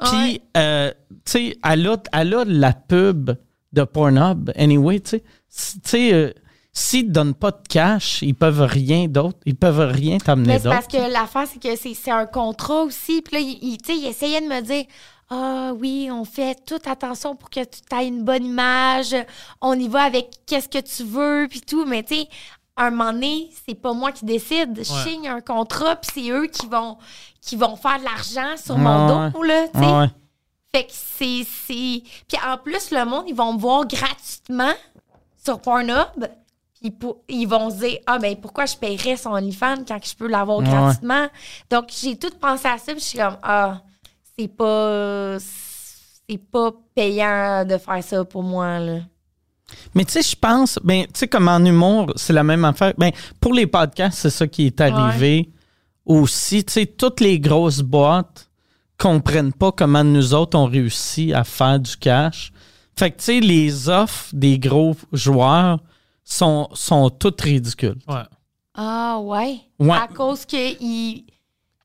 [SPEAKER 3] Puis, euh, tu sais, elle a, elle a la pub de Pornhub, anyway, tu sais. Si- tu sais. euh, S'ils ne donnent pas de cash, ils peuvent rien d'autre. Ils peuvent rien t'amener
[SPEAKER 4] Mais c'est
[SPEAKER 3] d'autre.
[SPEAKER 4] parce que l'affaire, c'est que c'est c'est un contrat aussi. Puis là, il, il- tu sais, il essayait de me dire Ah oui, on fait toute attention pour que tu aies une bonne image. On y va avec qu'est-ce que tu veux, puis tout. Mais tu sais, à un moment donné, c'est pas moi qui décide. Je
[SPEAKER 2] Ouais.
[SPEAKER 4] signe un contrat, puis c'est eux qui vont, qui vont faire de l'argent sur
[SPEAKER 3] Ouais,
[SPEAKER 4] mon dos, là. tu sais.
[SPEAKER 3] Ah Ouais.
[SPEAKER 4] Fait que c'est. c'est- Puis en plus, le monde, ils vont me voir gratuitement sur Pornhub. Puis pour- ils vont se dire Ah, ben pourquoi je paierais son OnlyFans quand je peux l'avoir
[SPEAKER 3] Ouais.
[SPEAKER 4] gratuitement Donc j'ai tout pensé à ça. Puis je suis comme Ah, c'est pas. C'est pas payant de faire ça pour moi, là.
[SPEAKER 3] Mais tu sais, je pense, ben, tu sais, comme en humour, c'est la même affaire. Ben, pour les podcasts, c'est ça qui est arrivé aussi. Tu sais, toutes les grosses boîtes comprennent pas comment nous autres on réussi à faire du cash. Fait que, tu sais, les offres des gros joueurs sont, sont toutes ridicules.
[SPEAKER 2] Ouais.
[SPEAKER 4] Ah, ouais.
[SPEAKER 3] Ouais.
[SPEAKER 4] À cause que. ils-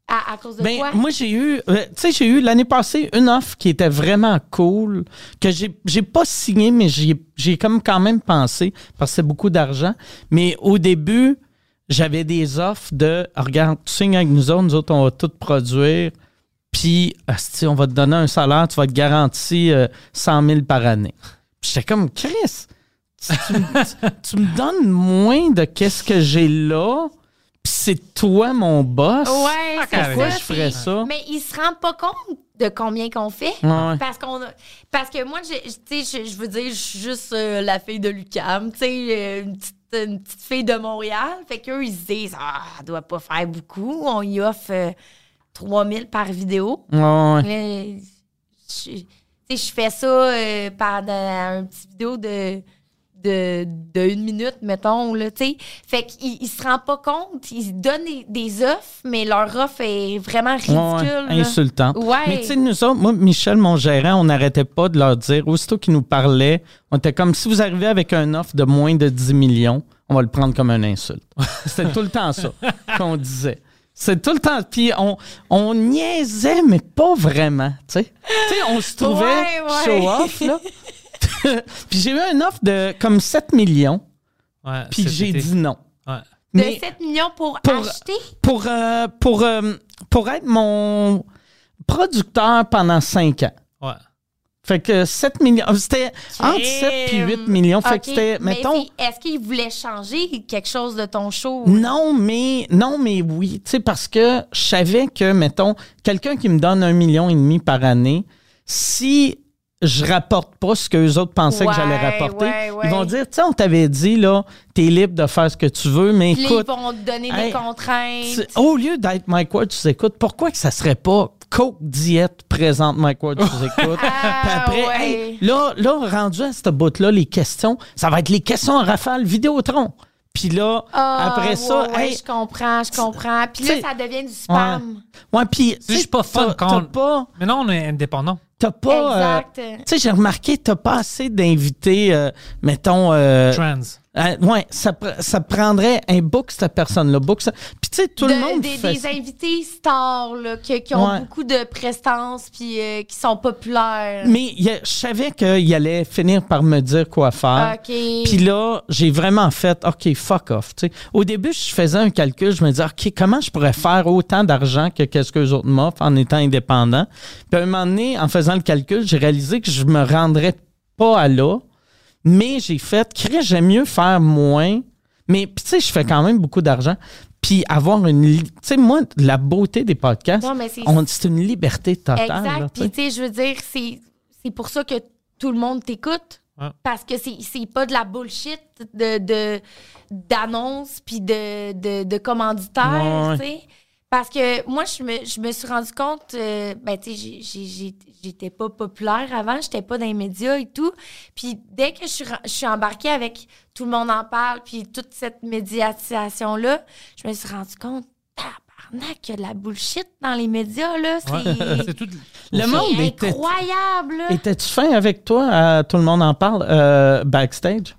[SPEAKER 4] À, à cause de
[SPEAKER 3] Ben,
[SPEAKER 4] quoi
[SPEAKER 3] moi, j'ai eu, euh, tu sais, j'ai eu l'année passée une offre qui était vraiment cool, que j'ai j'ai pas signé, mais j'y ai- j'ai comme quand même pensé, parce que c'est beaucoup d'argent. Mais au début, j'avais des offres de, Ah, regarde, tu signes avec nous autres, nous autres, on va tout produire, puis, asti, on va te donner un salaire, tu vas te garantir euh, 100 000 par année. Puis j'étais comme, Chris, tu, tu me- tu- tu me donnes moins de qu'est-ce que j'ai là, puis c'est toi mon boss.
[SPEAKER 4] Ouais, c'est
[SPEAKER 3] Pourquoi
[SPEAKER 4] ça,
[SPEAKER 3] je ferais
[SPEAKER 4] c'est-
[SPEAKER 3] ça?
[SPEAKER 4] Mais ils se rendent pas compte de combien qu'on fait.
[SPEAKER 3] Ouais.
[SPEAKER 4] Parce qu'on a- parce que moi, je- je- tu sais, je, je veux dire, je suis juste euh, la fille de Lucam, tu sais, euh, une petite, une petite fille de Montréal. Fait qu'eux, ils se disent, ah, elle doit pas faire beaucoup. On y offre 3000 par vidéo.
[SPEAKER 3] Ouais, ouais.
[SPEAKER 4] Là, je, tu sais, je fais ça euh, pendant un petit vidéo de, de, de une minute, mettons, là, tu sais. Fait qu'ils ils se rendent pas compte. Ils se donnent des, des offres, mais leur offre est vraiment ridicule.
[SPEAKER 3] Ouais, ouais,
[SPEAKER 4] là.
[SPEAKER 3] insultante.
[SPEAKER 4] Ouais.
[SPEAKER 3] Mais tu sais, nous autres, moi, Michel, mon gérant, on n'arrêtait pas de leur dire, aussitôt qu'ils nous parlaient, on était comme si vous arrivez avec un offre de moins de 10 millions, on va le prendre comme une insulte. C'était tout le temps ça qu'on disait. C'est tout le temps. Puis on, on niaisait, mais pas vraiment. Tu sais, Tu sais, on se trouvait
[SPEAKER 4] Ouais, ouais.
[SPEAKER 3] show-off, là. Puis j'ai eu une offre de comme 7 millions,
[SPEAKER 2] ouais
[SPEAKER 3] puis
[SPEAKER 2] cet
[SPEAKER 3] j'ai
[SPEAKER 2] été.
[SPEAKER 3] dit non.
[SPEAKER 2] Ouais.
[SPEAKER 4] Ah, De
[SPEAKER 3] Mais-
[SPEAKER 4] 7 millions pour,
[SPEAKER 3] pour-
[SPEAKER 4] acheter?
[SPEAKER 3] pour, euh, pour, euh, pour être mon producteur pendant 5 ans.
[SPEAKER 2] Ouais.
[SPEAKER 3] Fait que 7 millions. euh, C'était entre
[SPEAKER 4] Crime.
[SPEAKER 3] 7 et 8 millions. Fait
[SPEAKER 4] Ok,
[SPEAKER 3] que c'était,
[SPEAKER 4] mais
[SPEAKER 3] mettons.
[SPEAKER 4] c'est- Est-ce qu'ils voulaient changer quelque chose de ton show?
[SPEAKER 3] Non, mais non, mais oui. Tu sais, parce que je savais que, mettons, quelqu'un qui me donne un million et demi par année, si je rapporte pas ce que les autres pensaient que
[SPEAKER 4] Ouais,
[SPEAKER 3] j'allais rapporter,
[SPEAKER 4] ouais, ouais.
[SPEAKER 3] ils vont dire, tu sais, on t'avait dit, là, t'es libre de faire ce que tu veux, mais
[SPEAKER 4] Puis là,
[SPEAKER 3] écoute.
[SPEAKER 4] ils vont te donner
[SPEAKER 3] hey,
[SPEAKER 4] des contraintes.
[SPEAKER 3] Tu- oh, au lieu d'être Mike Ward, tu nous écoutes, pourquoi que ça serait pas Coke Diète présente Mike Ward, tu nous écoutes? Puis après,
[SPEAKER 4] Ah, ouais.
[SPEAKER 3] hey, là, là, rendu à cette bout-là, les questions, ça va être les questions en rafale Vidéotron. Puis là,
[SPEAKER 4] Ah,
[SPEAKER 3] après ça,
[SPEAKER 4] ouais, ouais,
[SPEAKER 3] hey,
[SPEAKER 4] je comprends, je comprends. Puis là,
[SPEAKER 3] t'sais-
[SPEAKER 4] ça devient du spam.
[SPEAKER 3] ouais. Ouais, puis, tu sais,
[SPEAKER 2] juste pas fun
[SPEAKER 3] t'as-
[SPEAKER 2] quand
[SPEAKER 3] T'as
[SPEAKER 2] on-
[SPEAKER 3] pas,
[SPEAKER 2] Mais non, on est indépendant.
[SPEAKER 3] t'as pas, euh,
[SPEAKER 4] Exact.
[SPEAKER 3] tu sais, j'ai remarqué, t'as pas assez d'invités, euh, mettons, euh,
[SPEAKER 2] Trans.
[SPEAKER 3] Euh, ouais, ça, pr- ça prendrait un book, cette personne-là. Book, ça- Puis tu sais, tout le
[SPEAKER 4] De-
[SPEAKER 3] monde
[SPEAKER 4] des,
[SPEAKER 3] fait
[SPEAKER 4] des
[SPEAKER 3] ça.
[SPEAKER 4] invités stars là, que- qui ont
[SPEAKER 3] Ouais.
[SPEAKER 4] beaucoup de prestance puis euh, qui sont populaires.
[SPEAKER 3] Mais il y a- je savais qu'il allait finir par me dire quoi faire.
[SPEAKER 4] OK.
[SPEAKER 3] Puis là, j'ai vraiment fait, OK, fuck off. tu sais. Au début, je faisais un calcul, je me disais, OK, comment je pourrais faire autant d'argent que qu'est-ce que les autres m'offrent en étant indépendant? Puis à un moment donné, en faisant le calcul, j'ai réalisé que je me rendrais pas à là. Mais j'ai fait, Chris, j'aime mieux faire moins. Mais puis tu sais, je fais quand même beaucoup d'argent. Puis avoir une. li- Tu sais, moi, la beauté des podcasts,
[SPEAKER 4] Non, mais c'est-
[SPEAKER 3] on- c'est une liberté totale. là,
[SPEAKER 4] Exact.
[SPEAKER 3] tu sais.
[SPEAKER 4] Puis, tu sais, je veux dire, c'est c'est pour ça que tout le monde t'écoute.
[SPEAKER 2] Ouais.
[SPEAKER 4] Parce que c'est c'est pas de la bullshit de- de d'annonces puis de, de, de commanditaires,
[SPEAKER 3] Ouais.
[SPEAKER 4] tu sais. Parce que moi, je me, je me suis rendu compte, euh, ben, tu sais, j'ai- j'ai- j'ai- j'étais pas populaire avant, j'étais pas dans les médias et tout. Puis dès que je suis, ren- je suis embarquée avec Tout le monde en parle, puis toute cette médiatisation-là, je me suis rendu compte, tabarnak, il y a de la bullshit dans les médias, là. C'est
[SPEAKER 2] Ouais. C'est tout.
[SPEAKER 3] Le monde
[SPEAKER 4] c'est
[SPEAKER 3] était.
[SPEAKER 4] incroyable, là.
[SPEAKER 3] Étais-tu fin avec toi? à tout le monde en parle. euh, backstage?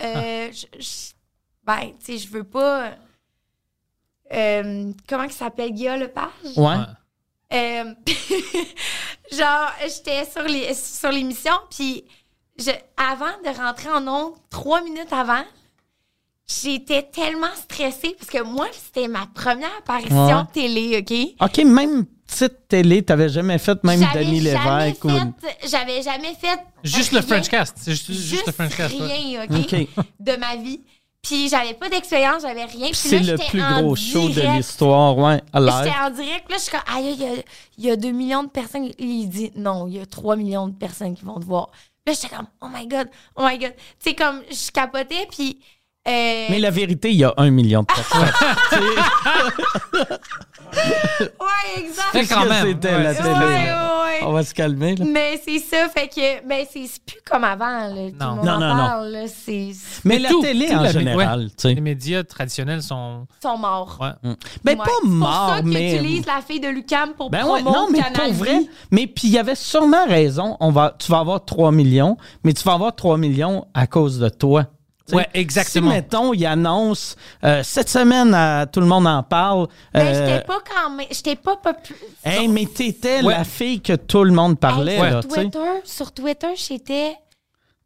[SPEAKER 4] Euh, je- je- ben, tu sais, je veux pas. euh, comment que ça s'appelle, Guillaume Lepage?
[SPEAKER 3] Ouais.
[SPEAKER 4] Euh, genre, j'étais sur les sur l'émission, puis je, avant de rentrer en ondes, trois minutes avant, j'étais tellement stressée parce que moi, c'était ma première apparition
[SPEAKER 3] Ouais.
[SPEAKER 4] télé, OK?
[SPEAKER 3] OK, même petite télé, t'avais jamais fait, même
[SPEAKER 4] J'avais
[SPEAKER 3] Denis
[SPEAKER 4] jamais
[SPEAKER 3] Lévesque. ou-
[SPEAKER 4] fait- J'avais jamais fait.
[SPEAKER 2] Juste le
[SPEAKER 4] rien.
[SPEAKER 2] Frenchcast. C'est juste, juste
[SPEAKER 4] juste
[SPEAKER 2] le Frenchcast. ouais.
[SPEAKER 4] rien,
[SPEAKER 3] OK.
[SPEAKER 4] OK? De ma vie. Puis j'avais pas d'expérience, j'avais rien. Puis
[SPEAKER 3] C'est
[SPEAKER 4] là,
[SPEAKER 3] le
[SPEAKER 4] j'étais
[SPEAKER 3] plus
[SPEAKER 4] en
[SPEAKER 3] gros show de
[SPEAKER 4] direct.
[SPEAKER 3] l'histoire, ouais, à live.
[SPEAKER 4] J'étais en direct, là, je suis comme, aïe, aïe, il y a- il y, a 2 millions de personnes. Il dit, non, il y a 3 millions de personnes qui vont te voir. Là, j'étais comme, oh my God, oh my God. Tu sais, comme, je capotais, puis. euh,
[SPEAKER 3] Mais la vérité, il y a un million de personnes.
[SPEAKER 4] Ouais, exact.
[SPEAKER 2] Fait quand
[SPEAKER 3] que
[SPEAKER 2] même.
[SPEAKER 3] c'était
[SPEAKER 2] ouais,
[SPEAKER 3] la
[SPEAKER 2] c'est
[SPEAKER 4] Ouais,
[SPEAKER 3] télé,
[SPEAKER 2] ça.
[SPEAKER 4] ouais,
[SPEAKER 3] là. Ah
[SPEAKER 4] ouais.
[SPEAKER 3] On va se calmer, là.
[SPEAKER 4] Mais c'est ça, fait que, mais c'est c'est plus comme avant, là. Tout le
[SPEAKER 2] Non.
[SPEAKER 4] monde
[SPEAKER 3] Non,
[SPEAKER 4] en
[SPEAKER 3] non, non.
[SPEAKER 4] parle, là. C'est. Ils
[SPEAKER 3] Mais,
[SPEAKER 2] Mais
[SPEAKER 3] la
[SPEAKER 2] tout,
[SPEAKER 3] télé,
[SPEAKER 2] tout
[SPEAKER 3] en
[SPEAKER 2] la-
[SPEAKER 3] général,
[SPEAKER 2] ouais.
[SPEAKER 3] tu sais.
[SPEAKER 2] Les médias traditionnels sont.
[SPEAKER 4] sont morts.
[SPEAKER 2] Ouais.
[SPEAKER 3] Ben,
[SPEAKER 4] Ouais.
[SPEAKER 3] pas mort,
[SPEAKER 4] C'est pour
[SPEAKER 3] mais...
[SPEAKER 4] ça
[SPEAKER 3] euh,
[SPEAKER 4] qu'ils utilisent la fille de Lucam pour
[SPEAKER 3] Ben ouais,
[SPEAKER 4] promouvoir
[SPEAKER 3] non, mais
[SPEAKER 4] Canal
[SPEAKER 3] pour
[SPEAKER 4] Vie.
[SPEAKER 3] vrai. Mais puis il y avait sûrement raison. On va, tu vas avoir 3 millions, mais tu vas avoir 3 millions à cause de toi. Tu sais,
[SPEAKER 2] Ouais, exactement.
[SPEAKER 3] Si, mettons, il annonce euh, cette semaine, à tout le monde en parle.
[SPEAKER 4] Mais
[SPEAKER 3] euh,
[SPEAKER 4] Ben, j'étais pas quand même. J'étais pas populaire.
[SPEAKER 3] hey, mais t'étais
[SPEAKER 2] Ouais.
[SPEAKER 3] la fille que tout le monde parlait,
[SPEAKER 2] Ouais.
[SPEAKER 3] là,
[SPEAKER 4] sur,
[SPEAKER 3] tu sais.
[SPEAKER 4] Twitter, sur Twitter, j'étais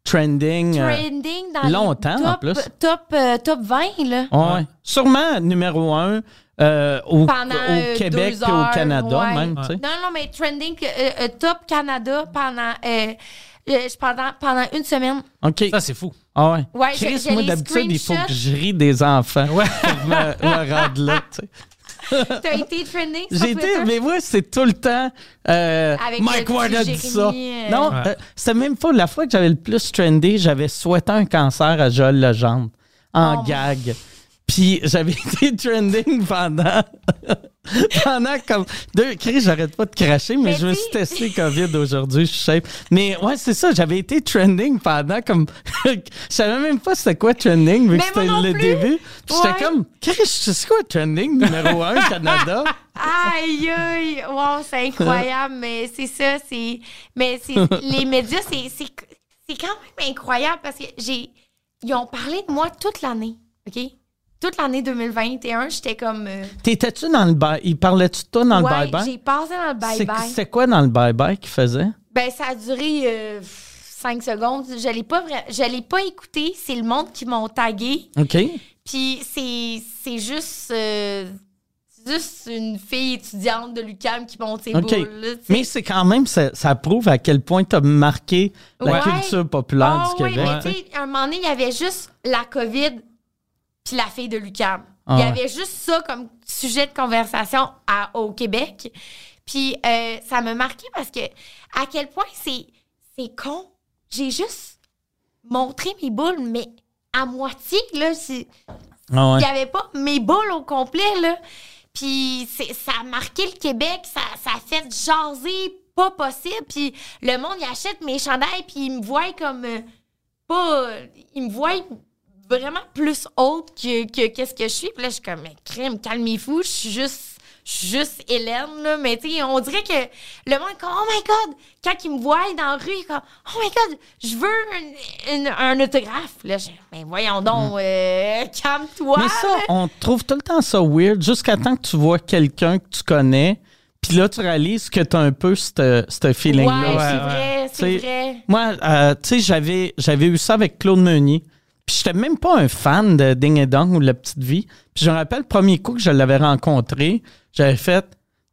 [SPEAKER 3] Trending. euh,
[SPEAKER 4] trending dans les
[SPEAKER 3] longtemps, en
[SPEAKER 4] top,
[SPEAKER 3] plus.
[SPEAKER 4] Top, euh, top 20, là.
[SPEAKER 3] ouais. Sûrement numéro un euh, au,
[SPEAKER 4] Pendant
[SPEAKER 3] au
[SPEAKER 4] euh,
[SPEAKER 3] Québec
[SPEAKER 4] deux
[SPEAKER 3] et au
[SPEAKER 4] heures,
[SPEAKER 3] Canada,
[SPEAKER 4] ouais.
[SPEAKER 3] même, tu sais.
[SPEAKER 4] Non, non, mais trending euh, euh, top Canada pendant, euh, euh, pendant, pendant une semaine.
[SPEAKER 3] OK.
[SPEAKER 2] Ça, c'est fou.
[SPEAKER 3] Ah ouais.
[SPEAKER 4] Ouais, j'ai-
[SPEAKER 3] Chris,
[SPEAKER 4] j'ai
[SPEAKER 3] moi,
[SPEAKER 4] les
[SPEAKER 3] d'habitude, il faut que
[SPEAKER 4] screenshots.
[SPEAKER 3] je rie des enfants pour me, me rendre là, tu sais.
[SPEAKER 4] T'as été trending sur
[SPEAKER 3] Euh, J'ai
[SPEAKER 4] Twitter?
[SPEAKER 3] été, mais moi, c'est tout le temps. euh,
[SPEAKER 4] Avec
[SPEAKER 3] Mike
[SPEAKER 4] le
[SPEAKER 3] Ward a
[SPEAKER 4] petit
[SPEAKER 3] dit ça.
[SPEAKER 4] Jérémy, euh,
[SPEAKER 3] Non,
[SPEAKER 2] Ouais.
[SPEAKER 3] euh, c'était même pas la fois que j'avais le plus trendé. J'avais souhaité un cancer à Joël Legendre en
[SPEAKER 4] Oh.
[SPEAKER 3] gag. Puis j'avais été trending pendant. pendant comme. Deux, Chris, j'arrête pas de cracher, mais,
[SPEAKER 4] Mais
[SPEAKER 3] je me
[SPEAKER 4] dis-
[SPEAKER 3] suis testé COVID aujourd'hui, je suis safe. Mais ouais, c'est ça, j'avais été trending pendant comme. je savais même pas c'était quoi trending, vu
[SPEAKER 4] Mais
[SPEAKER 3] que c'était
[SPEAKER 4] moi non
[SPEAKER 3] le
[SPEAKER 4] plus.
[SPEAKER 3] début. Puis j'étais
[SPEAKER 4] Ouais.
[SPEAKER 3] comme, Chris, c'est quoi trending numéro un Canada?
[SPEAKER 4] Aïe, aïe, wow, c'est incroyable, mais c'est ça, c'est. Mais c'est les médias, c'est, c'est, c'est quand même incroyable parce que j'ai. Ils ont parlé de moi toute l'année, OK? Toute l'année 2021, j'étais comme. euh,
[SPEAKER 3] T'étais-tu dans le bye? Il parlait-tu de toi dans
[SPEAKER 4] ouais,
[SPEAKER 3] le bye-bye?
[SPEAKER 4] j'ai passé dans le
[SPEAKER 3] C'est-
[SPEAKER 4] bye-bye.
[SPEAKER 3] C'était quoi dans le bye-bye qu'il faisait?
[SPEAKER 4] Ben, ça a duré euh, cinq secondes. Je l'ai pas, vra- je l'ai pas écouté. C'est le monde qui m'ont tagué.
[SPEAKER 3] OK.
[SPEAKER 4] Puis c'est, c'est juste. euh, c'est juste une fille étudiante de l'UCAM qui monte ses
[SPEAKER 3] OK.
[SPEAKER 4] boules. là, tu sais.
[SPEAKER 3] Mais c'est quand même, ça, ça prouve à quel point t'as marqué la
[SPEAKER 4] Ouais.
[SPEAKER 3] culture populaire
[SPEAKER 4] Ah
[SPEAKER 3] du
[SPEAKER 4] oui,
[SPEAKER 3] Québec.
[SPEAKER 4] mais tu sais, un moment donné, il y avait juste la COVID puis la fille de Lucam.
[SPEAKER 3] Ah
[SPEAKER 4] il y
[SPEAKER 3] ouais.
[SPEAKER 4] avait juste ça comme sujet de conversation à- au Québec. Puis euh, ça m'a marqué parce que à quel point c'est c'est con. J'ai juste montré mes boules, mais à moitié, là, c'est-
[SPEAKER 3] Ah ouais.
[SPEAKER 4] il n'y avait pas mes boules au complet, là. Puis c'est- ça a marqué le Québec, ça, ça a fait jaser pas possible. Puis le monde, il achète mes chandails, puis il me voit comme... euh, pas... Il me voit vraiment plus haute que que- qu'est-ce que je suis. Puis là, je suis comme, Mais, crime, calmez-vous, je suis juste je suis juste Hélène, là. Mais, tu sais, on dirait que le monde, est comme, oh my God, quand ils me voient dans la rue, ils sont comme, oh my God, je veux une- une- un autographe. Là, je mais voyons donc, euh, calme-toi.
[SPEAKER 3] Mais ça,
[SPEAKER 4] là.
[SPEAKER 3] on trouve tout le temps ça weird jusqu'à temps que tu vois quelqu'un que tu connais, puis là, tu réalises que tu as un peu ce ce
[SPEAKER 4] Ouais,
[SPEAKER 3] feeling-là.
[SPEAKER 4] c'est
[SPEAKER 2] ouais.
[SPEAKER 4] vrai,
[SPEAKER 3] T'sais,
[SPEAKER 4] c'est vrai.
[SPEAKER 3] Moi, euh, tu sais, j'avais, j'avais eu ça avec Claude Meunier. Puis j'étais même pas un fan de Ding et Dong ou de La Petite Vie. Puis je me rappelle, le premier coup que je l'avais rencontré, j'avais fait,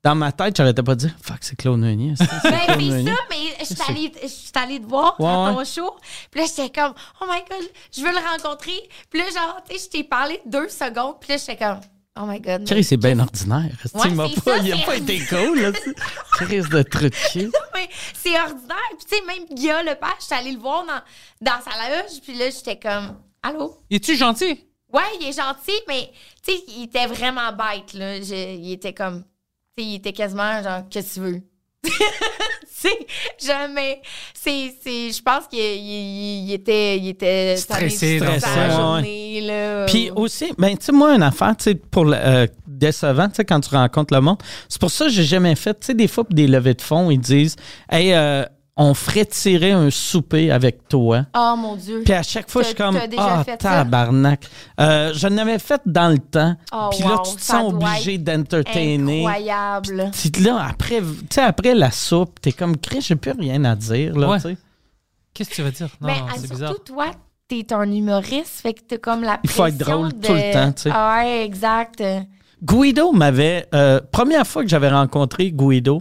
[SPEAKER 3] dans ma tête, j'arrêtais pas de dire, fuck, c'est Claude Meunier. c'est- c'est
[SPEAKER 4] Ben,
[SPEAKER 3] Claude
[SPEAKER 4] c'est
[SPEAKER 3] Meunier.
[SPEAKER 4] ça, mais je suis allée, je suis allée te voir à
[SPEAKER 3] Ouais,
[SPEAKER 4] ton
[SPEAKER 3] ouais.
[SPEAKER 4] show. Puis là, j'étais comme, oh my God, je veux le rencontrer. Puis là, genre, tu sais, je t'ai parlé deux secondes. Puis là, j'étais comme, oh my God.
[SPEAKER 3] Chris, c'est bien ordinaire.
[SPEAKER 4] Ouais,
[SPEAKER 3] il m'a
[SPEAKER 4] c'est
[SPEAKER 3] pas,
[SPEAKER 4] ça,
[SPEAKER 3] il a
[SPEAKER 4] c'est-
[SPEAKER 3] pas été cool. là, tu sais. Chris de truc cul.
[SPEAKER 4] Mais c'est ordinaire. Puis tu sais, même Guillaume Lepage, je suis allée le voir dans, dans sa loge. Puis là, j'étais comme, allô?
[SPEAKER 2] Es-tu gentil?
[SPEAKER 4] Ouais, il est gentil, mais tu sais, il était vraiment bête, là. Je- il était comme, tu sais, il était quasiment genre, qu'est-ce que tu veux? tu sais, jamais. C'est, c'est, je pense qu'il il- il était, il était
[SPEAKER 2] Stressé,
[SPEAKER 4] tanné de
[SPEAKER 3] stressé,
[SPEAKER 4] sa
[SPEAKER 3] ouais,
[SPEAKER 4] journée, là.
[SPEAKER 3] Puis aussi, ben, tu sais, moi, une affaire, tu sais, pour le- euh, décevant, tu sais, quand tu rencontres le monde, c'est pour ça que j'ai jamais fait, tu sais, des fois, pour des levées de fonds, ils disent, hey, euh, on ferait tirer un souper avec toi.
[SPEAKER 4] Oh mon Dieu.
[SPEAKER 3] Puis à chaque fois, je suis
[SPEAKER 4] T'as-
[SPEAKER 3] comme,
[SPEAKER 4] t'as déjà
[SPEAKER 3] ah,
[SPEAKER 4] fait ça?
[SPEAKER 3] tabarnak. Euh, je n'avais fait dans le temps.
[SPEAKER 4] Oh,
[SPEAKER 3] Puis là,
[SPEAKER 4] wow,
[SPEAKER 3] tu te
[SPEAKER 4] ça
[SPEAKER 3] sens
[SPEAKER 4] doit
[SPEAKER 3] obligé
[SPEAKER 4] être
[SPEAKER 3] d'entertainer.
[SPEAKER 4] Incroyable.
[SPEAKER 3] Puis là, après, tu sais, après la soupe, t'es comme, Chris, j'ai plus rien à dire, là,
[SPEAKER 2] Ouais.
[SPEAKER 3] tu sais.
[SPEAKER 2] Qu'est-ce que tu vas dire? Non,
[SPEAKER 4] Mais
[SPEAKER 2] non,
[SPEAKER 4] ah,
[SPEAKER 2] c'est
[SPEAKER 4] surtout,
[SPEAKER 2] bizarre.
[SPEAKER 4] toi, t'es un humoriste, fait que t'as comme la
[SPEAKER 3] Il faut être
[SPEAKER 4] pression
[SPEAKER 3] drôle
[SPEAKER 4] de-
[SPEAKER 3] tout le temps, tu sais.
[SPEAKER 4] Ah ouais, exact.
[SPEAKER 3] Guido m'avait. euh, première fois que j'avais rencontré Guido,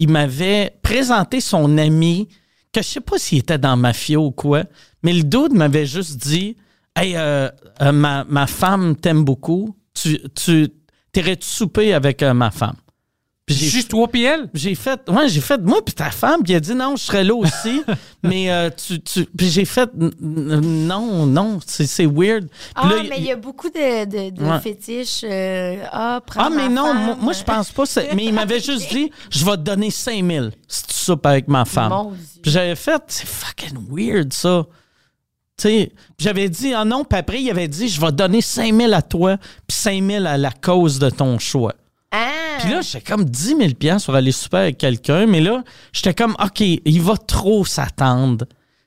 [SPEAKER 3] il m'avait présenté son ami, que je sais pas s'il était dans Mafia ou quoi, mais le dude m'avait juste dit Hey, euh, euh, ma, ma femme t'aime beaucoup, tu, tu t'irais-tu souper avec euh, ma femme? Puis j'ai-
[SPEAKER 2] Juste toi puis elle?
[SPEAKER 3] j'ai fait, ouais, j'ai fait, moi puis ta femme, puis il a dit non, je serais là aussi, mais euh, tu, tu, puis j'ai fait, n- n- non, non, c'est c'est weird. Puis
[SPEAKER 4] Ah,
[SPEAKER 3] là,
[SPEAKER 4] mais il y a beaucoup de, de, de
[SPEAKER 3] Ouais.
[SPEAKER 4] fétiches. euh, ah, prends
[SPEAKER 3] Ah, mais
[SPEAKER 4] ma
[SPEAKER 3] non,
[SPEAKER 4] femme.
[SPEAKER 3] moi, moi, je pense pas. c'est- Mais il m'avait juste dit, je vais te donner 5000 si tu soupes avec ma femme.
[SPEAKER 4] Mon Dieu.
[SPEAKER 3] Puis j'avais fait, c'est fucking weird, ça. Tu sais, puis j'avais dit, ah non, puis après, il avait dit, je vais te donner 5000 à toi, puis 5000 à la cause de ton choix.
[SPEAKER 4] Ah!
[SPEAKER 3] Puis là, j'étais comme 10 000 piastres pour aller souper avec quelqu'un, mais là, j'étais comme, OK, il va trop s'attendre.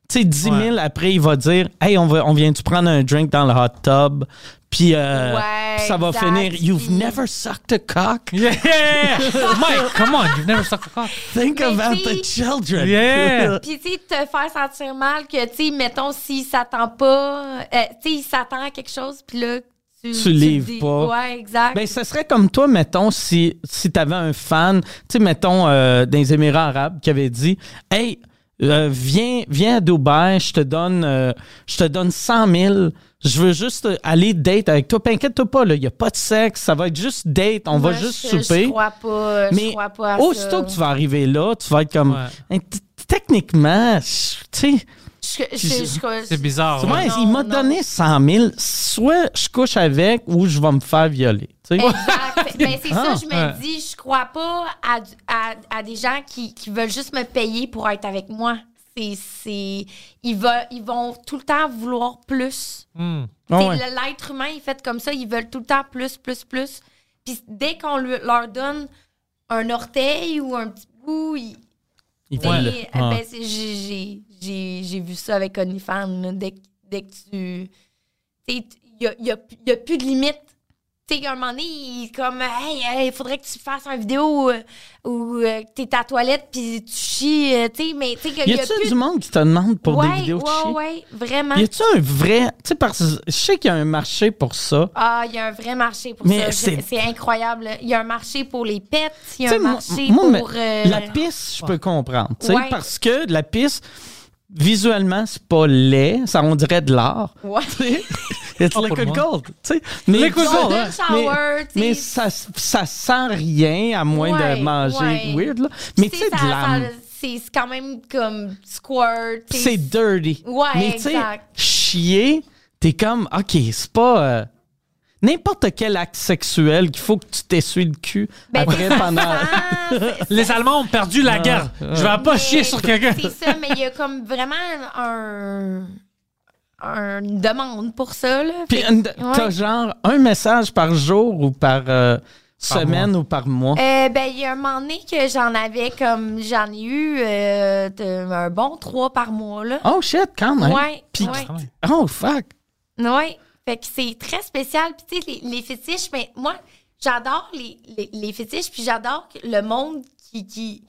[SPEAKER 3] Tu sais, 10 000,
[SPEAKER 2] Ouais.
[SPEAKER 3] après, il va dire, Hey, on, va, on vient-tu prendre un drink dans le hot tub? Puis euh,
[SPEAKER 4] Ouais,
[SPEAKER 3] puis ça va
[SPEAKER 4] exact.
[SPEAKER 3] finir, You've never sucked a cock.
[SPEAKER 2] Yeah! Mike, come on, you've never sucked a cock.
[SPEAKER 3] Think
[SPEAKER 4] Mais
[SPEAKER 3] about
[SPEAKER 4] si.
[SPEAKER 3] the children.
[SPEAKER 2] Yeah.
[SPEAKER 3] euh,
[SPEAKER 4] Puis, tu sais, te faire sentir mal que, tu sais, mettons, s'il s'attend pas, euh, tu sais, il s'attend à quelque chose, puis là, tu.
[SPEAKER 3] Tu livres
[SPEAKER 4] dis-
[SPEAKER 3] pas.
[SPEAKER 4] Ouais, exact.
[SPEAKER 3] Ben, ce serait comme toi, mettons, si, si tu avais un fan, tu sais, mettons, euh, dans les Émirats arabes, qui avait dit Hey, euh, viens, viens à Dubaï, je te donne euh, je te donne 100 000, je veux juste euh, aller date avec toi. Puis inquiète-toi pas, il n'y a pas de sexe, ça va être juste date, on
[SPEAKER 4] Moi,
[SPEAKER 3] va juste
[SPEAKER 4] je,
[SPEAKER 3] souper.
[SPEAKER 4] Je crois pas. je
[SPEAKER 3] mais
[SPEAKER 4] crois pas à
[SPEAKER 3] aussitôt
[SPEAKER 4] ça.
[SPEAKER 3] que tu vas arriver là, tu vas être comme.
[SPEAKER 2] Ouais.
[SPEAKER 3] Hey, t- Techniquement, je- tu sais.
[SPEAKER 4] Je- je- je- je-
[SPEAKER 2] C'est bizarre.
[SPEAKER 3] Tu vois,
[SPEAKER 2] Ah ouais.
[SPEAKER 4] non,
[SPEAKER 3] il m'a
[SPEAKER 4] non.
[SPEAKER 3] donné 100 000. Soit je couche avec ou je vais me faire violer. tu
[SPEAKER 4] Eh,
[SPEAKER 3] sais.
[SPEAKER 4] Exact. Mais c'est ça,
[SPEAKER 3] Ah,
[SPEAKER 4] je me
[SPEAKER 2] ouais.
[SPEAKER 4] dis, je crois pas à, du- à, à des gens qui, qui veulent juste me payer pour être avec moi. C'est, c'est, ils, veulent, ils vont tout le temps vouloir plus.
[SPEAKER 2] Hmm.
[SPEAKER 3] Ah
[SPEAKER 4] T'sais,
[SPEAKER 3] ouais.
[SPEAKER 4] le- L'être humain, il est fait comme ça, ils veulent tout le temps plus, plus, plus. Puis dès qu'on le- leur donne un orteil ou un petit bout, ils-
[SPEAKER 3] Il
[SPEAKER 4] t'sais,
[SPEAKER 3] veut le-
[SPEAKER 4] euh,
[SPEAKER 3] Ah.
[SPEAKER 4] ben, c'est- j'ai- j'ai- j'ai j'ai vu ça avec OnlyFans. là, Dès, que- dès que tu. Il n'y a, y a- y a plus de limite. Tu sais, à un moment donné, il est comme Hey, il faudrait que tu fasses une vidéo euh, où, euh, t'es à la toilette puis tu chies. euh, t'sais, mais tu sais,
[SPEAKER 3] Y a-tu du monde qui te demande pour
[SPEAKER 4] ouais,
[SPEAKER 3] des vidéos de
[SPEAKER 4] ouais,
[SPEAKER 3] chier?
[SPEAKER 4] ouais, vraiment.
[SPEAKER 3] Y a-tu un vrai. Tu sais, parce que je sais qu'il y a un marché pour ça.
[SPEAKER 4] Ah, il y a un vrai marché pour
[SPEAKER 3] Mais
[SPEAKER 4] ça.
[SPEAKER 3] c'est-
[SPEAKER 4] C'est incroyable. Il y a un marché pour les pets, il
[SPEAKER 3] Tu
[SPEAKER 4] y a
[SPEAKER 3] sais,
[SPEAKER 4] un
[SPEAKER 3] moi-
[SPEAKER 4] marché
[SPEAKER 3] moi, mais
[SPEAKER 4] pour. euh,
[SPEAKER 3] La piste, je peux comprendre. tu sais,
[SPEAKER 4] Ouais.
[SPEAKER 3] Parce que la piste, visuellement, c'est pas laid. Ça, on dirait de l'art.
[SPEAKER 4] Ouais.
[SPEAKER 3] Tu sais, It's
[SPEAKER 2] pour
[SPEAKER 3] liquid
[SPEAKER 2] moi.
[SPEAKER 3] gold. tu sais. Mais-
[SPEAKER 2] Liquid
[SPEAKER 3] mais-
[SPEAKER 2] gold,
[SPEAKER 4] ouais. shower, hein. tu sais.
[SPEAKER 3] mais ça, ça sent rien à moins
[SPEAKER 4] Ouais,
[SPEAKER 3] de manger
[SPEAKER 4] ouais.
[SPEAKER 3] weird. Là. Mais tu sais,
[SPEAKER 4] ça-
[SPEAKER 3] de l'âme.
[SPEAKER 4] ça- C'est c'est quand même comme squirt.
[SPEAKER 3] Pis
[SPEAKER 4] t'sais,
[SPEAKER 3] c'est dirty.
[SPEAKER 4] Ouais,
[SPEAKER 3] Mais tu sais,
[SPEAKER 4] exact.
[SPEAKER 3] chier, t'es comme, OK, c'est pas. euh, N'importe quel acte sexuel qu'il faut que tu t'essuies le cul
[SPEAKER 4] Ben,
[SPEAKER 3] après
[SPEAKER 4] t'es-
[SPEAKER 3] pendant.
[SPEAKER 4] Ah, c'est-
[SPEAKER 2] Les Allemands ont perdu
[SPEAKER 3] Ah,
[SPEAKER 2] la guerre. Je vais pas chier sur quelqu'un.
[SPEAKER 4] C'est ça, mais il y a comme vraiment un, un- une demande pour ça. Là.
[SPEAKER 3] Puis
[SPEAKER 4] Fait-
[SPEAKER 3] une- t'as
[SPEAKER 4] ouais.
[SPEAKER 3] genre un message par jour ou par. euh, semaine ou par mois?
[SPEAKER 4] Euh, ben, il y a un moment donné que j'en avais comme. J'en ai eu euh, de- un bon trois par mois, là.
[SPEAKER 3] Oh shit, quand même.
[SPEAKER 4] Ouais,
[SPEAKER 3] Puis-
[SPEAKER 4] ouais.
[SPEAKER 3] Oh fuck.
[SPEAKER 4] Oui. Fait que c'est très spécial. Puis, tu sais, les, les fétiches, ben, moi, j'adore les, les, les fétiches, puis j'adore que le monde qui. qui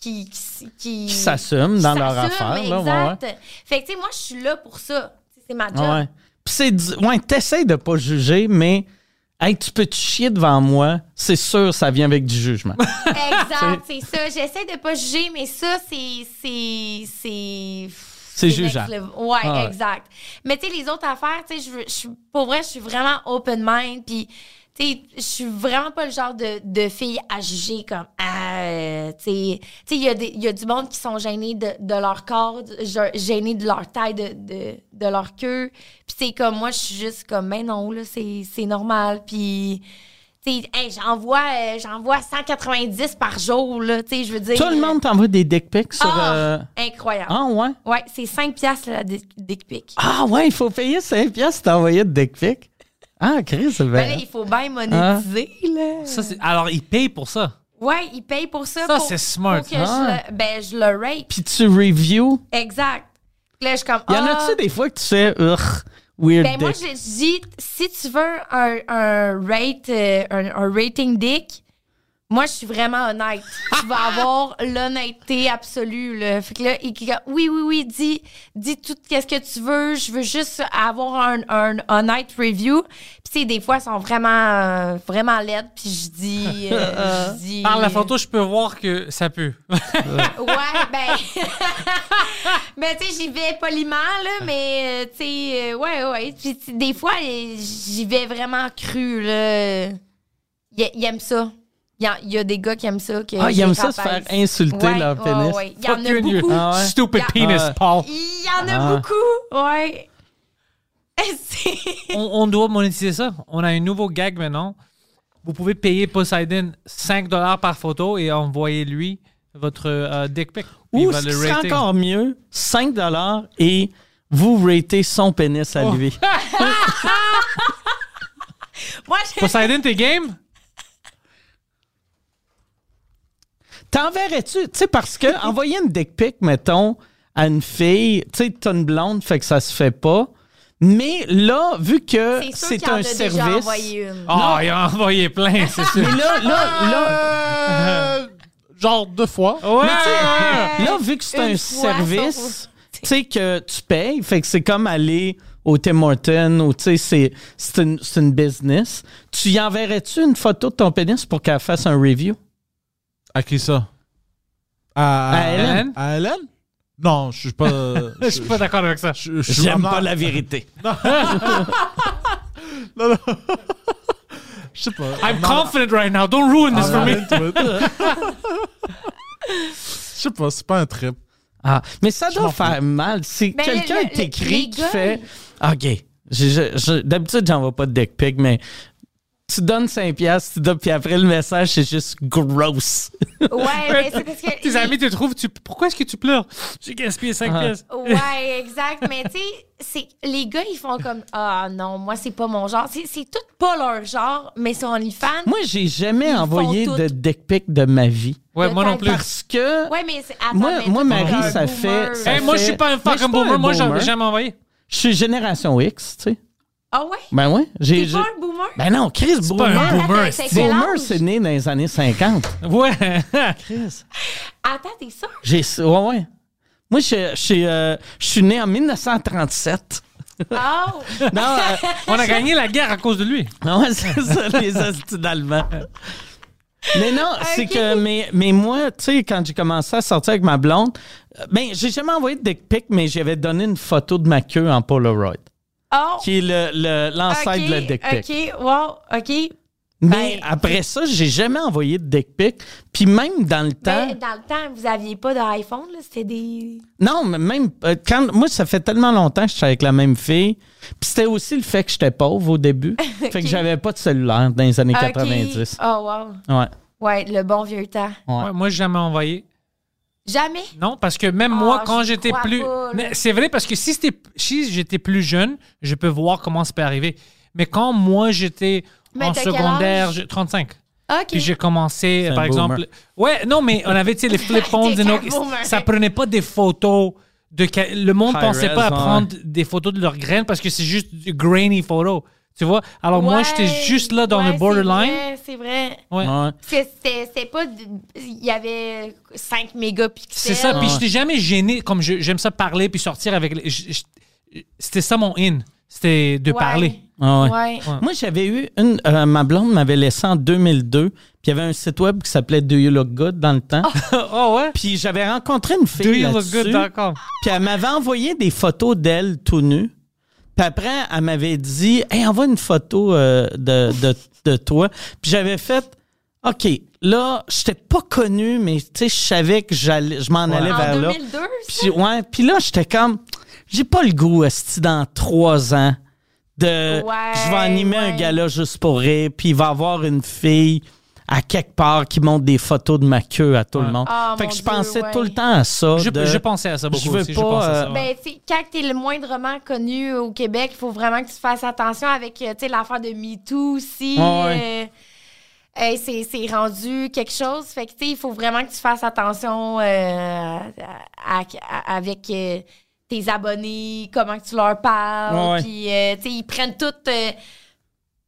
[SPEAKER 4] qui, qui, qui-
[SPEAKER 3] Qui s'assume dans leur
[SPEAKER 4] s'assume,
[SPEAKER 3] affaire, là, ouais,
[SPEAKER 4] Exact. Fait que, tu sais, moi, je suis là pour ça. C'est ma job.
[SPEAKER 3] Ouais. Puis c'est du- ouais, t'essayes de pas juger, mais hey, tu peux te chier devant moi, c'est sûr ça vient avec du jugement.
[SPEAKER 4] Exact, c'est ça. J'essaie de pas juger, mais ça, c'est. C'est c'est-
[SPEAKER 3] C'est
[SPEAKER 4] next
[SPEAKER 3] jugeable.
[SPEAKER 4] level. Ouais,
[SPEAKER 3] Ah ouais.
[SPEAKER 4] exact. Mais tu sais, les autres affaires, tu sais, je veux- je suis- pour vrai, je suis vraiment open mind. Puis, tu sais, je suis vraiment pas le genre de, de fille à juger comme. Ah, euh, tu sais, Tu sais, il y, a des- il y a du monde qui sont gênés de, de leur corps, de- gênés de leur taille, de, de, de leur queue. Puis, c'est comme moi, je suis juste comme, mais non, là, c'est c'est normal. Puis. Tu sais, hey, j'envoie euh, j'envoie 190 par jour, là, tu sais, je veux dire.
[SPEAKER 3] Tout le monde t'envoie des dick pics sur.
[SPEAKER 4] Ah!
[SPEAKER 3] euh,
[SPEAKER 4] Incroyable.
[SPEAKER 3] Ah ouais?
[SPEAKER 4] Ouais, c'est 5 piastres la dick dick pic.
[SPEAKER 3] Ah ouais, il faut payer 5 piastres si t'envoyais de dick pics. Ah, Chris, c'est
[SPEAKER 4] Ben
[SPEAKER 3] bien.
[SPEAKER 4] là, il faut bien monétiser, là.
[SPEAKER 2] Ça, c'est- alors, ils payent pour ça.
[SPEAKER 4] Ouais, il paye pour ça.
[SPEAKER 2] Ça,
[SPEAKER 4] pour-
[SPEAKER 2] c'est smart.
[SPEAKER 4] pour que je le, ben, je le rape.
[SPEAKER 3] Puis tu review.
[SPEAKER 4] Exact. Puis là, je suis comme.
[SPEAKER 3] Y en
[SPEAKER 4] ah.
[SPEAKER 3] a-tu des fois que tu fais Urgh, weird
[SPEAKER 4] Ben, moi,
[SPEAKER 3] dick?
[SPEAKER 4] je dis, si tu veux un, un rate, euh, un, un rating dick, moi, je suis vraiment honnête. tu vas avoir l'honnêteté absolue. Là. Fait que là, il- il- oui, oui, oui, dis, dis tout quest ce que tu veux. Je veux juste avoir un, un honnête review. Puis, tu sais, des fois, ils sont vraiment, euh, vraiment laides. Puis, je dis. euh, je dis-
[SPEAKER 2] Par la photo, je peux voir que ça pue.
[SPEAKER 4] Ouais, ben. ben, tu sais, j'y vais poliment, là, mais, euh, tu sais, euh, ouais, ouais. Puis, tu- des fois, euh, j'y vais vraiment cru, là. Ils ils aiment ça. Il y, a- il y a des gars qui aiment ça. Que
[SPEAKER 3] Ah, ils
[SPEAKER 4] je
[SPEAKER 3] aiment
[SPEAKER 4] les
[SPEAKER 3] ça se
[SPEAKER 4] rabaisse.
[SPEAKER 3] faire insulter
[SPEAKER 4] Ouais,
[SPEAKER 3] leur
[SPEAKER 4] ouais,
[SPEAKER 3] pénis.
[SPEAKER 4] ouais. Il y en
[SPEAKER 2] Fuck you and
[SPEAKER 4] a
[SPEAKER 2] your
[SPEAKER 4] beaucoup.
[SPEAKER 3] Ah ouais?
[SPEAKER 2] Stupid
[SPEAKER 4] Ah
[SPEAKER 2] penis,
[SPEAKER 3] ouais.
[SPEAKER 2] Paul.
[SPEAKER 4] Il y en a
[SPEAKER 3] Ah.
[SPEAKER 4] beaucoup, ouais. C'est-
[SPEAKER 2] On, on doit monétiser ça. On a un nouveau gag maintenant. Vous pouvez payer Poseidon 5 par photo et envoyer lui votre euh, dick pic. Puis il
[SPEAKER 3] Ou
[SPEAKER 2] va
[SPEAKER 3] ce
[SPEAKER 2] le
[SPEAKER 3] qui serait
[SPEAKER 2] rater.
[SPEAKER 3] encore mieux, 5 et vous ratez son pénis
[SPEAKER 4] Oh.
[SPEAKER 3] à lui.
[SPEAKER 4] Moi, je-
[SPEAKER 2] Poseidon, t'es game?
[SPEAKER 3] T'enverrais-tu, tu sais, parce que envoyer une dick pic, mettons, à une fille, tu sais, t'as une blonde, fait que ça se fait pas. Mais là, vu que
[SPEAKER 4] c'est sûr
[SPEAKER 3] c'est
[SPEAKER 4] qu'il y en a
[SPEAKER 3] un
[SPEAKER 4] déjà
[SPEAKER 3] service.
[SPEAKER 4] envoyé une.
[SPEAKER 2] Ah, il a envoyé plein, c'est sûr.
[SPEAKER 3] Mais là, là, là,
[SPEAKER 5] Euh, Genre deux fois.
[SPEAKER 2] Ouais.
[SPEAKER 3] mais tu sais, euh, là, vu que c'est
[SPEAKER 4] Une
[SPEAKER 3] un
[SPEAKER 4] fois,
[SPEAKER 3] service,
[SPEAKER 4] ça
[SPEAKER 3] tu sais, que tu payes, fait que c'est comme aller au Tim Hortons ou tu sais, c'est- c'est une, c'est une business. Tu y enverrais-tu une photo de ton pénis pour qu'elle fasse un review?
[SPEAKER 5] À qui ça À,
[SPEAKER 3] À Hélène?
[SPEAKER 5] À Hélène Non, je suis pas.
[SPEAKER 2] Je suis pas d'accord avec ça.
[SPEAKER 5] je- je-
[SPEAKER 3] J'aime
[SPEAKER 5] non,
[SPEAKER 3] pas la vérité.
[SPEAKER 5] Non, non. Je sais pas.
[SPEAKER 2] I'm confident right now. Don't ruin
[SPEAKER 3] Ah,
[SPEAKER 2] this for me.
[SPEAKER 5] Je sais pas, c'est pas un trip.
[SPEAKER 3] Ah, mais ça doit faire mal. Si
[SPEAKER 4] Ben,
[SPEAKER 3] quelqu'un
[SPEAKER 4] le- le-
[SPEAKER 3] t'écrit
[SPEAKER 4] les
[SPEAKER 3] qui
[SPEAKER 4] gars,
[SPEAKER 3] fait OK, j'ai- je- je- d'habitude, j'envoie pas de dick pic, mais tu donnes 5 piastres, tu donnes, puis après le message, c'est juste gross.
[SPEAKER 4] Ouais, mais c'est parce que.
[SPEAKER 2] Tes amis te trouvent, tu... pourquoi est-ce que tu pleures? J'ai gaspillé
[SPEAKER 3] Ah.
[SPEAKER 2] 5 pièces.
[SPEAKER 4] Ouais, exact. Mais tu sais, c'est- les gars, ils font comme Ah non, moi, c'est pas mon genre. C'est c'est tout pas leur genre, mais sur OnlyFans.
[SPEAKER 3] Moi, j'ai jamais
[SPEAKER 4] Ils
[SPEAKER 3] envoyé
[SPEAKER 4] font
[SPEAKER 3] de
[SPEAKER 4] tout.
[SPEAKER 3] dick pic de ma vie.
[SPEAKER 2] Ouais,
[SPEAKER 4] Le
[SPEAKER 2] moi non
[SPEAKER 4] tag-
[SPEAKER 2] plus.
[SPEAKER 3] Parce que
[SPEAKER 4] Ouais, mais c'est- attends,
[SPEAKER 3] moi,
[SPEAKER 4] mais
[SPEAKER 3] moi
[SPEAKER 4] tout
[SPEAKER 3] Marie,
[SPEAKER 4] un
[SPEAKER 3] ça
[SPEAKER 4] boomer.
[SPEAKER 3] fait. ça
[SPEAKER 2] Hey, moi, je suis pas un
[SPEAKER 3] fait- mais je suis
[SPEAKER 2] fucking
[SPEAKER 3] pas un
[SPEAKER 2] boomer. Moi, j'en-
[SPEAKER 3] boomer.
[SPEAKER 2] j'ai jamais envoyé.
[SPEAKER 3] Je suis génération X, tu sais.
[SPEAKER 4] Ah ouais?
[SPEAKER 3] Ben ouais. J'ai,
[SPEAKER 4] T'es
[SPEAKER 3] j'ai-
[SPEAKER 4] pas un boomer?
[SPEAKER 3] Ben non, Chris
[SPEAKER 2] pas un
[SPEAKER 3] Boomer.
[SPEAKER 2] boomer,
[SPEAKER 4] c'est
[SPEAKER 2] c'est-
[SPEAKER 4] quel âge?
[SPEAKER 3] Boomer, c'est né dans les années 50.
[SPEAKER 2] Ouais.
[SPEAKER 4] Attends, t'es sûr?
[SPEAKER 3] J'ai, ouais, ouais. Moi, je, je suis, euh, je suis né en 1937.
[SPEAKER 4] Oh!
[SPEAKER 3] Non, euh,
[SPEAKER 2] On a gagné la guerre à cause de lui.
[SPEAKER 3] non, Ah ouais, c'est ça, les hosties d'Allemands. Mais non, c'est que, mais, mais moi, tu sais, quand j'ai commencé à sortir avec ma blonde, euh, ben, j'ai jamais envoyé de dick pic, mais j'avais donné une photo de ma queue en Polaroid,
[SPEAKER 4] Oh!
[SPEAKER 3] qui est le- le- l'ancêtre
[SPEAKER 4] Ok,
[SPEAKER 3] de la dick pic.
[SPEAKER 4] OK, wow, OK.
[SPEAKER 3] Mais
[SPEAKER 4] Ben,
[SPEAKER 3] après ça, j'ai jamais envoyé de dick pic. Puis même dans le temps.
[SPEAKER 4] Ben, dans le temps, vous aviez pas d'iPhone, là, c'était des.
[SPEAKER 3] Non, mais même euh, quand moi ça fait tellement longtemps que je suis avec la même fille, puis c'était aussi le fait que j'étais pauvre au début, fait que j'avais pas de cellulaire dans les années
[SPEAKER 4] Ok.
[SPEAKER 3] 90.
[SPEAKER 4] Oh, wow.
[SPEAKER 3] Ouais.
[SPEAKER 4] Ouais, le bon vieux temps.
[SPEAKER 3] Ouais.
[SPEAKER 2] Ouais, moi, j'ai jamais envoyé.
[SPEAKER 4] Jamais?
[SPEAKER 2] Non, parce que même
[SPEAKER 4] Ah,
[SPEAKER 2] moi, quand
[SPEAKER 4] je
[SPEAKER 2] j'étais
[SPEAKER 4] crois
[SPEAKER 2] plus.
[SPEAKER 4] pas, là.
[SPEAKER 2] Mais C'est vrai, parce que si, c'était- si j'étais plus jeune, je peux voir comment ça peut arriver. Mais quand moi, j'étais
[SPEAKER 4] Mais
[SPEAKER 2] en
[SPEAKER 4] t'as quel
[SPEAKER 2] secondaire,
[SPEAKER 4] âge?
[SPEAKER 2] j'ai 35.
[SPEAKER 4] OK.
[SPEAKER 2] Puis j'ai commencé,
[SPEAKER 3] C'est un
[SPEAKER 2] par exemple.
[SPEAKER 3] boomer.
[SPEAKER 2] Ouais, non, mais on avait, tu sais, les flip phones.
[SPEAKER 4] T'es
[SPEAKER 2] et nos-
[SPEAKER 4] qu'un boomer.
[SPEAKER 2] ça prenait pas des photos. De, ca- le monde
[SPEAKER 3] High
[SPEAKER 2] pensait pas à
[SPEAKER 3] res, ouais.
[SPEAKER 2] prendre des photos de leurs graines parce que c'est juste du grainy photo. Tu vois? Alors moi,
[SPEAKER 4] Ouais,
[SPEAKER 2] j'étais juste là dans
[SPEAKER 4] ouais,
[SPEAKER 2] le borderline.
[SPEAKER 4] C'est vrai. c'est vrai.
[SPEAKER 2] Ouais.
[SPEAKER 3] Ouais.
[SPEAKER 4] Parce que c'était c'était pas. du- Il y avait 5 mégapixels.
[SPEAKER 2] C'est ça, puis
[SPEAKER 3] Ouais.
[SPEAKER 2] j'étais jamais gêné. Comme je- j'aime ça parler puis sortir avec. les- je- je- C'était ça mon in. C'était de
[SPEAKER 4] Ouais.
[SPEAKER 2] parler.
[SPEAKER 3] Ah ouais.
[SPEAKER 4] Ouais.
[SPEAKER 3] Moi, j'avais eu une. euh, ma blonde m'avait laissé en 2002. Puis il y avait un site web qui s'appelait Do You Look Good dans le temps.
[SPEAKER 4] Ah
[SPEAKER 2] oh ouais?
[SPEAKER 3] Puis j'avais rencontré une
[SPEAKER 2] Do
[SPEAKER 3] fille.
[SPEAKER 2] you look
[SPEAKER 3] là-dessus.
[SPEAKER 2] good? D'accord.
[SPEAKER 3] Puis elle m'avait envoyé des photos d'elle tout nue. Puis après, elle m'avait dit Hey, envoie une photo euh, de, de, de toi. Puis j'avais fait OK, là, je t'ai pas connu, mais tu sais, je savais que j'allais, je m'en allais vers
[SPEAKER 4] En
[SPEAKER 3] là.
[SPEAKER 4] 2002, ça?
[SPEAKER 3] Puis, ouais, puis là, j'étais comme, j'ai pas le goût, esti, dans trois ans, de,
[SPEAKER 4] Ouais,
[SPEAKER 3] je vais animer un
[SPEAKER 4] ouais.
[SPEAKER 3] gala juste pour rire, puis il va y avoir une fille à quelque part qui montre des photos de ma queue à tout le monde.
[SPEAKER 4] Ah,
[SPEAKER 3] fait
[SPEAKER 4] mon
[SPEAKER 3] que je
[SPEAKER 4] Dieu,
[SPEAKER 3] pensais
[SPEAKER 4] ouais.
[SPEAKER 3] tout le temps à ça.
[SPEAKER 2] Je,
[SPEAKER 3] de-
[SPEAKER 2] je pensais à ça beaucoup
[SPEAKER 3] je veux
[SPEAKER 2] aussi, je
[SPEAKER 3] pas,
[SPEAKER 2] pensais à ça,
[SPEAKER 3] euh,
[SPEAKER 2] ouais.
[SPEAKER 4] Ben, tu sais, quand t'es le moindrement connu au Québec, il faut vraiment que tu fasses attention avec, euh, tu sais, l'affaire de MeToo aussi.
[SPEAKER 3] Ouais, ouais.
[SPEAKER 4] Euh, hey, c'est, c'est rendu quelque chose. Fait que, tu sais, il faut vraiment que tu fasses attention euh, à- à- à- avec euh, tes abonnés, comment que tu leur
[SPEAKER 3] Ouais,
[SPEAKER 4] parles.
[SPEAKER 3] ouais.
[SPEAKER 4] Puis, euh, tu sais, ils prennent tout... euh,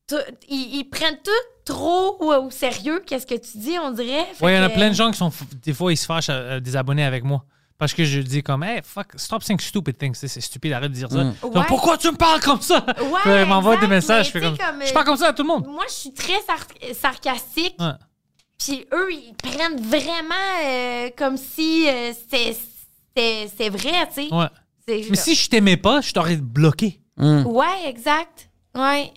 [SPEAKER 4] tout- ils, ils prennent tout trop euh, au sérieux qu'est-ce que tu dis, on dirait. Fait
[SPEAKER 2] Oui, il y en a
[SPEAKER 4] que-
[SPEAKER 2] plein de gens qui sont. f- Des fois, ils se fâchent à, à des abonnés avec moi. Parce que je dis comme, hey, fuck, stop saying stupid things. C'est c'est stupide, arrête de dire ça.
[SPEAKER 3] Mm.
[SPEAKER 2] Donc,
[SPEAKER 4] Ouais.
[SPEAKER 2] pourquoi tu me parles comme ça?
[SPEAKER 4] Ouais,
[SPEAKER 2] Euh, ils m'envoient des
[SPEAKER 4] exact,
[SPEAKER 2] messages.
[SPEAKER 4] mais
[SPEAKER 2] Je, fais
[SPEAKER 4] tu sais,
[SPEAKER 2] comme,
[SPEAKER 4] comme,
[SPEAKER 2] je parle comme ça à tout le monde.
[SPEAKER 4] Moi, je suis très sar- sarcastique.
[SPEAKER 2] Ouais.
[SPEAKER 4] Puis eux, ils prennent vraiment euh, comme si euh, c'était- c'était c'était vrai, tu sais.
[SPEAKER 2] Ouais.
[SPEAKER 4] C'est-
[SPEAKER 2] Mais si je t'aimais pas, je t'aurais bloqué.
[SPEAKER 4] Ouais, exact. Ouais.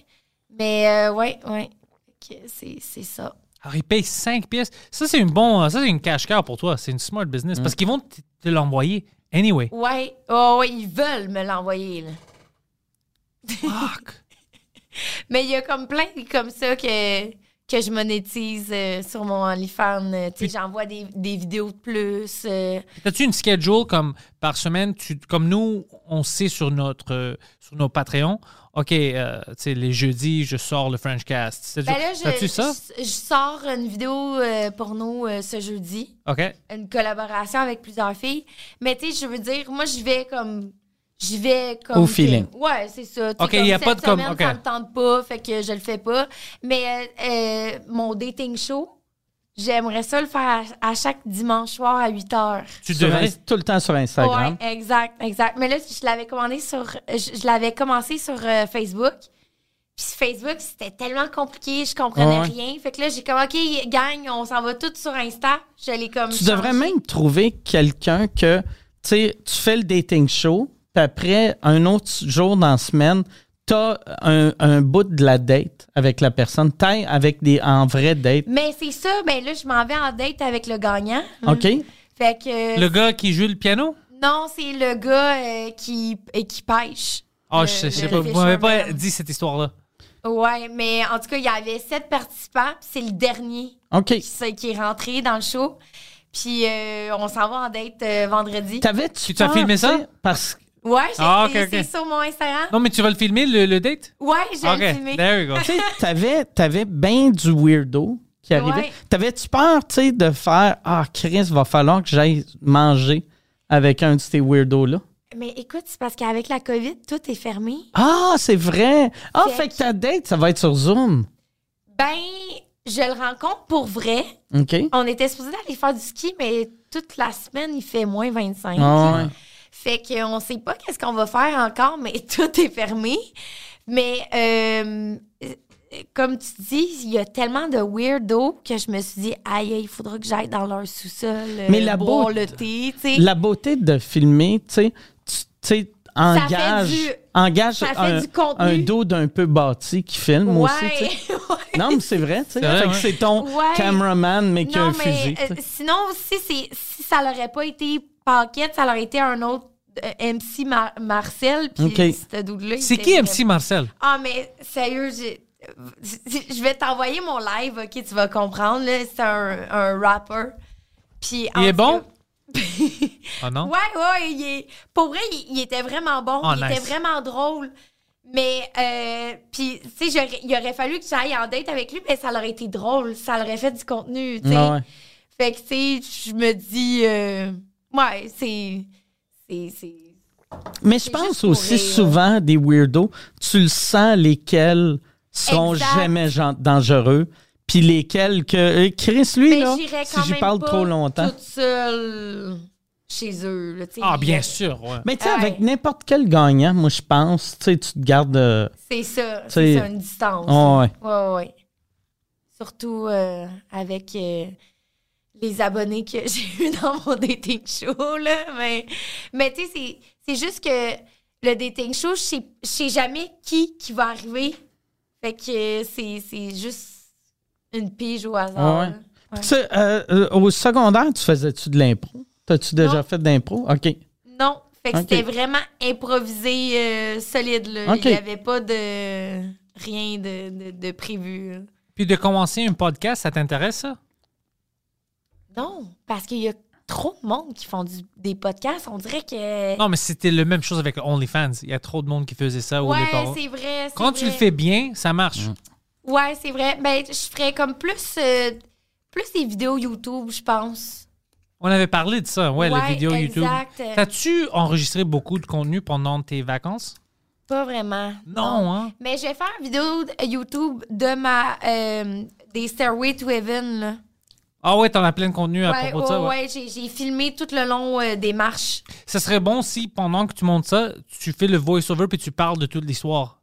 [SPEAKER 4] Mais euh, ouais, ouais. Ok, C'est c'est ça.
[SPEAKER 2] Alors, ils payent 5 pièces. Ça, c'est une bon, ça, c'est une cash cow pour toi. C'est une smart business. Parce qu'ils vont te te l'envoyer anyway.
[SPEAKER 4] Ouais. Oh, ouais, ils veulent me l'envoyer, là.
[SPEAKER 2] Fuck.
[SPEAKER 4] Mais il y a comme plein comme ça que, que je monétise euh, sur mon OnlyFans. euh, Tu sais, j'envoie des, des vidéos de plus. euh,
[SPEAKER 2] T'as-tu une schedule comme par semaine? Tu, comme nous, on sait sur notre euh, sur nos Patreons, OK, euh, tu sais, les jeudis, je sors le French Cast.
[SPEAKER 4] Ben là, je,
[SPEAKER 2] T'as-tu ça?
[SPEAKER 4] je, je sors une vidéo euh, porno euh, ce jeudi.
[SPEAKER 2] OK.
[SPEAKER 4] une collaboration avec plusieurs filles. Mais tu sais, je veux dire, moi, je vais comme. Je vais comme.
[SPEAKER 3] Au
[SPEAKER 4] que-
[SPEAKER 3] feeling.
[SPEAKER 4] Ouais, c'est ça. Tu sais,
[SPEAKER 2] Ok, il y a
[SPEAKER 4] cette
[SPEAKER 2] pas de comme-
[SPEAKER 4] semaine,
[SPEAKER 2] ok.
[SPEAKER 4] Ça me tente pas, fait que je le fais pas. Mais euh, euh, mon dating show, j'aimerais ça le faire à, à chaque dimanche soir à 8 h.
[SPEAKER 2] Tu
[SPEAKER 3] Sur
[SPEAKER 2] devrais.
[SPEAKER 3] Inst- tout le temps sur Instagram.
[SPEAKER 4] Ouais, exact, exact. Mais là, je l'avais commandé sur. Je, je l'avais commencé sur euh, Facebook. Puis Facebook, c'était tellement compliqué, je comprenais
[SPEAKER 3] Ouais.
[SPEAKER 4] rien. Fait que là, j'ai comme, OK, gang, on s'en va toutes sur Insta. Je l'ai comme.
[SPEAKER 3] Tu devrais
[SPEAKER 4] changé.
[SPEAKER 3] même trouver quelqu'un que, tu sais, tu fais le dating show, puis après, un autre jour dans la semaine, t'as un, un bout de la date avec la personne, t'es avec des, en vraie date,
[SPEAKER 4] Mais c'est ça, ben là, je m'en vais en date avec le gagnant.
[SPEAKER 3] OK?
[SPEAKER 4] Fait que.
[SPEAKER 2] Le gars qui joue le piano?
[SPEAKER 4] Non, c'est le gars euh, qui, et qui pêche.
[SPEAKER 2] Ah,
[SPEAKER 4] Le-
[SPEAKER 2] je sais, je sais
[SPEAKER 4] le
[SPEAKER 2] pas. Vous m'avez pas
[SPEAKER 4] fisherman.
[SPEAKER 2] dit cette histoire-là.
[SPEAKER 4] Ouais, mais en tout cas, il y avait sept participants, puis c'est le dernier
[SPEAKER 3] OK.
[SPEAKER 4] qui, s'est- qui est rentré dans le show. Puis euh, on s'en va en date euh, vendredi.
[SPEAKER 3] T'avais-tu
[SPEAKER 2] Tu as
[SPEAKER 3] peur,
[SPEAKER 2] filmé
[SPEAKER 3] tu sais,
[SPEAKER 2] ça?
[SPEAKER 3] Parce que,
[SPEAKER 4] Ouais, j'ai-
[SPEAKER 2] Ah, ok,
[SPEAKER 4] c'est
[SPEAKER 2] ok.
[SPEAKER 4] c'est sur mon Instagram.
[SPEAKER 2] Non, mais tu vas le filmer, le, le date? Ah,
[SPEAKER 4] Ouais, j'ai
[SPEAKER 2] OK.
[SPEAKER 4] filmé.
[SPEAKER 2] There you go.
[SPEAKER 3] tu sais, t'avais, t'avais bien du weirdo qui arrivait.
[SPEAKER 4] Ouais.
[SPEAKER 3] T'avais-tu peur, tu sais, de faire Ah, Chris, va falloir que j'aille manger avec un de ces weirdos-là?
[SPEAKER 4] Mais écoute, c'est parce qu'avec la COVID, tout est fermé.
[SPEAKER 3] Ah, c'est vrai! Ah,
[SPEAKER 4] Fait
[SPEAKER 3] fait que ta date, ça va être sur Zoom.
[SPEAKER 4] Ben, je le rencontre pour vrai.
[SPEAKER 3] OK?
[SPEAKER 4] On était supposé aller faire du ski, mais toute la semaine, il fait moins 25.
[SPEAKER 3] Ah ouais.
[SPEAKER 4] Fait qu'on ne sait pas qu'est-ce qu'on va faire encore, mais tout est fermé. Mais euh, euh, comme tu dis, il y a tellement de weirdos que je me suis dit, aïe, aïe, il faudra que j'aille dans leur sous-sol euh,
[SPEAKER 3] Mais la
[SPEAKER 4] boire
[SPEAKER 3] beauté-
[SPEAKER 4] le thé, tu sais.
[SPEAKER 3] La beauté de filmer, tu sais, tu tu sais, engage,
[SPEAKER 4] du-
[SPEAKER 3] engage
[SPEAKER 4] ça fait
[SPEAKER 3] un,
[SPEAKER 4] du contenu.
[SPEAKER 3] un dos d'un peu bâti qui filme
[SPEAKER 4] ouais,
[SPEAKER 3] aussi, tu sais.
[SPEAKER 4] ouais.
[SPEAKER 3] Non, mais c'est vrai, tu sais.
[SPEAKER 2] vrai,
[SPEAKER 3] Fait que
[SPEAKER 2] ouais.
[SPEAKER 3] c'est ton
[SPEAKER 4] Ouais.
[SPEAKER 3] cameraman, mais qui a
[SPEAKER 4] Non,
[SPEAKER 3] un
[SPEAKER 4] mais
[SPEAKER 3] fusil. tu
[SPEAKER 4] euh,
[SPEAKER 3] sais.
[SPEAKER 4] sinon, si, c'est- si ça n'aurait pas été Paquette, ça aurait été un autre euh, MC Mar- Marcel. Puis
[SPEAKER 3] Ok.
[SPEAKER 4] ce dude-là, il
[SPEAKER 2] C'est
[SPEAKER 4] était
[SPEAKER 2] qui
[SPEAKER 4] vraiment-
[SPEAKER 2] MC Marcel?
[SPEAKER 4] Ah, mais sérieux, j'ai- je vais t'envoyer mon live, OK? Tu vas comprendre. là. C'est un, un rapper. Puis, en
[SPEAKER 2] est
[SPEAKER 4] tout
[SPEAKER 2] bon?
[SPEAKER 4] cas-
[SPEAKER 2] Ah
[SPEAKER 4] ouais,
[SPEAKER 2] non?
[SPEAKER 4] ouais. Il est... Pour vrai, il, il était vraiment bon.
[SPEAKER 2] Oh,
[SPEAKER 4] il
[SPEAKER 2] nice.
[SPEAKER 4] était vraiment drôle. Mais, euh, puis, tu sais, j'aurais- il aurait fallu que j'aille en date avec lui, mais ça aurait été drôle. Ça aurait fait du contenu, tu sais.
[SPEAKER 3] Ah ouais.
[SPEAKER 4] Fait que, tu sais, je me dis, euh, ouais, c'est. c'est- c'est-
[SPEAKER 3] Mais je
[SPEAKER 4] C'est juste
[SPEAKER 3] pense
[SPEAKER 4] pour
[SPEAKER 3] aussi
[SPEAKER 4] rire.
[SPEAKER 3] souvent des weirdos, tu le sens lesquels sont
[SPEAKER 4] Exact.
[SPEAKER 3] jamais gen- dangereux, puis lesquels que euh, Chris lui
[SPEAKER 4] Mais
[SPEAKER 3] là,
[SPEAKER 4] Ben, j'irais
[SPEAKER 3] si
[SPEAKER 4] quand
[SPEAKER 3] j'y
[SPEAKER 4] même
[SPEAKER 3] parle
[SPEAKER 4] pas
[SPEAKER 3] trop longtemps.
[SPEAKER 4] toute seule chez eux, là, tu sais.
[SPEAKER 2] Ah, bien sûr, ouais.
[SPEAKER 3] Mais tu sais
[SPEAKER 4] Ouais.
[SPEAKER 3] avec n'importe quel gagnant, moi je pense, tu sais tu te gardes euh,
[SPEAKER 4] C'est ça,
[SPEAKER 3] sais.
[SPEAKER 4] c'est ça, une distance.
[SPEAKER 3] Ah ouais.
[SPEAKER 4] ouais, ouais. Surtout euh, avec euh, les abonnés que j'ai eu dans mon dating show, là. Mais, mais tu sais, c'est- c'est juste que le dating show, je sais- je sais jamais qui, qui va arriver. Fait que euh, c'est c'est juste une pige au hasard.
[SPEAKER 3] Ouais.
[SPEAKER 4] là. Ouais.
[SPEAKER 3] Tu sais, euh, euh, au secondaire, tu faisais-tu de l'impro T'as-tu déjà
[SPEAKER 4] Non.
[SPEAKER 3] fait de l'impro OK.
[SPEAKER 4] Non, fait que
[SPEAKER 3] Ok.
[SPEAKER 4] c'était vraiment improvisé, euh, solide, là.
[SPEAKER 3] Ok.
[SPEAKER 4] Il n'y avait pas de rien de, de- de prévu. là.
[SPEAKER 2] Puis de commencer un podcast, ça t'intéresse, ça?
[SPEAKER 4] Non, parce qu'il y a trop de monde qui font du- des podcasts. On dirait que.
[SPEAKER 2] Non, mais c'était la même chose avec le OnlyFans. Il y a trop de monde qui faisait ça au
[SPEAKER 4] ouais,
[SPEAKER 2] départ.
[SPEAKER 4] c'est vrai. c'est
[SPEAKER 2] Quand tu le
[SPEAKER 4] vrai.
[SPEAKER 2] fais bien, ça marche.
[SPEAKER 4] Ouais, c'est vrai. Ben, je ferais comme plus, euh, plus des vidéos YouTube, je pense.
[SPEAKER 2] On avait parlé de ça, ouais, les
[SPEAKER 4] Ouais,
[SPEAKER 2] vidéos
[SPEAKER 4] exact.
[SPEAKER 2] YouTube. T'as-tu enregistré beaucoup de contenu pendant tes vacances?
[SPEAKER 4] Pas vraiment.
[SPEAKER 2] Non, hein?
[SPEAKER 4] Mais je vais faire une vidéo de- YouTube de ma. euh, des Stairway to Heaven, là.
[SPEAKER 2] Ah ouais, t'en as plein de contenu à
[SPEAKER 4] ouais,
[SPEAKER 2] propos de ça.
[SPEAKER 4] ouais,
[SPEAKER 2] ouais.
[SPEAKER 4] ouais, j'ai- j'ai filmé tout le long euh, des marches.
[SPEAKER 2] Ça serait bon si, pendant que tu montes ça, tu fais le voice-over puis tu parles de toute l'histoire.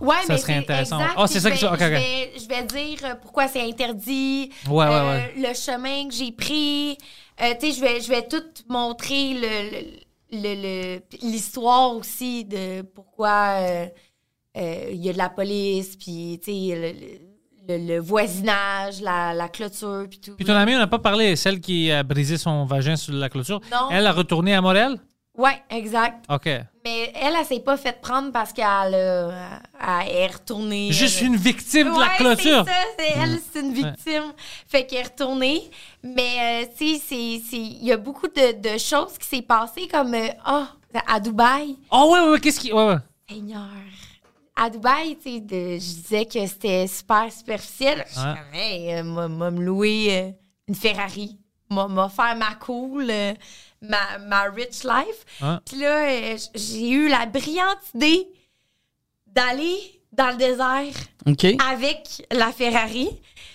[SPEAKER 4] Ouais,
[SPEAKER 2] Ça
[SPEAKER 4] mais
[SPEAKER 2] serait
[SPEAKER 4] c'est
[SPEAKER 2] intéressant.
[SPEAKER 4] exact,
[SPEAKER 2] Ah, c'est
[SPEAKER 4] puis
[SPEAKER 2] ça que
[SPEAKER 4] je
[SPEAKER 2] tu-
[SPEAKER 4] vais-
[SPEAKER 2] ok, ok.
[SPEAKER 4] Je vais, je vais dire euh, pourquoi c'est interdit.
[SPEAKER 2] Ouais, ouais,
[SPEAKER 4] euh,
[SPEAKER 2] ouais.
[SPEAKER 4] Le chemin que j'ai pris. Euh, tu sais, je vais, je vais tout montrer le- le- le- le- puis l'histoire aussi de pourquoi euh, euh, il y a de la police, puis tu sais, le, le- le- le voisinage, la, la clôture, puis tout.
[SPEAKER 2] Puis ton amie, on n'a pas parlé, celle qui a brisé son vagin sur la clôture.
[SPEAKER 4] Non.
[SPEAKER 2] Elle a retourné à Montréal?
[SPEAKER 4] Ouais, exact.
[SPEAKER 2] OK.
[SPEAKER 4] Mais elle, elle s'est pas faite prendre parce qu'elle a- elle est retournée.
[SPEAKER 2] Je suis une victime de la
[SPEAKER 4] Ouais,
[SPEAKER 2] clôture.
[SPEAKER 4] C'est ça, c'est elle, c'est une victime. Fait qu'elle est retournée. Mais, euh, tu sais, c'est- c'est- il y a beaucoup de, de choses qui s'est passées, comme, euh, ah, à Dubaï,
[SPEAKER 2] Oh ouais, ouais, ouais, qu'est-ce qui. Ouais, ouais.
[SPEAKER 4] Seigneur. À Dubaï, tu sais, de- je disais que c'était super superficiel. Je suis
[SPEAKER 2] Ouais.
[SPEAKER 4] comme, hey, euh, m'a- m'a me louer euh, une Ferrari. M'a m'a faire ma cool, euh, ma, ma rich life.
[SPEAKER 2] Ouais.
[SPEAKER 4] Puis là, euh, j- j'ai eu la brillante idée d'aller dans le désert
[SPEAKER 3] OK.
[SPEAKER 4] Ah. avec la Ferrari.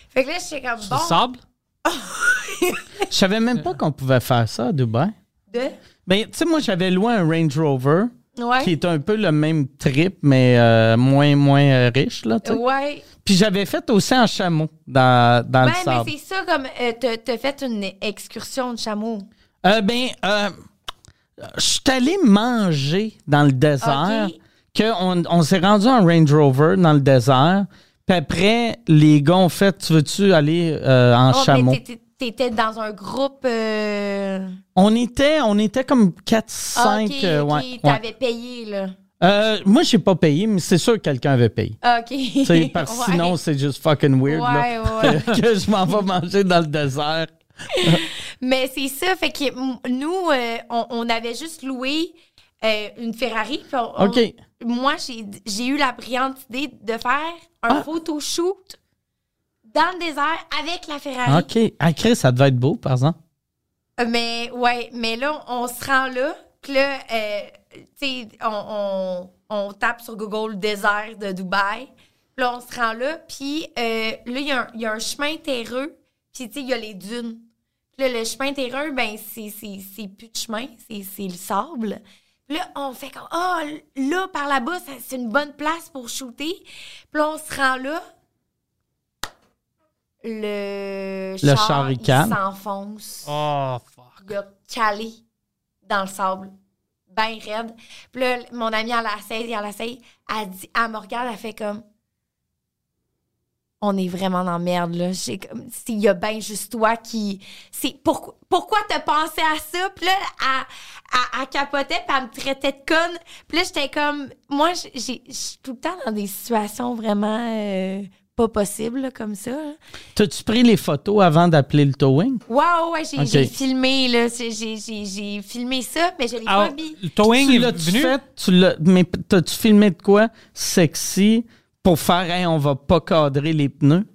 [SPEAKER 4] Fait que là, j'étais comme
[SPEAKER 2] Le
[SPEAKER 4] bon.
[SPEAKER 2] sable?
[SPEAKER 3] Je savais même pas qu'on pouvait faire ça à Dubaï.
[SPEAKER 4] De...
[SPEAKER 3] Ben, tu sais, moi, j'avais loué un Range Rover
[SPEAKER 4] Ouais.
[SPEAKER 3] qui est un peu le même trip, mais euh, moins, moins euh, riche, là, tu sais.
[SPEAKER 4] Ouais.
[SPEAKER 3] Puis j'avais fait aussi en chameau dans, dans
[SPEAKER 4] Ouais,
[SPEAKER 3] le
[SPEAKER 4] Ben, mais
[SPEAKER 3] sable.
[SPEAKER 4] c'est ça, comme euh, t'as t'as fait une excursion de chameau.
[SPEAKER 3] Euh, ben, euh, je suis allé manger dans le désert.
[SPEAKER 4] Ok.
[SPEAKER 3] Que on on s'est rendu en Range Rover dans le désert. Puis après, les gars ont fait Tu veux-tu aller euh, en
[SPEAKER 4] Oh,
[SPEAKER 3] chameau
[SPEAKER 4] mais t'étais- T'étais dans un groupe. Euh...
[SPEAKER 3] On était, on était comme 4,
[SPEAKER 4] ah,
[SPEAKER 3] 5.
[SPEAKER 4] ok,
[SPEAKER 3] euh,
[SPEAKER 4] ok,
[SPEAKER 3] ouais, ouais.
[SPEAKER 4] T'avais payé, là.
[SPEAKER 3] Euh, moi, j'ai pas payé, mais c'est sûr que quelqu'un avait payé.
[SPEAKER 4] Ah, OK.
[SPEAKER 3] Tu sais, parce que sinon, c'est juste fucking weird là,
[SPEAKER 4] Ouais, ouais.
[SPEAKER 3] que je m'en vais manger dans le désert.
[SPEAKER 4] Mais c'est ça, fait que m- nous, euh, on, on avait juste loué euh, une Ferrari. puis on- on-
[SPEAKER 3] OK.
[SPEAKER 4] moi, j'ai j'ai eu la brillante idée de faire un
[SPEAKER 3] Ah.
[SPEAKER 4] photoshoot dans le désert avec la Ferrari.
[SPEAKER 3] OK. Ah, Chris, ça devait être beau, par exemple.
[SPEAKER 4] Mais ouais, mais là, on se rend là. Puis là, euh, tu sais, on, on- on tape sur Google désert de Dubaï. Puis là, on se rend là. Puis euh, là, il y, a un- il y a un chemin terreux. Puis tu sais, il y a les dunes. Puis là, le chemin terreux, ben c'est c'est- c'est plus de chemin, c'est c'est le sable. Puis là, on fait comme, ah, là, par là-bas, ça- c'est une bonne place pour shooter. Puis là, on se rend là. Le,
[SPEAKER 3] Le
[SPEAKER 4] char, il
[SPEAKER 3] charricane.
[SPEAKER 4] s'enfonce
[SPEAKER 2] Oh, fuck.
[SPEAKER 4] il a calé dans le sable, ben raide. Puis là, mon amie, elle l'essaye, elle l'essaye. Elle, dit, elle me regarde, elle fait comme... On est vraiment dans la merde, là. J'ai comme... S'il y a ben juste toi qui... C'est... Pourquoi, pourquoi t'as pensé à ça? Puis là, elle, elle- elle capotait, puis elle me traitait de conne. Puis là, j'étais comme... Moi, j'ai- j'ai- je suis tout le temps dans des situations vraiment... euh, pas possible là, comme ça. là.
[SPEAKER 3] T'as-tu pris les photos avant d'appeler le towing?
[SPEAKER 4] Wow, ouais, j'ai
[SPEAKER 3] Ok.
[SPEAKER 4] j'ai filmé, là. C'est- J'ai j'ai- j'ai filmé ça, mais je l'ai
[SPEAKER 2] Ah,
[SPEAKER 4] pas mis.
[SPEAKER 2] le towing
[SPEAKER 3] tu
[SPEAKER 2] est
[SPEAKER 3] l'as-tu
[SPEAKER 2] venu.
[SPEAKER 3] fait? Tu l'as- mais p- t'as-tu filmé de quoi sexy pour faire hey, on va pas cadrer les pneus?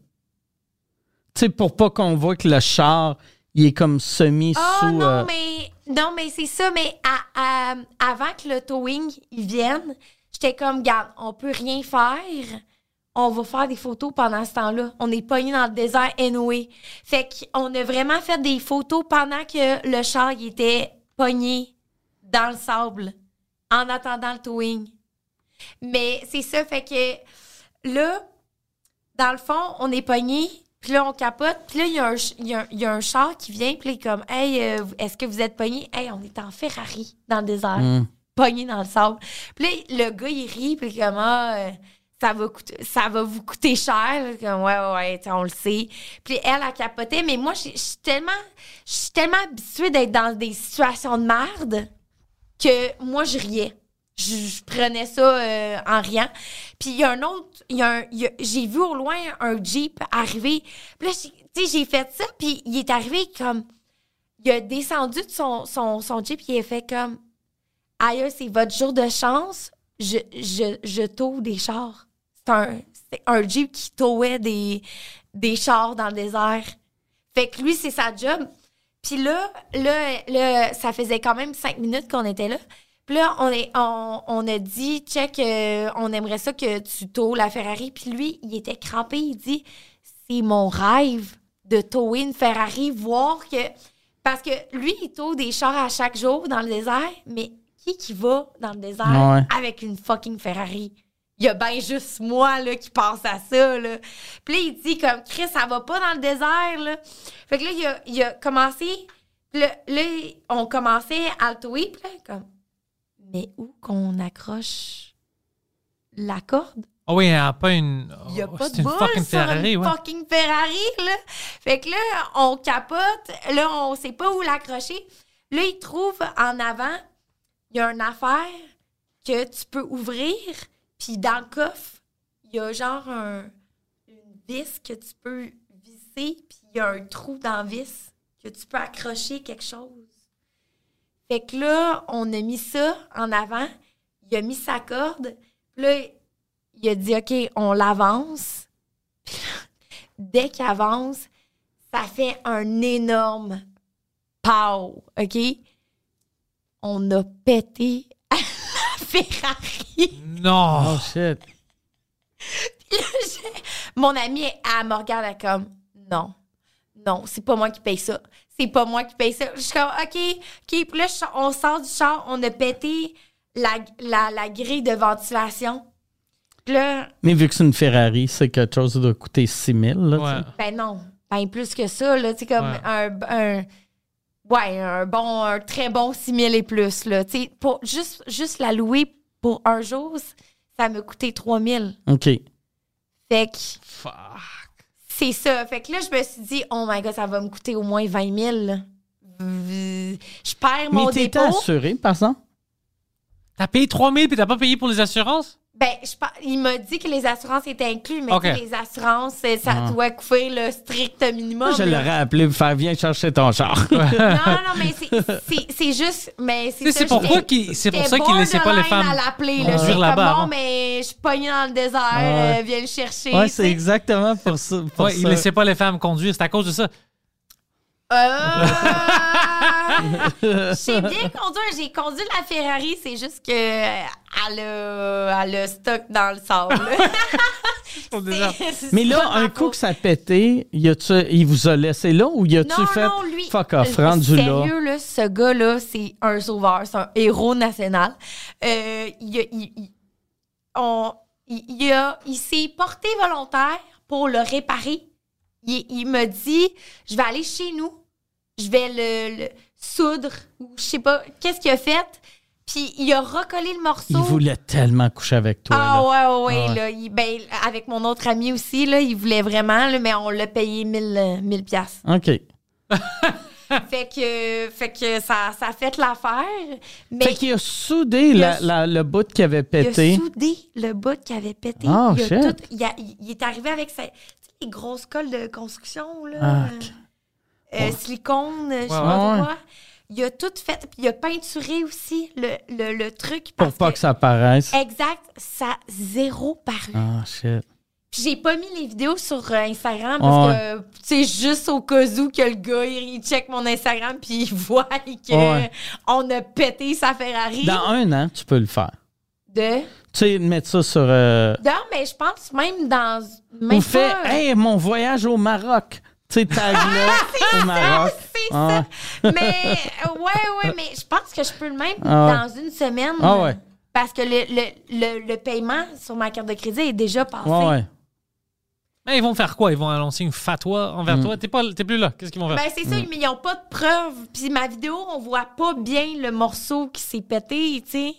[SPEAKER 3] Tu sais, pour pas qu'on voit que le char, il est comme semi
[SPEAKER 4] Oh
[SPEAKER 3] sous.
[SPEAKER 4] non,
[SPEAKER 3] euh,
[SPEAKER 4] mais non, mais c'est ça, mais à- à- avant que le towing il vienne, j'étais comme garde, on peut rien faire. On va faire des photos pendant ce temps-là. On est pogné dans le désert anyway. Fait qu'on a vraiment fait des photos pendant que le char il était pogné dans le sable en attendant le towing. Mais c'est ça, fait que là, dans le fond, on est pogné, puis là, on capote, puis là, il y, a un ch- il y a un- il y a un char qui vient, puis là, il est comme, hey, euh, est-ce que vous êtes pogné? Hey, on est en Ferrari dans le désert, pogné dans le sable. Puis là, le gars, il rit, puis il est comme, ah, euh, ça va, coûter- ça va vous coûter cher. Là, comme, ouais, ouais, ouais, tu sais, on le sait. Puis elle a capoté, mais moi, je je suis tellement, je suis tellement habituée d'être dans des situations de merde que moi, je riais. Je, je prenais ça euh, en riant. Puis il y a un autre, il y a un- il y a- j'ai vu au loin un Jeep arriver. Puis là, j'ai- tu sais, j'ai fait ça, puis il est arrivé comme. Il a descendu de son, son, son Jeep, il a fait comme. Aïe, c'est votre jour de chance, je, je, je tow des chars. C'est un, c'est un Jeep qui towait des, des chars dans le désert. Fait que lui, c'est sa job. Puis là, là, là, ça faisait quand même cinq minutes qu'on était là. Puis là, on, est, on, on a dit, check, euh, on aimerait ça que tu towes la Ferrari. Puis lui, il était crampé. Il dit, c'est mon rêve de tower une Ferrari, voir que. Parce que lui, il tow des chars à chaque jour dans le désert, mais qui qui va dans le désert
[SPEAKER 3] Ouais.
[SPEAKER 4] avec une fucking Ferrari? Il y a ben juste moi là, qui pense à ça. Là. Puis là, il dit comme Chris, ça va pas dans le désert. Là. Fait que là, il a, il a commencé. Puis Là, là, on commençait à le tower, puis là, comme mais où qu'on accroche la corde?
[SPEAKER 2] Ah oui, il n'y a pas une.
[SPEAKER 4] Il n'y a
[SPEAKER 2] oh,
[SPEAKER 4] pas
[SPEAKER 2] c'est
[SPEAKER 4] de
[SPEAKER 2] une
[SPEAKER 4] boule
[SPEAKER 2] fucking
[SPEAKER 4] sur
[SPEAKER 2] Ferrari,
[SPEAKER 4] une
[SPEAKER 2] ouais.
[SPEAKER 4] fucking Ferrari, là. Fait que là, on capote. Là, on sait pas où l'accrocher. Là, il trouve en avant, il y a une affaire que tu peux ouvrir. Puis dans le coffre, il y a genre un, une vis que tu peux visser. Puis il y a un trou dans la vis que tu peux accrocher quelque chose. Fait que là, on a mis ça en avant. Il a mis sa corde. Puis là, il a dit OK, on l'avance. Puis là, dès qu'il avance, ça fait un énorme pow. OK? On a pété à la Ferrari.
[SPEAKER 2] Non!
[SPEAKER 3] Oh shit.
[SPEAKER 4] Puis là, j'ai- Mon amie, elle me regarde, elle est comme non, non, c'est pas moi qui paye ça. C'est pas moi qui paye ça. Je suis comme OK, OK. Puis là, je- on sort du char, on a pété la, la, la grille de ventilation. Puis là,
[SPEAKER 3] Mais vu que c'est une Ferrari, c'est quelque chose qui doit coûter 6 000. là,
[SPEAKER 2] Ouais.
[SPEAKER 3] tu sais.
[SPEAKER 4] Ben non. Ben plus que ça, là, tu sais, comme
[SPEAKER 2] Ouais.
[SPEAKER 4] un, un- Ouais, un bon, un très bon 6 000 et plus, là. Tu sais, pour juste, juste la louer pour un jour, c- ça m'a coûté 3 000.
[SPEAKER 3] OK.
[SPEAKER 4] Fait que. C'est ça. Fait que là, je me suis dit, oh my god, ça va me coûter au moins 20 000. là. Je perds mon
[SPEAKER 3] Mais t'étais
[SPEAKER 4] dépôt.
[SPEAKER 3] assuré, par exemple?
[SPEAKER 2] T'as payé 3000 puis t'as pas payé pour les assurances?
[SPEAKER 4] Ben, je par- il m'a dit que les assurances étaient incluses, mais
[SPEAKER 2] Ok.
[SPEAKER 4] tu sais, les assurances, ça doit couvrir le strict minimum.
[SPEAKER 3] Ah. Moi, je
[SPEAKER 4] là.
[SPEAKER 3] l'aurais appelé pour faire viens chercher ton char.
[SPEAKER 4] Non, non, non, mais c'est- c'est- c'est juste. Mais
[SPEAKER 2] Tu sais,
[SPEAKER 4] c'est
[SPEAKER 2] C'est
[SPEAKER 4] ça,
[SPEAKER 2] pourquoi
[SPEAKER 4] j'étais-
[SPEAKER 2] qu'il- c'est pour
[SPEAKER 4] j'étais
[SPEAKER 2] ça qu'ils laissaient pas les
[SPEAKER 4] borderline
[SPEAKER 2] femmes.
[SPEAKER 4] à l'appeler, là.
[SPEAKER 2] conduire
[SPEAKER 4] J'étais comme,
[SPEAKER 2] là-bas
[SPEAKER 4] Bon,
[SPEAKER 2] avant.
[SPEAKER 4] mais je suis pognée dans le désert,
[SPEAKER 3] Ouais.
[SPEAKER 4] euh, viens le chercher.
[SPEAKER 3] ouais,
[SPEAKER 4] tu
[SPEAKER 3] c'est
[SPEAKER 4] sais.
[SPEAKER 3] exactement pour ça. Pour
[SPEAKER 2] Ouais,
[SPEAKER 3] ça.
[SPEAKER 2] ils ne laissaient pas les femmes conduire, c'est à cause de ça.
[SPEAKER 4] Euh, j'ai bien conduit, j'ai conduit la Ferrari, c'est juste que elle a, elle a stock dans le sable. C'est-
[SPEAKER 3] Mais
[SPEAKER 4] c'est
[SPEAKER 3] là,
[SPEAKER 4] pas
[SPEAKER 3] un
[SPEAKER 4] ma
[SPEAKER 3] coup
[SPEAKER 4] faute.
[SPEAKER 3] que ça a pété, y a-tu- il vous a laissé là ou y a-tu
[SPEAKER 4] non,
[SPEAKER 3] fait
[SPEAKER 4] non, lui, euh,
[SPEAKER 3] fuck off, rendu là?
[SPEAKER 4] sérieux, là, ce gars-là, c'est un sauveur, c'est un héros national. Euh, il, a- il- il- on- il- il a- il s'est porté volontaire pour le réparer. Il, il me dit, je vais aller chez nous, je vais le, le soudre, ou je sais pas, qu'est-ce qu'il a fait. Puis il a recollé le morceau.
[SPEAKER 3] Il voulait tellement coucher avec toi.
[SPEAKER 4] Ah
[SPEAKER 3] là.
[SPEAKER 4] ouais, ouais,
[SPEAKER 3] Ah ouais.
[SPEAKER 4] ouais. Là, il- ben, avec mon autre ami aussi, là, il voulait vraiment, là, mais on l'a payé 1000 euh, 1000 piastres.
[SPEAKER 3] OK.
[SPEAKER 4] fait que, fait que ça, ça a fait l'affaire. Mais
[SPEAKER 3] Fait qu'il a soudé
[SPEAKER 4] Il
[SPEAKER 3] la-
[SPEAKER 4] a-
[SPEAKER 3] la- le bout qui avait
[SPEAKER 4] il a
[SPEAKER 3] pété.
[SPEAKER 4] soudé le bout qui avait pété.
[SPEAKER 3] Oh,
[SPEAKER 4] il, a
[SPEAKER 3] shit.
[SPEAKER 4] tout- il, a- il est arrivé avec sa, tu sais, les grosses colles de construction, là,
[SPEAKER 3] Ah,
[SPEAKER 4] euh,
[SPEAKER 3] ok.
[SPEAKER 4] euh, silicone, je sais
[SPEAKER 3] Ouais,
[SPEAKER 4] pas
[SPEAKER 3] ouais.
[SPEAKER 4] trop quoi. Il a tout fait. Puis il a peinturé aussi le, le, le truc.
[SPEAKER 3] Pour
[SPEAKER 4] parce
[SPEAKER 3] pas que ça paraisse.
[SPEAKER 4] Exact, ça a zéro paru.
[SPEAKER 3] Ah, shit.
[SPEAKER 4] Puis j'ai pas mis les vidéos sur euh, Instagram parce
[SPEAKER 3] Ah Ouais.
[SPEAKER 4] que c'est juste au cas où que le gars il, il check mon Instagram puis il voit que
[SPEAKER 3] Ah Ouais.
[SPEAKER 4] on a pété sa Ferrari.
[SPEAKER 3] Dans un an, tu peux le faire.
[SPEAKER 4] De
[SPEAKER 3] Tu sais, mettre ça sur. euh,
[SPEAKER 4] Non, mais je pense même dans même
[SPEAKER 3] ou fait,
[SPEAKER 4] pas- Ah,
[SPEAKER 3] hey, mon voyage au Maroc. Tu sais, tag là au Maroc.
[SPEAKER 4] C'est
[SPEAKER 3] Ah,
[SPEAKER 4] ça. Mais euh, ouais ouais, mais je pense que je peux le même
[SPEAKER 3] Ah.
[SPEAKER 4] dans une semaine.
[SPEAKER 3] Ah ouais.
[SPEAKER 4] Parce que le, le, le, le paiement sur ma carte de crédit est déjà passé.
[SPEAKER 3] Ah Ouais, ouais.
[SPEAKER 2] Mais ils vont faire quoi? Ils vont annoncer une fatwa
[SPEAKER 3] Mm.
[SPEAKER 2] envers toi? T'es, pas, t'es plus là. Qu'est-ce qu'ils vont faire?
[SPEAKER 4] Ben, c'est ça, mais ils n'ont pas de preuves. Puis ma vidéo, on voit pas bien le morceau qui s'est pété, tu sais.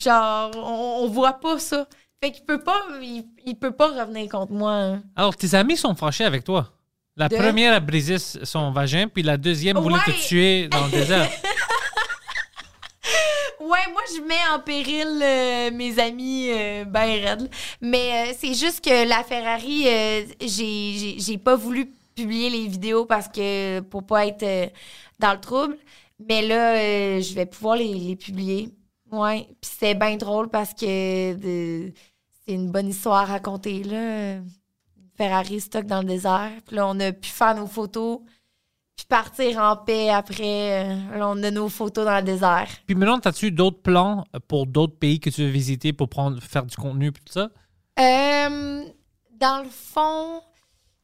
[SPEAKER 4] Genre, on, on voit pas ça. Fait qu'il peut pas, il, il peut pas revenir contre moi. hein.
[SPEAKER 2] Alors, tes amis sont fâchés avec toi. La
[SPEAKER 4] De-
[SPEAKER 2] première a brisé s- son vagin, puis la deuxième voulait
[SPEAKER 4] Ouais.
[SPEAKER 2] te tuer dans le désert.
[SPEAKER 4] Ouais, moi, je mets en péril euh, mes amis euh, ben raides. Mais euh, c'est juste que la Ferrari, euh, j'ai- j'ai j'ai pas voulu publier les vidéos parce que pour pas être euh, dans le trouble. Mais là, euh, je vais pouvoir les, les publier. Ouais. Puis c'est bien drôle parce que de- c'est une bonne histoire à raconter, là. Ferrari stock dans le désert. Puis là, on a pu faire nos photos. Puis partir en paix après. euh, Là, on a nos photos dans le désert.
[SPEAKER 2] Puis maintenant, as-tu d'autres plans pour d'autres pays que tu veux visiter pour prendre, faire du contenu et tout ça?
[SPEAKER 4] Euh, dans le fond,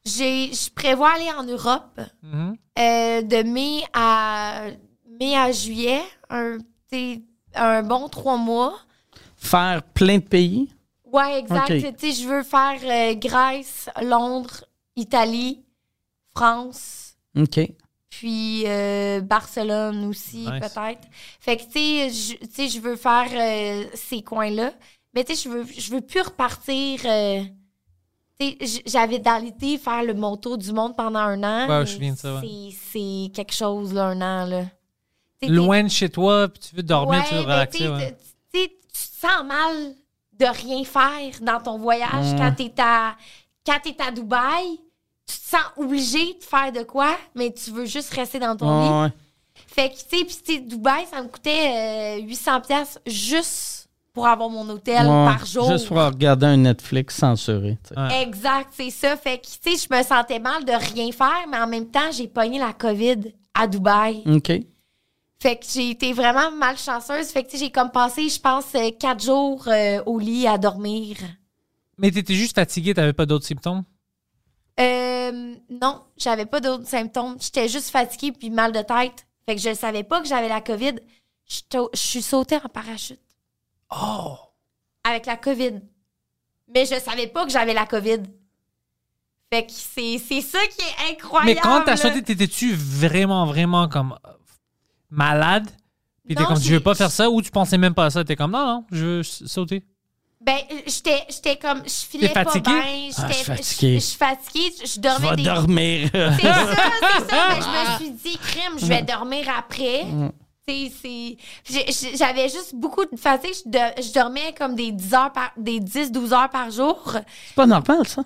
[SPEAKER 4] j'ai, je prévois aller en Europe
[SPEAKER 2] Mhm.
[SPEAKER 4] euh, de mai à mai à juillet, un, t'sais, un bon trois mois.
[SPEAKER 3] Faire plein de pays.
[SPEAKER 4] Ouais, exact.
[SPEAKER 3] Ok.
[SPEAKER 4] Tu sais, je veux faire euh, Grèce, Londres, Italie, France,
[SPEAKER 3] OK.
[SPEAKER 4] puis euh, Barcelone aussi
[SPEAKER 2] Nice.
[SPEAKER 4] peut-être. Fait que tu sais, je- tu sais, je veux faire euh, ces coins-là, mais tu sais, je veux, je veux plus repartir. euh, tu sais, j- j'avais dans l'idée faire le monto du monde pendant un an.
[SPEAKER 2] Ouais,
[SPEAKER 4] mais
[SPEAKER 2] je me souviens de ça, ouais.
[SPEAKER 4] c'est- C'est quelque chose là, un an là. Tu sais, t'es-
[SPEAKER 2] Loin de chez toi, puis tu veux dormir,
[SPEAKER 4] Ouais,
[SPEAKER 2] tu veux
[SPEAKER 4] ben,
[SPEAKER 2] relaxer.
[SPEAKER 4] tu sais,
[SPEAKER 2] ouais.
[SPEAKER 4] tu- tu sais, tu te sens mal de rien faire dans ton voyage quand t'es à quand t'es à Dubaï. Tu te sens obligé de faire de quoi, mais tu veux juste rester dans ton lit.
[SPEAKER 3] Ouais, ouais.
[SPEAKER 4] Fait que, tu sais, puis, tu sais, Dubaï, ça me coûtait euh, 800 pièces juste pour avoir mon hôtel
[SPEAKER 3] Ouais.
[SPEAKER 4] par jour.
[SPEAKER 3] Juste pour regarder un Netflix censuré. tu sais.
[SPEAKER 2] Ouais.
[SPEAKER 4] Exact, c'est ça. Fait que, tu sais, je me sentais mal de rien faire, mais en même temps, j'ai pogné la COVID à Dubaï.
[SPEAKER 3] OK.
[SPEAKER 4] Fait que j'ai été vraiment malchanceuse. Fait que, tu sais, j'ai comme passé, je pense, euh, quatre jours euh, au lit à dormir.
[SPEAKER 2] Mais t'étais juste fatigué, t'avais pas d'autres symptômes?
[SPEAKER 4] Euh, non, j'avais pas d'autres symptômes. J'étais juste fatiguée puis mal de tête. Fait que je savais pas que j'avais la COVID. Je to- je suis sautée en parachute. Oh! Avec la COVID. Mais je savais pas que j'avais la COVID. Fait que c'est c'est ça qui est incroyable.
[SPEAKER 2] Mais quand
[SPEAKER 4] là.
[SPEAKER 2] t'as sauté, t'étais-tu vraiment, vraiment comme euh, malade? Puis t'es
[SPEAKER 4] Non,
[SPEAKER 2] comme, je veux
[SPEAKER 4] j'ai-
[SPEAKER 2] pas faire ça, ou tu pensais même pas à ça? T'es comme, non, non, je veux s- sauter.
[SPEAKER 4] Ben, euh, j'étais j'étais comme, je filais
[SPEAKER 2] T'es
[SPEAKER 4] pas
[SPEAKER 2] fatiguée?
[SPEAKER 4] bien.
[SPEAKER 3] Ah, je suis
[SPEAKER 4] j'étais-
[SPEAKER 3] fatiguée.
[SPEAKER 4] Je je suis fatiguée. Je je
[SPEAKER 3] Je
[SPEAKER 4] dormais
[SPEAKER 3] vais
[SPEAKER 4] des
[SPEAKER 3] dormir.
[SPEAKER 4] C'est ça, c'est ça. Mais je me suis dit, crime, je vais dormir après.
[SPEAKER 3] Mm.
[SPEAKER 4] Tu sais, c'est- j'ai- j'ai- J'avais juste beaucoup de fatigue. Je, do- je dormais comme des 10 heures par des 10, 12 heures par jour.
[SPEAKER 3] C'est pas normal, ça.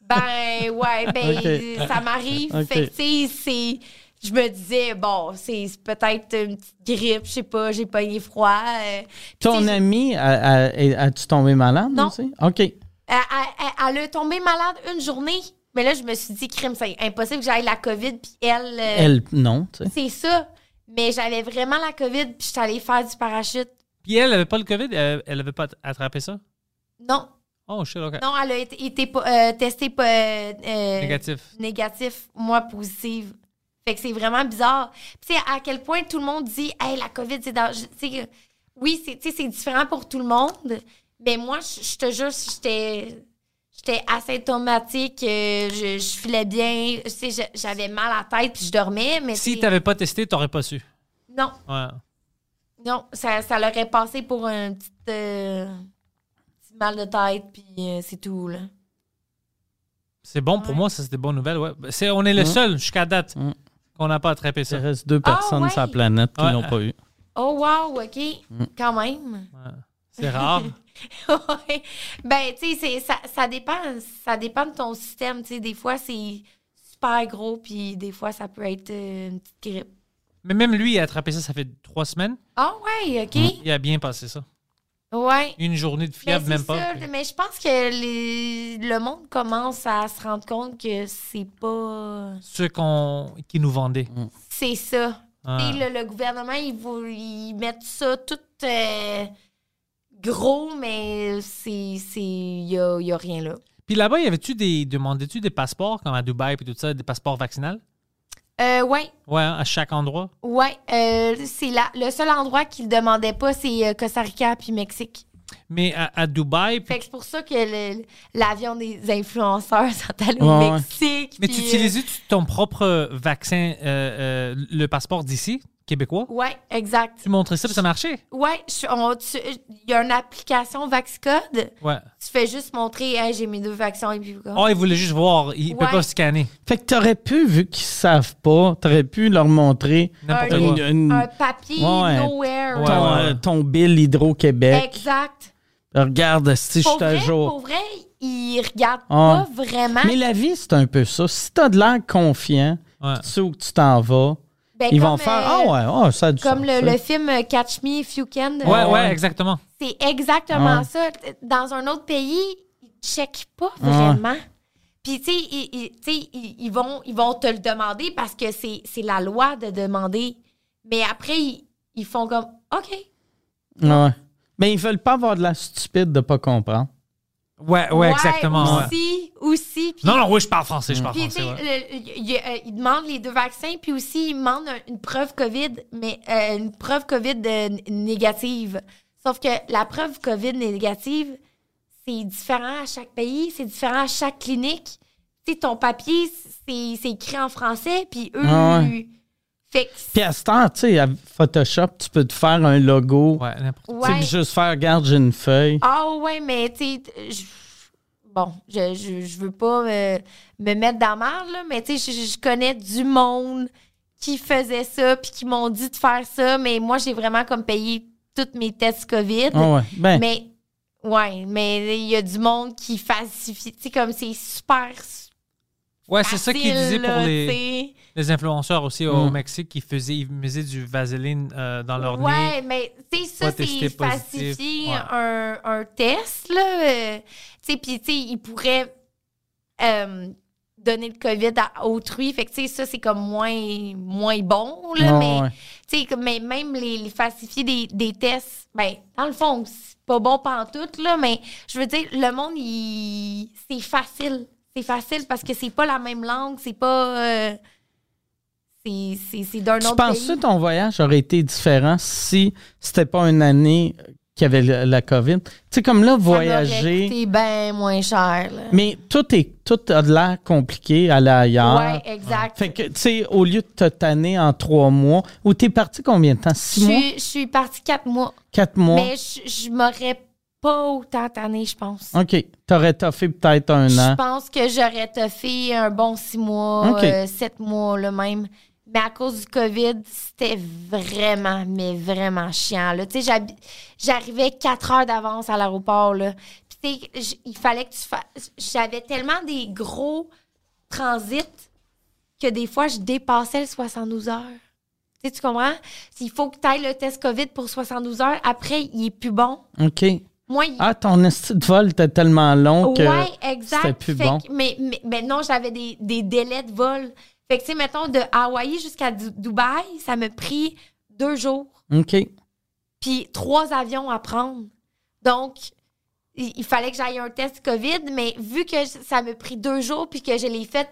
[SPEAKER 4] Ben ouais, ben
[SPEAKER 3] Ok.
[SPEAKER 4] ça m'arrive.
[SPEAKER 3] Ok.
[SPEAKER 4] Fait que tu sais, c'est. Je me disais, bon, c'est c'est peut-être une petite grippe, je sais pas, j'ai pogné froid. euh. Puis tu
[SPEAKER 3] Ton
[SPEAKER 4] sais,
[SPEAKER 3] ami, a- a- as-tu tombé malade?
[SPEAKER 4] Non. Euh.
[SPEAKER 3] aussi? OK.
[SPEAKER 4] Elle, elle- elle- elle a tombé malade une journée. Mais là, je me suis dit, crime, c'est impossible que j'aille la COVID, puis elle. euh,
[SPEAKER 3] Elle, non, tu sais.
[SPEAKER 4] C'est ça. Mais j'avais vraiment la COVID, puis je suis allée faire du parachute.
[SPEAKER 2] Puis elle avait pas le COVID, elle, elle avait pas attrapé ça?
[SPEAKER 4] Non,
[SPEAKER 2] Oh, shit, OK.
[SPEAKER 4] non, elle a été, été po- euh, testée po- euh, euh,
[SPEAKER 2] Négatif.
[SPEAKER 4] négatif, moi positive. Fait que c'est vraiment bizarre. Puis Tu sais, à quel point tout le monde dit, hey, la COVID, c'est dans. je- tu sais, euh, Oui, c'est tu sais, c'est différent pour tout le monde, mais moi, je je te jure, j'étais. J'étais asymptomatique, euh, je, je filais bien, tu sais, je- j'avais mal à la tête puis je dormais, mais tu
[SPEAKER 2] Si
[SPEAKER 4] sais,
[SPEAKER 2] t'avais pas testé, t'aurais pas su.
[SPEAKER 4] non,
[SPEAKER 2] Ouais.
[SPEAKER 4] Non, ça, ça leur est passé pour un petit, euh, petit mal de tête, puis euh, c'est tout. Là.
[SPEAKER 2] Ben, C'est bon pour moi, ça c'est des bonnes nouvelles. Ouais. C'est, on est le seul jusqu'à date. qu'on n'a pas attrapé ça.
[SPEAKER 3] Il reste deux personnes
[SPEAKER 4] Ah, ouais.
[SPEAKER 3] sur la planète qui
[SPEAKER 2] Ouais.
[SPEAKER 3] l'ont pas eu.
[SPEAKER 4] Oh wow, OK.
[SPEAKER 2] Mm.
[SPEAKER 4] Quand même.
[SPEAKER 2] C'est rare.
[SPEAKER 4] Ouais. ben, tu sais, c'est- ça, ça dépend. Ça dépend de ton système. Tu sais, des fois, c'est super gros, puis des fois, ça peut être euh, une petite grippe.
[SPEAKER 2] Mais même lui, il a attrapé ça, ça fait trois semaines.
[SPEAKER 4] Ah ouais, OK.
[SPEAKER 2] Il a bien passé ça.
[SPEAKER 4] Ouais.
[SPEAKER 2] Une journée de
[SPEAKER 4] Mais
[SPEAKER 2] fièvre,
[SPEAKER 4] c'est
[SPEAKER 2] même pas.
[SPEAKER 4] ça, mais je pense que les- le monde commence à se rendre compte que c'est pas...
[SPEAKER 2] Ceux qu'on- qui nous vendaient.
[SPEAKER 4] C'est ça.
[SPEAKER 2] Ah.
[SPEAKER 4] Tu sais, Le, le gouvernement, ils, vou- ils mettent ça tout euh, gros, mais c'est... Il n'y a, y a rien là.
[SPEAKER 2] Puis là-bas, y avait-tu des. Demandais-tu des passeports, comme à Dubaï et tout ça, des passeports vaccinales?
[SPEAKER 4] Euh, ouais,
[SPEAKER 2] Ouais, hein, à chaque endroit.
[SPEAKER 4] ouais. euh, c'est là. Le seul endroit qu'ils ne demandaient pas, c'est euh, Costa Rica puis Mexique.
[SPEAKER 2] Mais à, à Dubaï. puis-
[SPEAKER 4] Fait que c'est pour ça que le- l'avion des influenceurs sont allés
[SPEAKER 3] Ouais,
[SPEAKER 4] au
[SPEAKER 3] ouais.
[SPEAKER 4] Mexique.
[SPEAKER 2] mais
[SPEAKER 4] puis,
[SPEAKER 2] tu utilisais ton propre vaccin, euh, euh, le passeport d'ici, québécois?
[SPEAKER 4] euh, Ouais, exact.
[SPEAKER 2] Tu montrais ça, puis ça marchait?
[SPEAKER 4] Ouais, je- on- tu- il y a une application VaxCode.
[SPEAKER 2] Ouais.
[SPEAKER 4] Tu fais juste montrer, Hey, j'ai mes deux vaccins et puis
[SPEAKER 2] Oh, il voulait juste voir. Il ne peut
[SPEAKER 4] Ah. Ouais.
[SPEAKER 2] pas scanner.
[SPEAKER 3] Fait que t'aurais pu, vu qu'ils savent pas, t'aurais pu leur montrer
[SPEAKER 2] N'importe
[SPEAKER 4] Un-
[SPEAKER 2] quoi.
[SPEAKER 3] une- une-
[SPEAKER 4] un papier
[SPEAKER 3] Ouais.
[SPEAKER 4] nowhere.
[SPEAKER 2] Ouais.
[SPEAKER 3] ton, euh, ton bill Hydro-Québec.
[SPEAKER 4] Exact.
[SPEAKER 3] Regarde, si je
[SPEAKER 4] Pour
[SPEAKER 3] suis à
[SPEAKER 4] vrai,
[SPEAKER 3] jour.
[SPEAKER 4] pour vrai, ils regardent
[SPEAKER 3] Ah.
[SPEAKER 4] pas vraiment.
[SPEAKER 3] Mais la vie, c'est un peu ça. Si t'as de l'air confiant,
[SPEAKER 2] Ouais.
[SPEAKER 3] tu sais où que tu t'en vas,
[SPEAKER 4] Ben,
[SPEAKER 3] ils
[SPEAKER 4] comme,
[SPEAKER 3] vont faire
[SPEAKER 4] euh,
[SPEAKER 3] Ah ouais, ah, ça a du
[SPEAKER 4] Comme
[SPEAKER 3] sens,
[SPEAKER 4] le, le
[SPEAKER 3] ça.
[SPEAKER 4] film euh, Catch Me If You Can. de-
[SPEAKER 2] Ouais, ouais, exactement.
[SPEAKER 4] C'est exactement
[SPEAKER 3] Ah.
[SPEAKER 4] ça. Dans un autre pays, ils ne checkent pas
[SPEAKER 3] Ah.
[SPEAKER 4] vraiment. Puis, tu sais, ils, ils- tu sais, ils- ils vont, ils vont te le demander parce que c'est c'est la loi de demander. Mais après, ils, ils font comme OK.
[SPEAKER 3] Ouais. Mais ils veulent pas avoir de l'air stupide de pas comprendre.
[SPEAKER 2] Ouais, ouais, exactement. ouais.
[SPEAKER 4] Aussi, aussi. Puis,
[SPEAKER 2] Non, non, oui, je parle français, je parle
[SPEAKER 4] puis, tu
[SPEAKER 2] français.
[SPEAKER 4] sais,
[SPEAKER 2] ouais.
[SPEAKER 4] le- il- il- euh, ils demandent les deux vaccins, puis aussi, ils demandent un- une preuve COVID, mais euh, une preuve COVID euh, n- négative. Sauf que la preuve COVID négative, c'est différent à chaque pays, c'est différent à chaque clinique. Tu sais, ton papier, c'est c'est écrit en français, puis eux.
[SPEAKER 3] Ah ouais.
[SPEAKER 4] Fait que c'est-
[SPEAKER 3] Puis à ce temps, tu sais, à Photoshop, tu peux te faire un logo.
[SPEAKER 2] Ouais, n'importe quoi.
[SPEAKER 3] Tu sais,
[SPEAKER 4] ouais.
[SPEAKER 3] puis juste faire Regarde, j'ai une feuille.
[SPEAKER 4] Ah ouais, mais tu sais, t- je- bon, je, je, je veux pas euh, me, mettre dans la merde, là, mais tu sais, je, je connais du monde qui faisait ça, puis qui m'ont dit de faire ça, mais moi, j'ai vraiment comme payé tous mes tests COVID.
[SPEAKER 3] Ah ouais. Ben,
[SPEAKER 4] Mais, ouais, mais il y a du monde qui falsifie, tu sais, comme c'est super
[SPEAKER 2] Ouais, c'est ça qu'il
[SPEAKER 4] facile,
[SPEAKER 2] disait pour
[SPEAKER 4] là,
[SPEAKER 2] les.
[SPEAKER 4] tu sais.
[SPEAKER 2] Les influenceurs aussi au
[SPEAKER 3] Mm.
[SPEAKER 2] Mexique qui faisaient, ils misaient du vaseline euh, dans leur nez.
[SPEAKER 4] Ouais, mais tu sais, ça,
[SPEAKER 2] Pas testé
[SPEAKER 4] c'est
[SPEAKER 2] positif,
[SPEAKER 4] falsifier
[SPEAKER 2] ouais.
[SPEAKER 4] un, un test, là. euh, tu sais, puis tu sais, il pourrait euh, donner le COVID à autrui. Fait que, tu sais, ça, c'est comme moins, moins bon, là.
[SPEAKER 3] Ouais,
[SPEAKER 4] mais,
[SPEAKER 3] ouais.
[SPEAKER 4] tu sais, comme- mais même les, les falsifier des, des tests, ben, dans le fond, c'est pas bon pantoute, là. Mais je veux dire, le monde, il, c'est facile. C'est facile parce que c'est pas la même langue, c'est pas. euh, c'est- c'est c'est d'un
[SPEAKER 3] Tu
[SPEAKER 4] autre
[SPEAKER 3] penses
[SPEAKER 4] pays.
[SPEAKER 3] que ton voyage aurait été différent si c'était pas une année qu'il y avait le- la COVID? Tu sais, comme là,
[SPEAKER 4] Ah,
[SPEAKER 3] voyager,
[SPEAKER 4] C'est bien moins cher. Là.
[SPEAKER 3] mais tout, est, tout a de l'air compliqué à l'ailleurs.
[SPEAKER 4] ouais, exact.
[SPEAKER 3] Ah. Fait que, tu sais, au lieu de te tanner en trois mois, ou t'es parti combien de temps?
[SPEAKER 4] je,
[SPEAKER 3] Six mois?
[SPEAKER 4] suis, je suis partie quatre mois,
[SPEAKER 3] Quatre mois?
[SPEAKER 4] mais je, je m'aurais pas autant tanné, je pense.
[SPEAKER 3] OK. T'aurais toffé peut-être un
[SPEAKER 4] Je
[SPEAKER 3] an.
[SPEAKER 4] pense que j'aurais toffé un bon six mois,
[SPEAKER 3] Hein? Ok.
[SPEAKER 4] euh, sept mois, le même. Mais à cause du COVID, c'était vraiment, mais vraiment chiant. là. Tu sais, j'habi- j'arrivais quatre heures d'avance à l'aéroport. là. Puis, tu sais, j- il fallait que tu fasses. J'avais tellement des gros transits que des fois, je dépassais le 72 heures. Tu sais, tu comprends? Il faut que tu ailles le test COVID pour 72 heures. Après, il est plus bon.
[SPEAKER 3] OK.
[SPEAKER 4] Moi, il
[SPEAKER 3] Ah, ton esti de vol était tellement long que
[SPEAKER 4] ouais, exact.
[SPEAKER 3] c'était plus
[SPEAKER 4] Fait
[SPEAKER 3] bon.
[SPEAKER 4] que- mais, mais, mais non, j'avais des, des délais de vol. Fait que, tu sais, mettons, de Hawaï jusqu'à Du- Dubaï, ça me pris deux jours,
[SPEAKER 3] OK.
[SPEAKER 4] puis trois avions à prendre. Donc, il, il fallait que j'aille un test COVID, mais vu que j- ça me pris deux jours, puis que je l'ai fait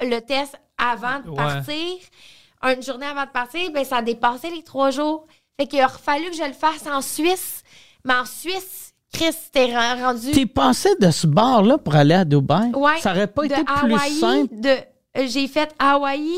[SPEAKER 4] le test avant de
[SPEAKER 2] Ouais.
[SPEAKER 4] partir, une journée avant de partir, ben ça dépassait les trois jours. Fait qu'il a fallu que je le fasse en Suisse. Mais en Suisse, Chris, t'es ren- rendu...
[SPEAKER 3] T'es passé de ce bar-là pour aller à Dubaï?
[SPEAKER 4] Ouais,
[SPEAKER 3] Ça aurait pas
[SPEAKER 4] de
[SPEAKER 3] été plus
[SPEAKER 4] Hawaï,
[SPEAKER 3] simple?
[SPEAKER 4] de- euh, j'ai fait Hawaï,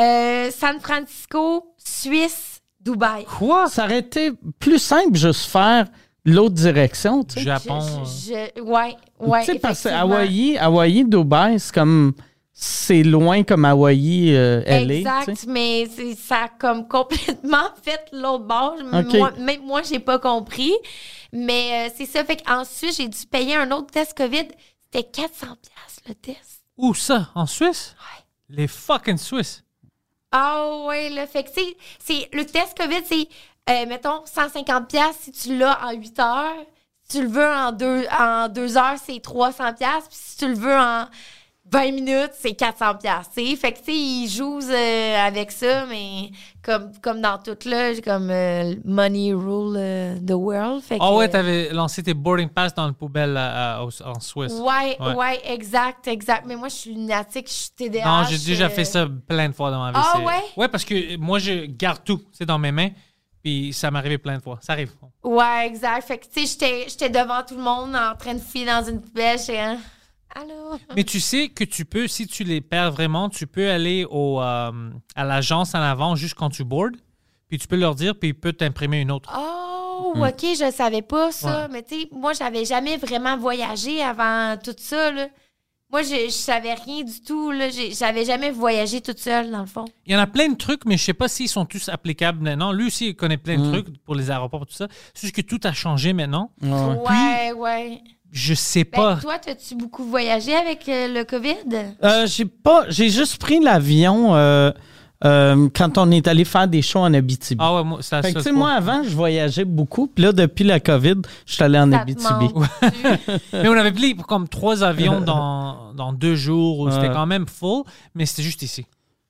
[SPEAKER 4] euh, San Francisco, Suisse, Dubaï.
[SPEAKER 3] Quoi? Ça aurait été plus simple juste faire l'autre direction, tu sais.
[SPEAKER 2] Japon.
[SPEAKER 4] Je- je- je- ouais, ouais.
[SPEAKER 3] tu sais, parce que
[SPEAKER 4] effectivement.
[SPEAKER 3] Hawaï, Hawaï, Dubaï, c'est comme. c'est loin comme Hawaii, euh, LA. tu
[SPEAKER 4] Exact,
[SPEAKER 3] sais.
[SPEAKER 4] mais c'est- ça a comme complètement fait l'autre bord. Je-
[SPEAKER 3] Ok.
[SPEAKER 4] moi- même moi, j'ai pas compris. Mais euh, c'est ça. Fait qu'ensuite, j'ai dû payer un autre test COVID. C'était 400$ piastres, le test.
[SPEAKER 2] Où ça? En Suisse? Les fucking Suisses.
[SPEAKER 4] Ah ouais, là. Fait que c'est- c'est le test COVID, c'est, euh, mettons, 150$ piastres si tu l'as en 8 heures. Si tu le veux en 2 en deux heures, c'est 300$. piastres. Puis si tu le veux en 20 minutes, c'est 400$. piastres, tu sais. Fait que, tu sais, ils jouent euh, avec ça, mais comme, comme dans tout, là, j'ai comme euh, money rule euh, the world. Fait
[SPEAKER 2] Ah
[SPEAKER 4] que-
[SPEAKER 2] ouais, t'avais lancé tes boarding pass dans le poubelle à- à- au- en Suisse.
[SPEAKER 4] Ouais,
[SPEAKER 2] Ouais.
[SPEAKER 4] ouais, exact, exact. Mais moi, je suis lunatique, je suis TDAH.
[SPEAKER 2] Non, j'ai déjà
[SPEAKER 4] euh,
[SPEAKER 2] fait ça plein de fois dans ma vie.
[SPEAKER 4] Ah
[SPEAKER 2] c'est-
[SPEAKER 4] ouais?
[SPEAKER 2] Ouais, parce que moi, je garde tout, c'est dans mes mains. Puis ça m'est arrivé plein de fois. Ça arrive.
[SPEAKER 4] Hum. Ouais, exact. Fait que, tu sais, j'étais- j'étais devant tout le monde en train de filer dans une poubelle. J'étais, hein, allô?
[SPEAKER 2] Mais tu sais que tu peux, si tu les perds vraiment, tu peux aller au, euh, à l'agence en avant juste quand tu boardes. Puis tu peux leur dire, puis il peut t'imprimer une autre.
[SPEAKER 4] Oh,
[SPEAKER 3] Hmm.
[SPEAKER 4] OK, je savais pas ça. Mais, tu sais, moi, j'avais jamais vraiment voyagé avant tout ça, là. Moi, je, je savais rien du tout, là. J'ai- J'avais jamais voyagé toute seule, dans le fond.
[SPEAKER 2] Il y en a plein de trucs, mais je sais pas s'ils sont tous applicables maintenant. Lui aussi, il connaît plein de
[SPEAKER 4] Hum.
[SPEAKER 2] trucs pour les aéroports, tout ça. C'est juste que tout a changé maintenant.
[SPEAKER 3] Ouais.
[SPEAKER 4] Ouais, ouais.
[SPEAKER 2] Je sais
[SPEAKER 4] Ben,
[SPEAKER 2] pas.
[SPEAKER 4] toi, as-tu beaucoup voyagé avec euh, le COVID?
[SPEAKER 3] Euh, j'ai pas, j'ai juste pris l'avion euh, euh, quand on est allé faire des shows en Abitibi.
[SPEAKER 2] ah ouais, moi, c'est la
[SPEAKER 3] Fait que,
[SPEAKER 2] seule
[SPEAKER 3] tu sais,
[SPEAKER 2] fois.
[SPEAKER 3] moi, avant, je voyageais beaucoup. Puis là, depuis la COVID, je suis allé en
[SPEAKER 4] Ça te
[SPEAKER 3] Abitibi.
[SPEAKER 4] manque.
[SPEAKER 2] Mais on avait pris comme trois avions dans, dans deux jours. où C'était
[SPEAKER 3] Ouais.
[SPEAKER 2] quand même full, mais c'était juste ici.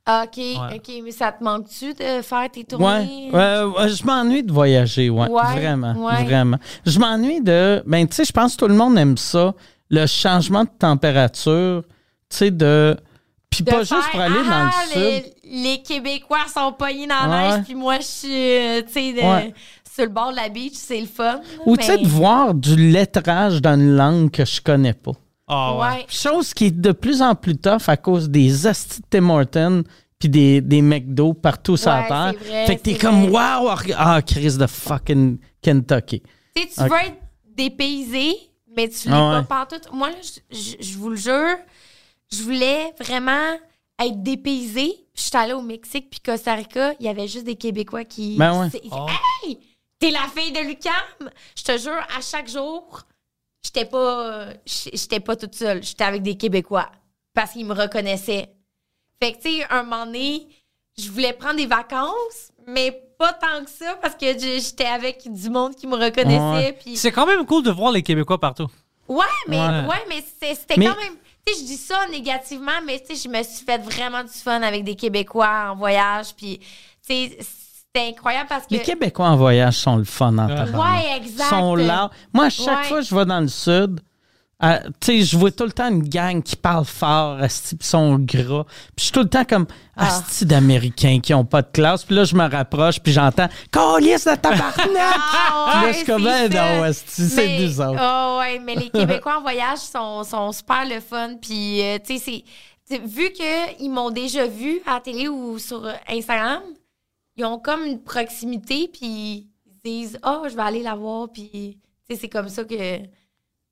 [SPEAKER 4] OK,
[SPEAKER 2] Ouais.
[SPEAKER 4] Ah, OK. Mais ça te manque-tu de faire tes
[SPEAKER 3] Ouais,
[SPEAKER 4] tournées?
[SPEAKER 3] ouais, ouais, je m'ennuie de voyager, ouais,
[SPEAKER 4] Ouais,
[SPEAKER 3] vraiment,
[SPEAKER 4] ouais.
[SPEAKER 3] vraiment. Je m'ennuie de, ben tu sais, je pense que tout le monde aime ça, le changement de température, tu sais de, puis
[SPEAKER 4] De
[SPEAKER 3] pas
[SPEAKER 4] faire,
[SPEAKER 3] juste pour aller dans
[SPEAKER 4] Ah,
[SPEAKER 3] le
[SPEAKER 4] les,
[SPEAKER 3] sud.
[SPEAKER 4] les Québécois sont pognés dans la
[SPEAKER 3] Ouais.
[SPEAKER 4] neige, puis moi, je suis, euh, tu sais, de-
[SPEAKER 3] Ouais.
[SPEAKER 4] sur le bord de la beach, c'est le fun.
[SPEAKER 3] Ou
[SPEAKER 4] mais-
[SPEAKER 3] tu sais de voir du lettrage dans une langue que je connais pas.
[SPEAKER 2] Ah ouais.
[SPEAKER 4] Ouais.
[SPEAKER 3] Chose qui est de plus en plus tough à cause des hosties de Tim Hortons puis des, des McDo partout sur la
[SPEAKER 4] Ouais,
[SPEAKER 3] terre.
[SPEAKER 4] c'est vrai,
[SPEAKER 3] fait que t'es
[SPEAKER 4] c'est
[SPEAKER 3] comme,
[SPEAKER 4] vrai.
[SPEAKER 3] wow, ah, crise de fucking Kentucky.
[SPEAKER 4] Tu sais, tu
[SPEAKER 3] Ok.
[SPEAKER 4] veux être dépaysé, mais tu l'es
[SPEAKER 3] Ah ouais.
[SPEAKER 4] pas pantoute. Moi, là, je- je je vous le jure, je voulais vraiment être dépaysé. Je suis allée au Mexique puis Costa Rica, il y avait juste des Québécois qui...
[SPEAKER 3] Ben ouais.
[SPEAKER 4] c'est-
[SPEAKER 2] Oh.
[SPEAKER 4] Hey! T'es la fille de Lucam! Je te jure, à chaque jour, j'étais pas... J'étais pas toute seule. J'étais avec des Québécois parce qu'ils me reconnaissaient. Fait que, tu sais, un moment donné, je voulais prendre des vacances, mais pas tant que ça parce que j- j'étais avec du monde qui me reconnaissait. puis
[SPEAKER 2] C'est quand même cool de voir les Québécois partout.
[SPEAKER 4] Ouais, mais,
[SPEAKER 2] Ouais.
[SPEAKER 4] ouais. mais c'est- c'était
[SPEAKER 3] Mais-
[SPEAKER 4] quand même. Tu sais, je dis ça négativement, mais tu sais, je me suis fait vraiment du fun avec des Québécois en voyage. Puis, tu sais, c'était incroyable parce que.
[SPEAKER 3] Les Québécois en voyage sont le fun en tabarnak.
[SPEAKER 4] Ouais, exact.
[SPEAKER 3] sont là. Moi, à chaque
[SPEAKER 4] Ouais.
[SPEAKER 3] fois que je vais dans le sud, euh, tu sais, je vois tout le temps une gang qui parle fort, asti, pis sont gras. Puis je suis tout le temps comme
[SPEAKER 4] Ah.
[SPEAKER 3] asti d'Américains qui ont pas de classe. Puis là, je me rapproche, puis j'entends « Calice de tabarnak!
[SPEAKER 4] Ah,
[SPEAKER 3] Puis là, je suis comme,
[SPEAKER 4] c'est
[SPEAKER 3] ben
[SPEAKER 4] ça.
[SPEAKER 3] non, asti, c'est
[SPEAKER 4] Mais-
[SPEAKER 3] nous autres.
[SPEAKER 4] Ah ouais, mais les Québécois en voyage sont, sont super le fun. Puis, euh, tu sais, c'est- tu sais, vu qu'ils m'ont déjà vu à la télé ou sur euh, Instagram, ils ont comme une proximité, puis ils se disent, oh, je vais aller la voir. Puis, tu sais, c'est comme ça que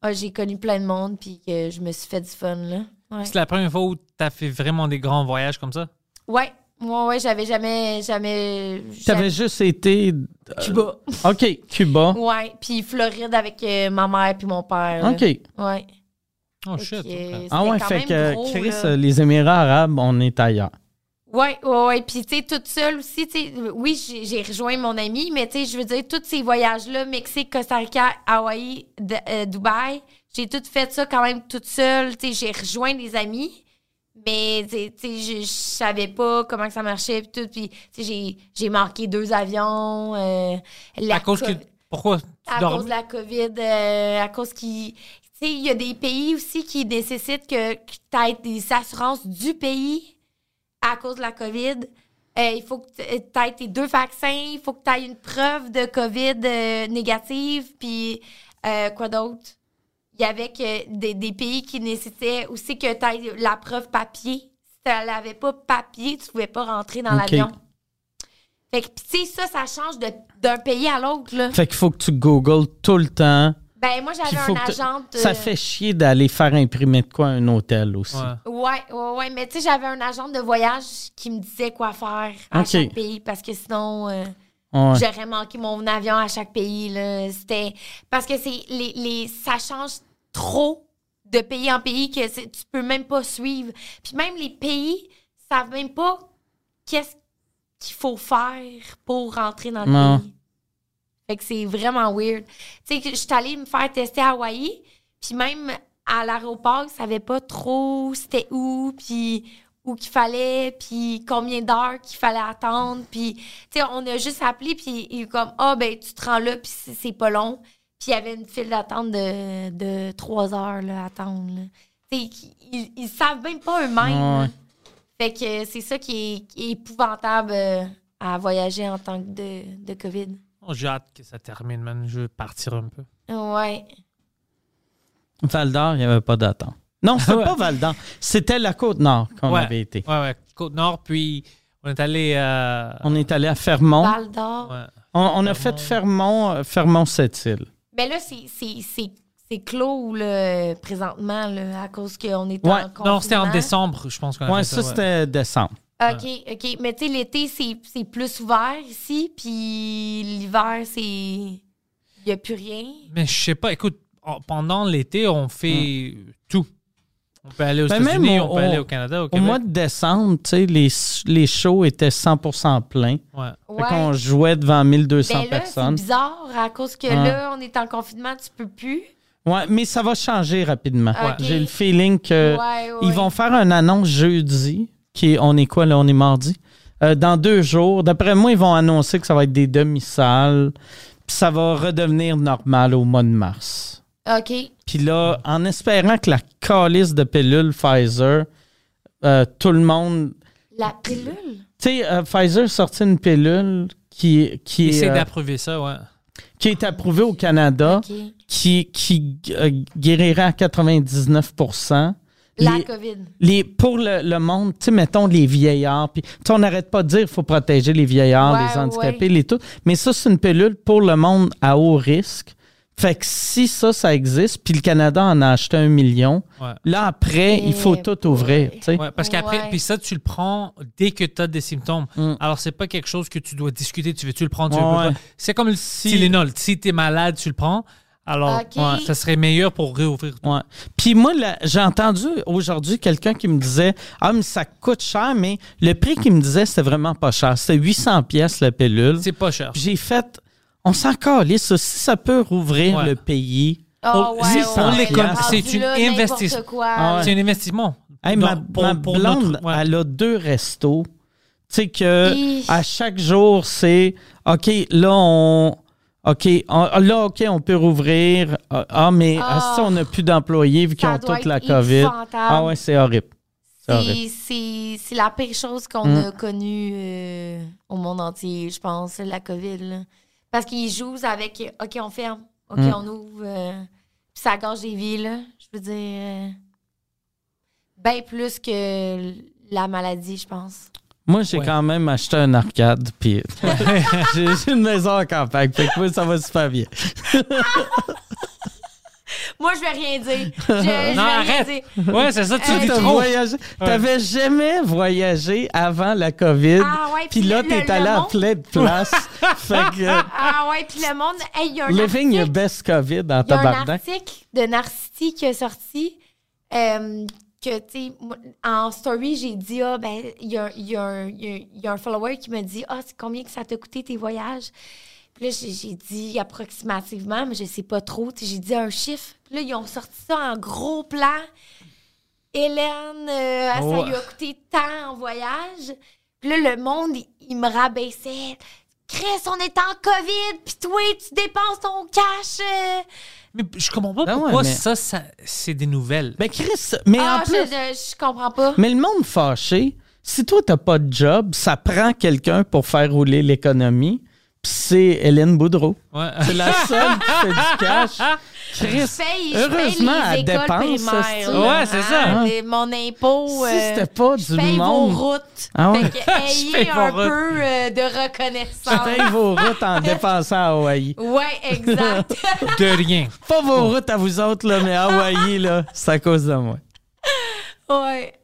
[SPEAKER 4] ah, j'ai connu plein de monde, puis que je me suis fait du fun, là. Ouais,
[SPEAKER 2] C'est la première fois où t'as fait vraiment des grands voyages comme ça.
[SPEAKER 4] ouais, ouais, ouais, j'avais jamais. jamais
[SPEAKER 3] T'avais
[SPEAKER 4] jamais-
[SPEAKER 3] juste été... Cuba. OK, Cuba.
[SPEAKER 4] Ouais, puis Floride avec euh, ma mère puis mon père. là.
[SPEAKER 3] OK.
[SPEAKER 4] Ouais.
[SPEAKER 2] Oh
[SPEAKER 4] Fait
[SPEAKER 2] shit.
[SPEAKER 4] que, euh,
[SPEAKER 2] ok.
[SPEAKER 3] Ah
[SPEAKER 4] c'était
[SPEAKER 3] ouais,
[SPEAKER 4] quand
[SPEAKER 3] fait
[SPEAKER 4] même
[SPEAKER 3] que
[SPEAKER 4] gros,
[SPEAKER 3] Chris,
[SPEAKER 4] là.
[SPEAKER 3] euh, les Émirats arabes, on est ailleurs.
[SPEAKER 4] Ouais, ouais, ouais. Puis, tu sais, toute seule aussi, tu sais, oui, j'ai- j'ai rejoint mon ami, mais tu sais, je veux dire, tous ces voyages-là, Mexique, Costa Rica, Hawaï, D- euh, Dubaï, j'ai tout fait ça quand même toute seule. Tu sais, j'ai rejoint des amis, mais tu sais, tu sais, je je savais pas comment que ça marchait, puis tout. Puis, tu sais, j'ai- j'ai manqué deux avions. euh, la
[SPEAKER 2] À cause que.
[SPEAKER 4] co-
[SPEAKER 2] Pourquoi tu
[SPEAKER 4] à
[SPEAKER 2] dors-
[SPEAKER 4] cause de la COVID, euh, à cause qui. Tu sais, il y a des pays aussi qui nécessitent que, que tu aies des assurances du pays à cause de la COVID. Euh, il faut que tu aies tes deux vaccins, il faut que tu aies une preuve de COVID euh, négative, puis euh, quoi d'autre? Il y avait que des, des pays qui nécessitaient aussi que tu aies la preuve papier. Si tu l'avais pas papier, tu pouvais pas rentrer dans
[SPEAKER 3] OK.
[SPEAKER 4] l'avion. Fait que, puis tu sais, ça, ça change de- d'un pays à l'autre, là.
[SPEAKER 3] Fait qu'il faut que tu googles tout le temps.
[SPEAKER 4] Ben, moi, j'avais
[SPEAKER 3] Puis faut
[SPEAKER 4] un
[SPEAKER 3] que t-
[SPEAKER 4] agent. de-
[SPEAKER 3] Ça fait chier d'aller faire imprimer de quoi à un hôtel aussi.
[SPEAKER 2] Ouais.
[SPEAKER 4] Ouais, ouais, ouais. Mais tu sais, j'avais un agent de voyage qui me disait quoi faire à
[SPEAKER 3] Ok.
[SPEAKER 4] chaque pays parce que sinon, euh,
[SPEAKER 3] Ouais.
[SPEAKER 4] j'aurais manqué mon avion à chaque pays. Là. C'était parce que c'est les, les ça change trop de pays en pays que c'est- tu peux même pas suivre. Puis même les pays savent même pas qu'est-ce qu'il faut faire pour rentrer dans le
[SPEAKER 3] Non.
[SPEAKER 4] pays. Fait que c'est vraiment weird. Tu sais, que je suis allée me faire tester à Hawaï, puis même à l'aéroport, ils savaient pas trop c'était où, puis où qu'il fallait, puis combien d'heures qu'il fallait attendre, puis tu sais, on a juste appelé, puis il est comme « Ah, ben, tu te rends là, puis c'est c'est pas long. » Puis il y avait une file d'attente de, de trois heures, là, à attendre, là. Tu sais, ils, ils savent même pas eux-mêmes.
[SPEAKER 3] Ouais.
[SPEAKER 4] Fait que c'est ça qui est, qui est épouvantable euh, à voyager en tant que de, de COVID.
[SPEAKER 2] Oh, J'ai hâte que ça termine, man. Je veux partir un peu.
[SPEAKER 4] Ouais.
[SPEAKER 3] Val d'Or, il n'y avait pas d'attente. Non, c'était
[SPEAKER 2] Ah ouais.
[SPEAKER 3] pas Val d'Or. C'était la Côte-Nord qu'on
[SPEAKER 2] ouais.
[SPEAKER 3] avait été.
[SPEAKER 2] Ouais, ouais. Côte-Nord, puis on est allé. euh,
[SPEAKER 3] On est allé à Fermont.
[SPEAKER 4] Val d'Or.
[SPEAKER 2] ouais.
[SPEAKER 3] On, on a fait Fermont, euh, Fermont cette île.
[SPEAKER 4] Mais Ben là, c'est- c'est c'est- c'est clos là, présentement là, à cause qu'on est
[SPEAKER 3] Ouais.
[SPEAKER 4] en confinement.
[SPEAKER 2] Non, c'était en décembre, je pense qu'on a
[SPEAKER 3] Ouais,
[SPEAKER 2] fait
[SPEAKER 3] ça,
[SPEAKER 2] Ah, ouais.
[SPEAKER 3] c'était décembre.
[SPEAKER 4] OK, OK. Mais tu sais, l'été, c'est c'est plus ouvert ici, puis l'hiver, c'est... Il n'y a plus rien.
[SPEAKER 2] Mais je sais pas, écoute, en- pendant l'été, on fait tout. On peut aller aux
[SPEAKER 3] Hmm. Ben, même
[SPEAKER 2] États-Unis,
[SPEAKER 3] au-
[SPEAKER 2] on, peut
[SPEAKER 3] au-
[SPEAKER 2] aller au Canada, au
[SPEAKER 3] Au
[SPEAKER 2] Québec.
[SPEAKER 3] mois de décembre, tu sais, les, les shows étaient 100 pleins.
[SPEAKER 2] Ouais.
[SPEAKER 3] Fait qu'on jouait devant 1200
[SPEAKER 4] Ben là, c'est
[SPEAKER 3] personnes.
[SPEAKER 4] bizarre à cause que
[SPEAKER 3] Ouais.
[SPEAKER 4] là, on est en confinement, tu peux plus.
[SPEAKER 3] Ouais, mais ça va changer rapidement.
[SPEAKER 4] Ouais.
[SPEAKER 3] J'ai le feeling que
[SPEAKER 4] Ouais, ouais.
[SPEAKER 3] Euh, ils vont faire une annonce jeudi. Qui est- on est quoi là? On est mardi. Euh, dans deux jours. D'après moi, ils vont annoncer que ça va être des demi-salles. Puis ça va redevenir normal au mois de mars.
[SPEAKER 4] OK.
[SPEAKER 3] Puis là, en espérant que la calice de pilule Pfizer, euh, tout le monde.
[SPEAKER 4] La pilule?
[SPEAKER 3] Tu sais, euh, Pfizer sortit une pilule qui, qui,
[SPEAKER 2] Essayer
[SPEAKER 3] est, euh,
[SPEAKER 2] d'approuver ça, ouais.
[SPEAKER 3] qui est approuvée au Canada.
[SPEAKER 4] OK.
[SPEAKER 3] qui, qui euh, guérirait à 99
[SPEAKER 4] La
[SPEAKER 3] Les-
[SPEAKER 4] COVID.
[SPEAKER 3] les, pour le, le monde, tu sais, mettons les vieillards, puis tu sais, on n'arrête pas de dire qu'il faut protéger les vieillards,
[SPEAKER 4] Ouais,
[SPEAKER 3] les handicapés,
[SPEAKER 4] ouais.
[SPEAKER 3] les tout. Mais ça, c'est une pilule pour le monde à haut risque. Fait que si ça, ça existe, puis le Canada en a acheté un million,
[SPEAKER 2] Ouais.
[SPEAKER 3] là après, il faut
[SPEAKER 4] Eh
[SPEAKER 3] tout ouvrir. tu sais.
[SPEAKER 2] Ouais, parce qu'après,
[SPEAKER 4] Ouais.
[SPEAKER 2] puis ça, tu le prends dès que tu as des symptômes. Alors, c'est pas quelque chose que tu dois discuter. Tu veux-tu le prendre? tu le
[SPEAKER 3] Hmm. Ouais.
[SPEAKER 2] veux pas. C'est comme le Tylenol. Si tu es malade, tu le prends. Alors,
[SPEAKER 4] Ok.
[SPEAKER 2] ouais, ça serait meilleur pour réouvrir.
[SPEAKER 3] Ouais. Puis moi, là, j'ai entendu aujourd'hui quelqu'un qui me disait Ah, mais ça coûte cher, mais le prix qu'il me disait, c'était vraiment pas cher. C'était 800 pièces la pilule.
[SPEAKER 2] C'est pas cher.
[SPEAKER 3] Puis j'ai fait, on s'en calisse, ça. Si ça peut rouvrir
[SPEAKER 2] Ouais.
[SPEAKER 3] le pays.
[SPEAKER 4] Ah
[SPEAKER 2] Pour- c'est pour l'école, c'est
[SPEAKER 4] Rendu
[SPEAKER 2] une
[SPEAKER 4] là, n'importe
[SPEAKER 2] investisse-
[SPEAKER 4] quoi.
[SPEAKER 3] Ah ouais.
[SPEAKER 2] C'est un investissement.
[SPEAKER 3] Hey,
[SPEAKER 2] Non,
[SPEAKER 3] ma, ma blonde,
[SPEAKER 2] notre- ouais.
[SPEAKER 3] elle a deux restos. Tu sais que
[SPEAKER 4] Hi.
[SPEAKER 3] à chaque jour, c'est OK, là, on. OK, on- ah, là, OK, on peut rouvrir. Ah, ah, mais ah, si on n'a plus d'employés vu qu'ils
[SPEAKER 4] Ça
[SPEAKER 3] ont
[SPEAKER 4] doit
[SPEAKER 3] toute la
[SPEAKER 4] être
[SPEAKER 3] COVID.
[SPEAKER 4] épouvantable.
[SPEAKER 3] Ah ouais, c'est horrible. C'est
[SPEAKER 2] Ah,
[SPEAKER 3] horrible.
[SPEAKER 4] C'est- C'est c'est la pire chose qu'on
[SPEAKER 2] Hmm.
[SPEAKER 4] a connue euh, au monde entier, je pense, la COVID. là. Parce qu'ils jouent avec OK, on ferme, OK,
[SPEAKER 2] Hmm.
[SPEAKER 4] on ouvre. euh, puis ça gâche des vies, là. Je veux dire. euh, ben plus que la maladie, je pense.
[SPEAKER 3] Moi, j'ai quand même acheté un arcade, puis j'ai j'ai une maison en campagne. Fait que moi, ça va super bien.
[SPEAKER 4] Moi, je vais rien dire. Je, Eh, je vais
[SPEAKER 2] Non,
[SPEAKER 4] rien
[SPEAKER 2] arrête.
[SPEAKER 4] dire.
[SPEAKER 2] Ouais, c'est ça, tu
[SPEAKER 4] Euh,
[SPEAKER 2] dis
[SPEAKER 3] T'as
[SPEAKER 2] trop.
[SPEAKER 3] voyagé- T'avais jamais voyagé avant la COVID.
[SPEAKER 4] Ah ouais,
[SPEAKER 3] puis
[SPEAKER 4] puis
[SPEAKER 3] là,
[SPEAKER 4] le-
[SPEAKER 3] t'es
[SPEAKER 4] le
[SPEAKER 3] allé à
[SPEAKER 4] monde-
[SPEAKER 3] plein de places. fait que euh,
[SPEAKER 4] Ah ouais, puis le monde. Hey, il y a un
[SPEAKER 3] living your
[SPEAKER 4] article-
[SPEAKER 3] best COVID dans
[SPEAKER 4] Il y a
[SPEAKER 3] ta
[SPEAKER 4] un
[SPEAKER 3] bardac.
[SPEAKER 4] article de Narcity qui est sorti. euh, que, tu sais, moi, en story, j'ai dit, ah, ben, il y a, il y a un- il y a- il y a un follower qui me dit, ah, c'est combien que ça t'a coûté tes voyages? Puis là, j'ai j'ai dit approximativement, mais je sais pas trop. Tu sais, J'ai dit un chiffre. Puis là, ils ont sorti ça en gros plan. Hélène, euh,
[SPEAKER 2] Ouais.
[SPEAKER 4] ça lui a coûté tant en voyage. Puis là, le monde, il, il me rabaissait. Chris, on est en COVID, puis toi, tu dépenses ton cash. euh,
[SPEAKER 2] Mais je comprends pas
[SPEAKER 3] Ah ouais,
[SPEAKER 2] pourquoi
[SPEAKER 3] mais-
[SPEAKER 2] ça, ça c'est des nouvelles.
[SPEAKER 3] Mais Chris, mais
[SPEAKER 4] Ah,
[SPEAKER 3] en plus,
[SPEAKER 4] je, je- je comprends pas.
[SPEAKER 3] mais le monde fâché, si toi, t'as pas de job, ça prend quelqu'un pour faire rouler l'économie. Puis Puis c'est Hélène Boudreau.
[SPEAKER 2] Ouais.
[SPEAKER 3] C'est la seule qui fait du cash. Chris,
[SPEAKER 4] Je paye, je
[SPEAKER 3] heureusement,
[SPEAKER 4] paye les
[SPEAKER 3] elle
[SPEAKER 4] écoles
[SPEAKER 3] dépense.
[SPEAKER 4] primaires,
[SPEAKER 3] hostie.
[SPEAKER 4] là. Ah,
[SPEAKER 2] Ouais, c'est ça.
[SPEAKER 4] les- mon impôt.
[SPEAKER 3] Si
[SPEAKER 4] euh,
[SPEAKER 3] c'était pas
[SPEAKER 4] je
[SPEAKER 3] du
[SPEAKER 4] paye
[SPEAKER 3] monde.
[SPEAKER 4] vos routes.
[SPEAKER 3] Ah ouais.
[SPEAKER 4] Fait que
[SPEAKER 2] Je
[SPEAKER 4] ayez
[SPEAKER 2] paye
[SPEAKER 4] un
[SPEAKER 2] vos routes.
[SPEAKER 4] peu euh, de
[SPEAKER 3] Je
[SPEAKER 4] reconnaissance.
[SPEAKER 3] paye vos routes en dépensant à Hawaï.
[SPEAKER 4] Ouais, exact.
[SPEAKER 2] De rien.
[SPEAKER 3] Pas
[SPEAKER 4] Oh.
[SPEAKER 3] vos routes à vous autres, là, mais Hawaï, là, c'est à cause de moi.
[SPEAKER 4] ouais.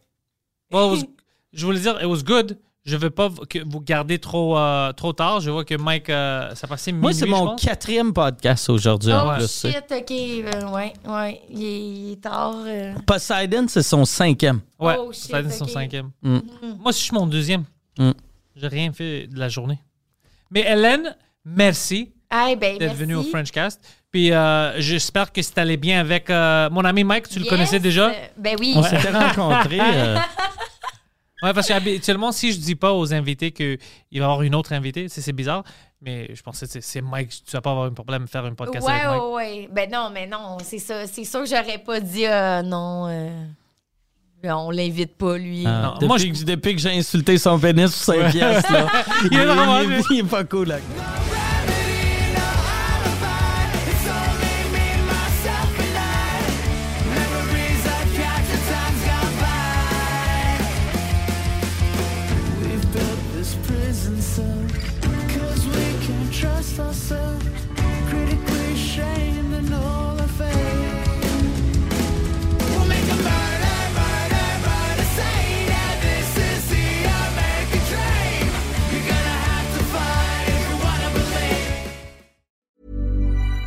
[SPEAKER 2] Well, it was- je voulais dire, it was good. Je veux pas v- que vous garder trop, euh, trop tard. Je vois que Mike, euh, ça passait minuit,
[SPEAKER 3] Moi, c'est
[SPEAKER 2] je
[SPEAKER 3] mon
[SPEAKER 2] pense.
[SPEAKER 3] quatrième podcast aujourd'hui,
[SPEAKER 4] Oh
[SPEAKER 3] en plus. tu sais.
[SPEAKER 4] shit, ok. ben, ouais, ouais. Il est, il est tard. euh.
[SPEAKER 3] Poseidon, c'est son cinquième.
[SPEAKER 2] Ouais,
[SPEAKER 4] Oh, shit,
[SPEAKER 2] ça a été son
[SPEAKER 4] ok.
[SPEAKER 2] cinquième.
[SPEAKER 3] Mm.
[SPEAKER 2] Moi, si je suis mon deuxième,
[SPEAKER 3] Mm.
[SPEAKER 2] j'ai rien fait de la journée. Mais Hélène, merci
[SPEAKER 4] Hey, ben,
[SPEAKER 2] d'être
[SPEAKER 4] merci.
[SPEAKER 2] venue au Frenchcast. Puis euh, j'espère que ça allait bien avec euh, mon ami Mike. Tu le
[SPEAKER 4] Yes.
[SPEAKER 2] connaissais déjà?
[SPEAKER 4] Ben oui.
[SPEAKER 3] On s'était rencontrés. euh,
[SPEAKER 2] Ouais, parce qu'habituellement, si je dis pas aux invités qu'il va y avoir une autre invitée, c'est c'est bizarre. Mais je pensais que c'est- c'est Mike. Tu vas pas avoir un problème de faire un podcast
[SPEAKER 4] ouais,
[SPEAKER 2] avec Mike.
[SPEAKER 4] ouais, ouais. Ben non, mais non, c'est ça. C'est sûr que j'aurais pas dit euh, non. euh, on l'invite pas, lui.
[SPEAKER 3] euh,
[SPEAKER 2] Non,
[SPEAKER 3] depuis,
[SPEAKER 2] moi,
[SPEAKER 3] moi,
[SPEAKER 2] je-
[SPEAKER 3] que, depuis que j'ai insulté son pénis pour 5 piastres, là,
[SPEAKER 2] Il est vraiment-
[SPEAKER 3] il est- il est pas cool. Là.
[SPEAKER 1] Trust ourselves, critically shamed and all our We'll make a murder, murder, murder say that this is the American dream. You're gonna have to fight if you wanna believe.